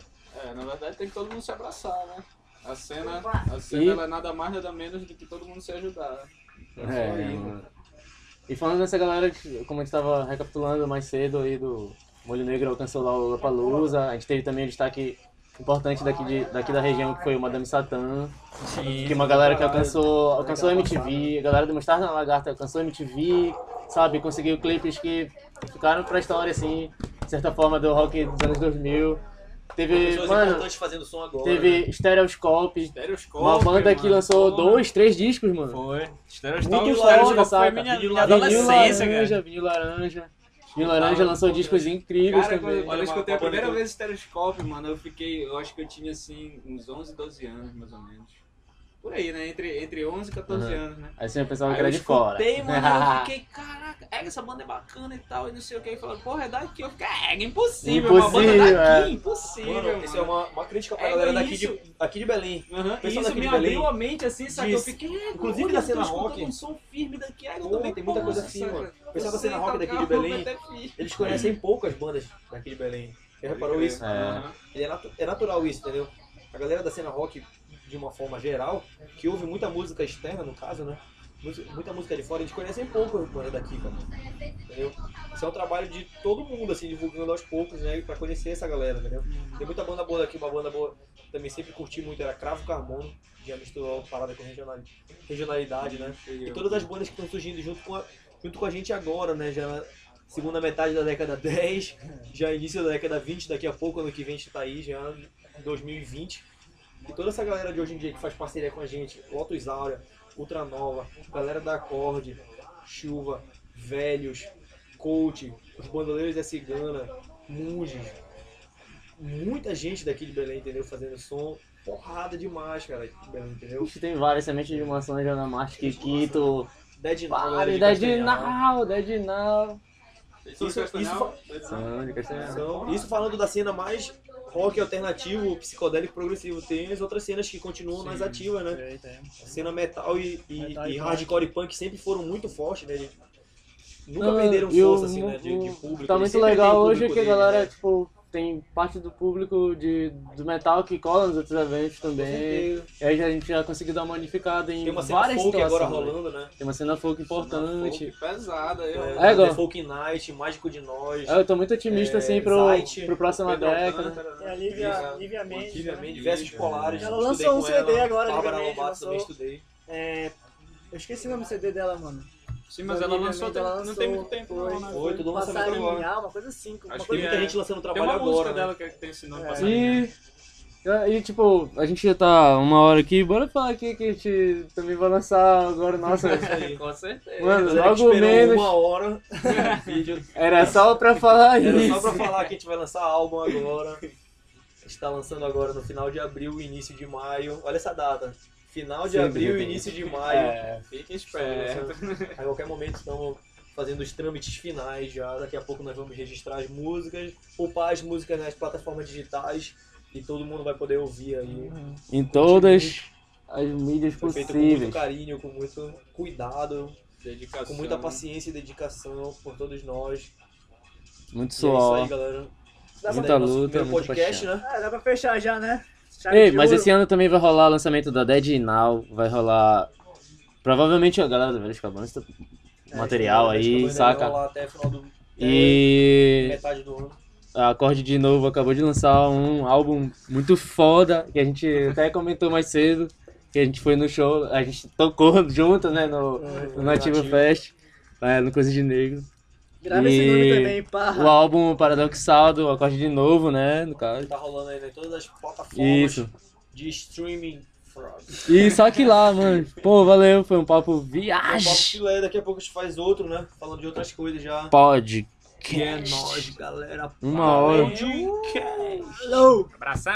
Speaker 4: É, na verdade tem que todo mundo se abraçar, né? A cena, a
Speaker 2: E-
Speaker 4: cena ela é nada mais nada menos do que todo mundo se ajudar.
Speaker 2: É, mano. E falando dessa galera, que, como a gente tava recapitulando mais cedo aí do Molho Negro alcançou lá o Lollapalooza, a gente teve também o destaque importante daqui, de- daqui da região, que foi o Madame Satã, que é uma galera que alcançou, alcançou a MTV, a galera do Mostarda na Lagarta alcançou a MTV, sabe, conseguiu clipes que ficaram pra história, assim, de certa forma, do rock dos anos 2000. Teve,
Speaker 3: Pessoas
Speaker 2: mano,
Speaker 3: importantes fazendo som agora. né?
Speaker 2: teve Stereoscope,
Speaker 4: Stereoscope,
Speaker 2: uma banda que
Speaker 4: mano.
Speaker 2: lançou
Speaker 4: Pô,
Speaker 2: dois, três discos, mano.
Speaker 4: Foi.
Speaker 2: Vinil
Speaker 4: Stereoscope
Speaker 2: laranja,
Speaker 4: Stereoscope foi
Speaker 2: saca?
Speaker 4: minha,
Speaker 3: Vinil
Speaker 4: minha
Speaker 3: laranja.
Speaker 4: adolescência,
Speaker 2: vinil laranja,
Speaker 4: cara.
Speaker 2: vinil laranja. Vinil laranja lançou discos incríveis
Speaker 4: Cara, quando,
Speaker 2: também.
Speaker 4: quando eu escutei a
Speaker 3: Uma banda
Speaker 4: primeira
Speaker 3: que-
Speaker 4: vez Stereoscope, mano, eu fiquei, eu acho que eu tinha assim uns 11, 12 anos, mais ou menos. Por aí, né? Entre, entre 11 e 14
Speaker 2: Uhum.
Speaker 4: anos, né?
Speaker 2: Aí você pensava
Speaker 4: Aí
Speaker 2: que era
Speaker 4: eu
Speaker 2: de fora.
Speaker 4: escutei, mano, eu fiquei, caraca, é, essa banda é bacana e tal, e não sei o que. E falando, porra, é daqui. Eu fiquei, é, é impossível, é uma banda
Speaker 2: Impossível, é.
Speaker 4: daqui, impossível.
Speaker 3: Mano, isso é uma, uma crítica pra
Speaker 4: É,
Speaker 3: galera
Speaker 4: mas
Speaker 3: daqui de,
Speaker 4: isso-
Speaker 3: aqui de Belém.
Speaker 4: Aham, e
Speaker 3: Pessoal
Speaker 4: Isso
Speaker 3: daqui
Speaker 4: me
Speaker 3: de Belém
Speaker 4: abriu a mente assim, sabe? Eu
Speaker 3: diz-
Speaker 4: fiquei, é,
Speaker 3: inclusive
Speaker 4: olha,
Speaker 3: na
Speaker 4: eu tô
Speaker 3: cena
Speaker 4: escutando
Speaker 3: rock-
Speaker 4: um som firme daqui, ai, eu
Speaker 3: Pô,
Speaker 4: também
Speaker 3: tem muita coisa assim,
Speaker 4: saca?
Speaker 3: mano. O pessoal da
Speaker 4: Você
Speaker 3: cena rock daqui de
Speaker 4: tocar uma
Speaker 3: Belém,
Speaker 4: banda é firme.
Speaker 3: Eles conhecem poucas bandas daqui de Belém. Já reparou isso?
Speaker 2: É.
Speaker 4: Aham.
Speaker 3: E É, natu- é natural isso, entendeu? A galera da cena rock, de uma forma geral, que ouve muita música externa, no caso, né? Musi- Muita música de fora, eles conhecem pouco a banda daqui, cara. Entendeu? Isso é um trabalho de todo mundo, assim, divulgando aos poucos, né? Pra conhecer essa galera, entendeu? Tem muita banda boa daqui, uma banda boa que também sempre curti muito, era Cravo Carbono, que já misturou uma parada com regionali- regionalidade, né? E todas as bandas que estão surgindo junto com, a, junto com a gente agora, né? Já na segunda metade da década 10, já início da década 20, daqui a pouco, ano que vem a gente tá aí, já em 2020. E toda essa galera de hoje em dia que faz parceria com a gente, Lotus Áurea, Ultranova, galera da Acorde, Chuva, Velhos, Coach, os Bandoleiros da Cigana, Munges, muita gente daqui de Belém, entendeu? Fazendo som, porrada demais, cara, de Belém, entendeu?
Speaker 2: Ixi, Tem várias sementes de maçã de Anamarte,
Speaker 4: né?
Speaker 2: Kikito,
Speaker 3: Dead Now, galera
Speaker 2: vários,
Speaker 3: de
Speaker 2: Dead
Speaker 3: Castanhal.
Speaker 2: Now, Dead Now.
Speaker 4: Isso, é
Speaker 3: Isso- é
Speaker 4: isso,
Speaker 3: isso fa-
Speaker 2: Não, de Castanhal.
Speaker 3: Então, isso falando da cena mais rock alternativo, psicodélico, progressivo. Tem as outras cenas que continuam nas ativas, né?
Speaker 1: Direita, é.
Speaker 3: Cena metal e, e-
Speaker 1: Metal e
Speaker 3: e
Speaker 1: punk.
Speaker 3: hardcore e punk sempre foram muito fortes, né? Eles Nunca
Speaker 2: Não,
Speaker 3: perderam
Speaker 2: Ah,
Speaker 4: um
Speaker 2: e o-
Speaker 3: força, assim, né? De, de
Speaker 2: o-
Speaker 3: público.
Speaker 2: Tá
Speaker 3: Eles
Speaker 2: muito
Speaker 3: sempre
Speaker 2: legal
Speaker 3: têm o
Speaker 2: hoje
Speaker 3: público
Speaker 2: que a
Speaker 3: deles,
Speaker 2: galera,
Speaker 3: né?
Speaker 2: tipo, tem parte do público de, do metal que cola nos outros eventos também. E aí já- É, a gente já conseguiu dar uma unificada em
Speaker 3: Tem uma cena
Speaker 2: várias
Speaker 3: folk
Speaker 2: situações.
Speaker 3: agora rolando, né?
Speaker 2: Tem uma cena folk importante.
Speaker 4: Folk pesada, eu.
Speaker 2: É, agora.
Speaker 3: The Folk Night, Mágico de Nós.
Speaker 2: É, Eu tô muito otimista,
Speaker 3: É,
Speaker 2: assim, pro,
Speaker 3: Zayt,
Speaker 2: pro próximo
Speaker 4: Pedro
Speaker 2: década.
Speaker 4: Alcântara,
Speaker 1: Tem
Speaker 4: né?
Speaker 1: a Lívia,
Speaker 4: Exato.
Speaker 1: Lívia Mendes.
Speaker 4: Lívia
Speaker 1: né?
Speaker 4: Mendes.
Speaker 3: Diversos polares.
Speaker 1: Ela
Speaker 3: estudei
Speaker 1: lançou um
Speaker 3: com
Speaker 1: CD
Speaker 3: ela,
Speaker 1: agora,
Speaker 3: Bárbara
Speaker 1: Lívia Mendes
Speaker 3: Lombardo também
Speaker 1: lançou.
Speaker 3: estudei.
Speaker 1: É, eu esqueci o nome do CD dela, mano.
Speaker 4: Sim, mas
Speaker 1: Da
Speaker 4: ela
Speaker 1: Lívia
Speaker 4: lançou,
Speaker 1: Mendes, ela
Speaker 4: tem- não tem muito
Speaker 1: lançou
Speaker 4: tempo.
Speaker 1: foi-
Speaker 4: Não, né?
Speaker 3: Foi, tudo lançamento
Speaker 1: Passagem
Speaker 3: agora.
Speaker 1: Mundial, uma coisa assim. Uma
Speaker 4: Acho
Speaker 3: Tem
Speaker 1: coisa
Speaker 4: que
Speaker 3: muita
Speaker 4: é.
Speaker 3: gente lançando
Speaker 4: Tem
Speaker 3: trabalho
Speaker 4: uma música
Speaker 3: agora, né?
Speaker 4: dela que tem esse nome
Speaker 1: É.
Speaker 4: Passarinho.
Speaker 2: E, e, tipo, a gente já tá uma hora aqui, bora falar aqui que a gente também vai lançar agora, nossa,
Speaker 3: É
Speaker 4: Com certeza.
Speaker 2: mano,
Speaker 3: Galera que
Speaker 2: logo
Speaker 3: esperou
Speaker 2: menos,
Speaker 3: uma hora de vídeo.
Speaker 2: era só pra falar
Speaker 3: Era só
Speaker 2: isso.
Speaker 3: pra falar que a gente vai lançar álbum agora. Está lançando agora no final de abril, início de maio. Olha essa data. Final de
Speaker 2: Sempre
Speaker 3: abril,
Speaker 2: tem.
Speaker 3: início de maio.
Speaker 2: É,
Speaker 4: Fique esperto.
Speaker 3: A qualquer momento estamos fazendo os trâmites finais já. Daqui a pouco nós vamos registrar as músicas, poupar as músicas nas plataformas digitais e todo mundo vai poder ouvir aí.
Speaker 2: em todas as mídias
Speaker 3: Foi feito com muito
Speaker 2: possíveis.
Speaker 3: carinho, com muito cuidado,
Speaker 4: Dedicação.
Speaker 3: com muita paciência e dedicação por todos nós.
Speaker 2: Muito
Speaker 3: E é isso aí,
Speaker 2: suor,
Speaker 3: galera.
Speaker 1: Dá
Speaker 3: Esse
Speaker 2: muita
Speaker 3: daí é o nosso
Speaker 2: luta,
Speaker 3: primeiro
Speaker 2: muita
Speaker 3: podcast,
Speaker 2: paixão.
Speaker 3: né?
Speaker 1: Ah, dá pra fechar já, né? Chave
Speaker 3: Tá
Speaker 2: Ei,
Speaker 1: de
Speaker 2: mas
Speaker 1: ouro.
Speaker 2: esse é um- ano também vai rolar o lançamento da Dead Now, vai rolar... Provavelmente a galera do Velhos Cabanas tá com material
Speaker 3: É,
Speaker 2: aí,
Speaker 3: acho que vai
Speaker 2: saca?
Speaker 3: rolar Até final do, até
Speaker 2: E
Speaker 3: metade do ano.
Speaker 2: a Acorde de novo acabou de lançar um álbum muito foda, que a gente até comentou mais cedo, que a gente foi no show, a gente tocou junto, né, no, no Nativa Fest, é, no Coisa de Negro.
Speaker 1: Grava esse nome
Speaker 2: E-
Speaker 1: também, pá.
Speaker 2: O álbum Paradoxal do Acorde de Novo, né, no caso.
Speaker 3: Tá rolando aí né? todas as plataformas
Speaker 2: Isso.
Speaker 3: de streaming. Frog.
Speaker 2: E só que lá, mano. Pô, valeu, foi um papo
Speaker 3: Então, papo
Speaker 2: viagem.
Speaker 3: filé, daqui a pouco a gente faz outro, né? Falando de outras coisas já.
Speaker 2: Pode.
Speaker 3: Que é nóis, galera.
Speaker 2: Uma hora.
Speaker 3: Podcast.
Speaker 1: Alô!
Speaker 4: Abração.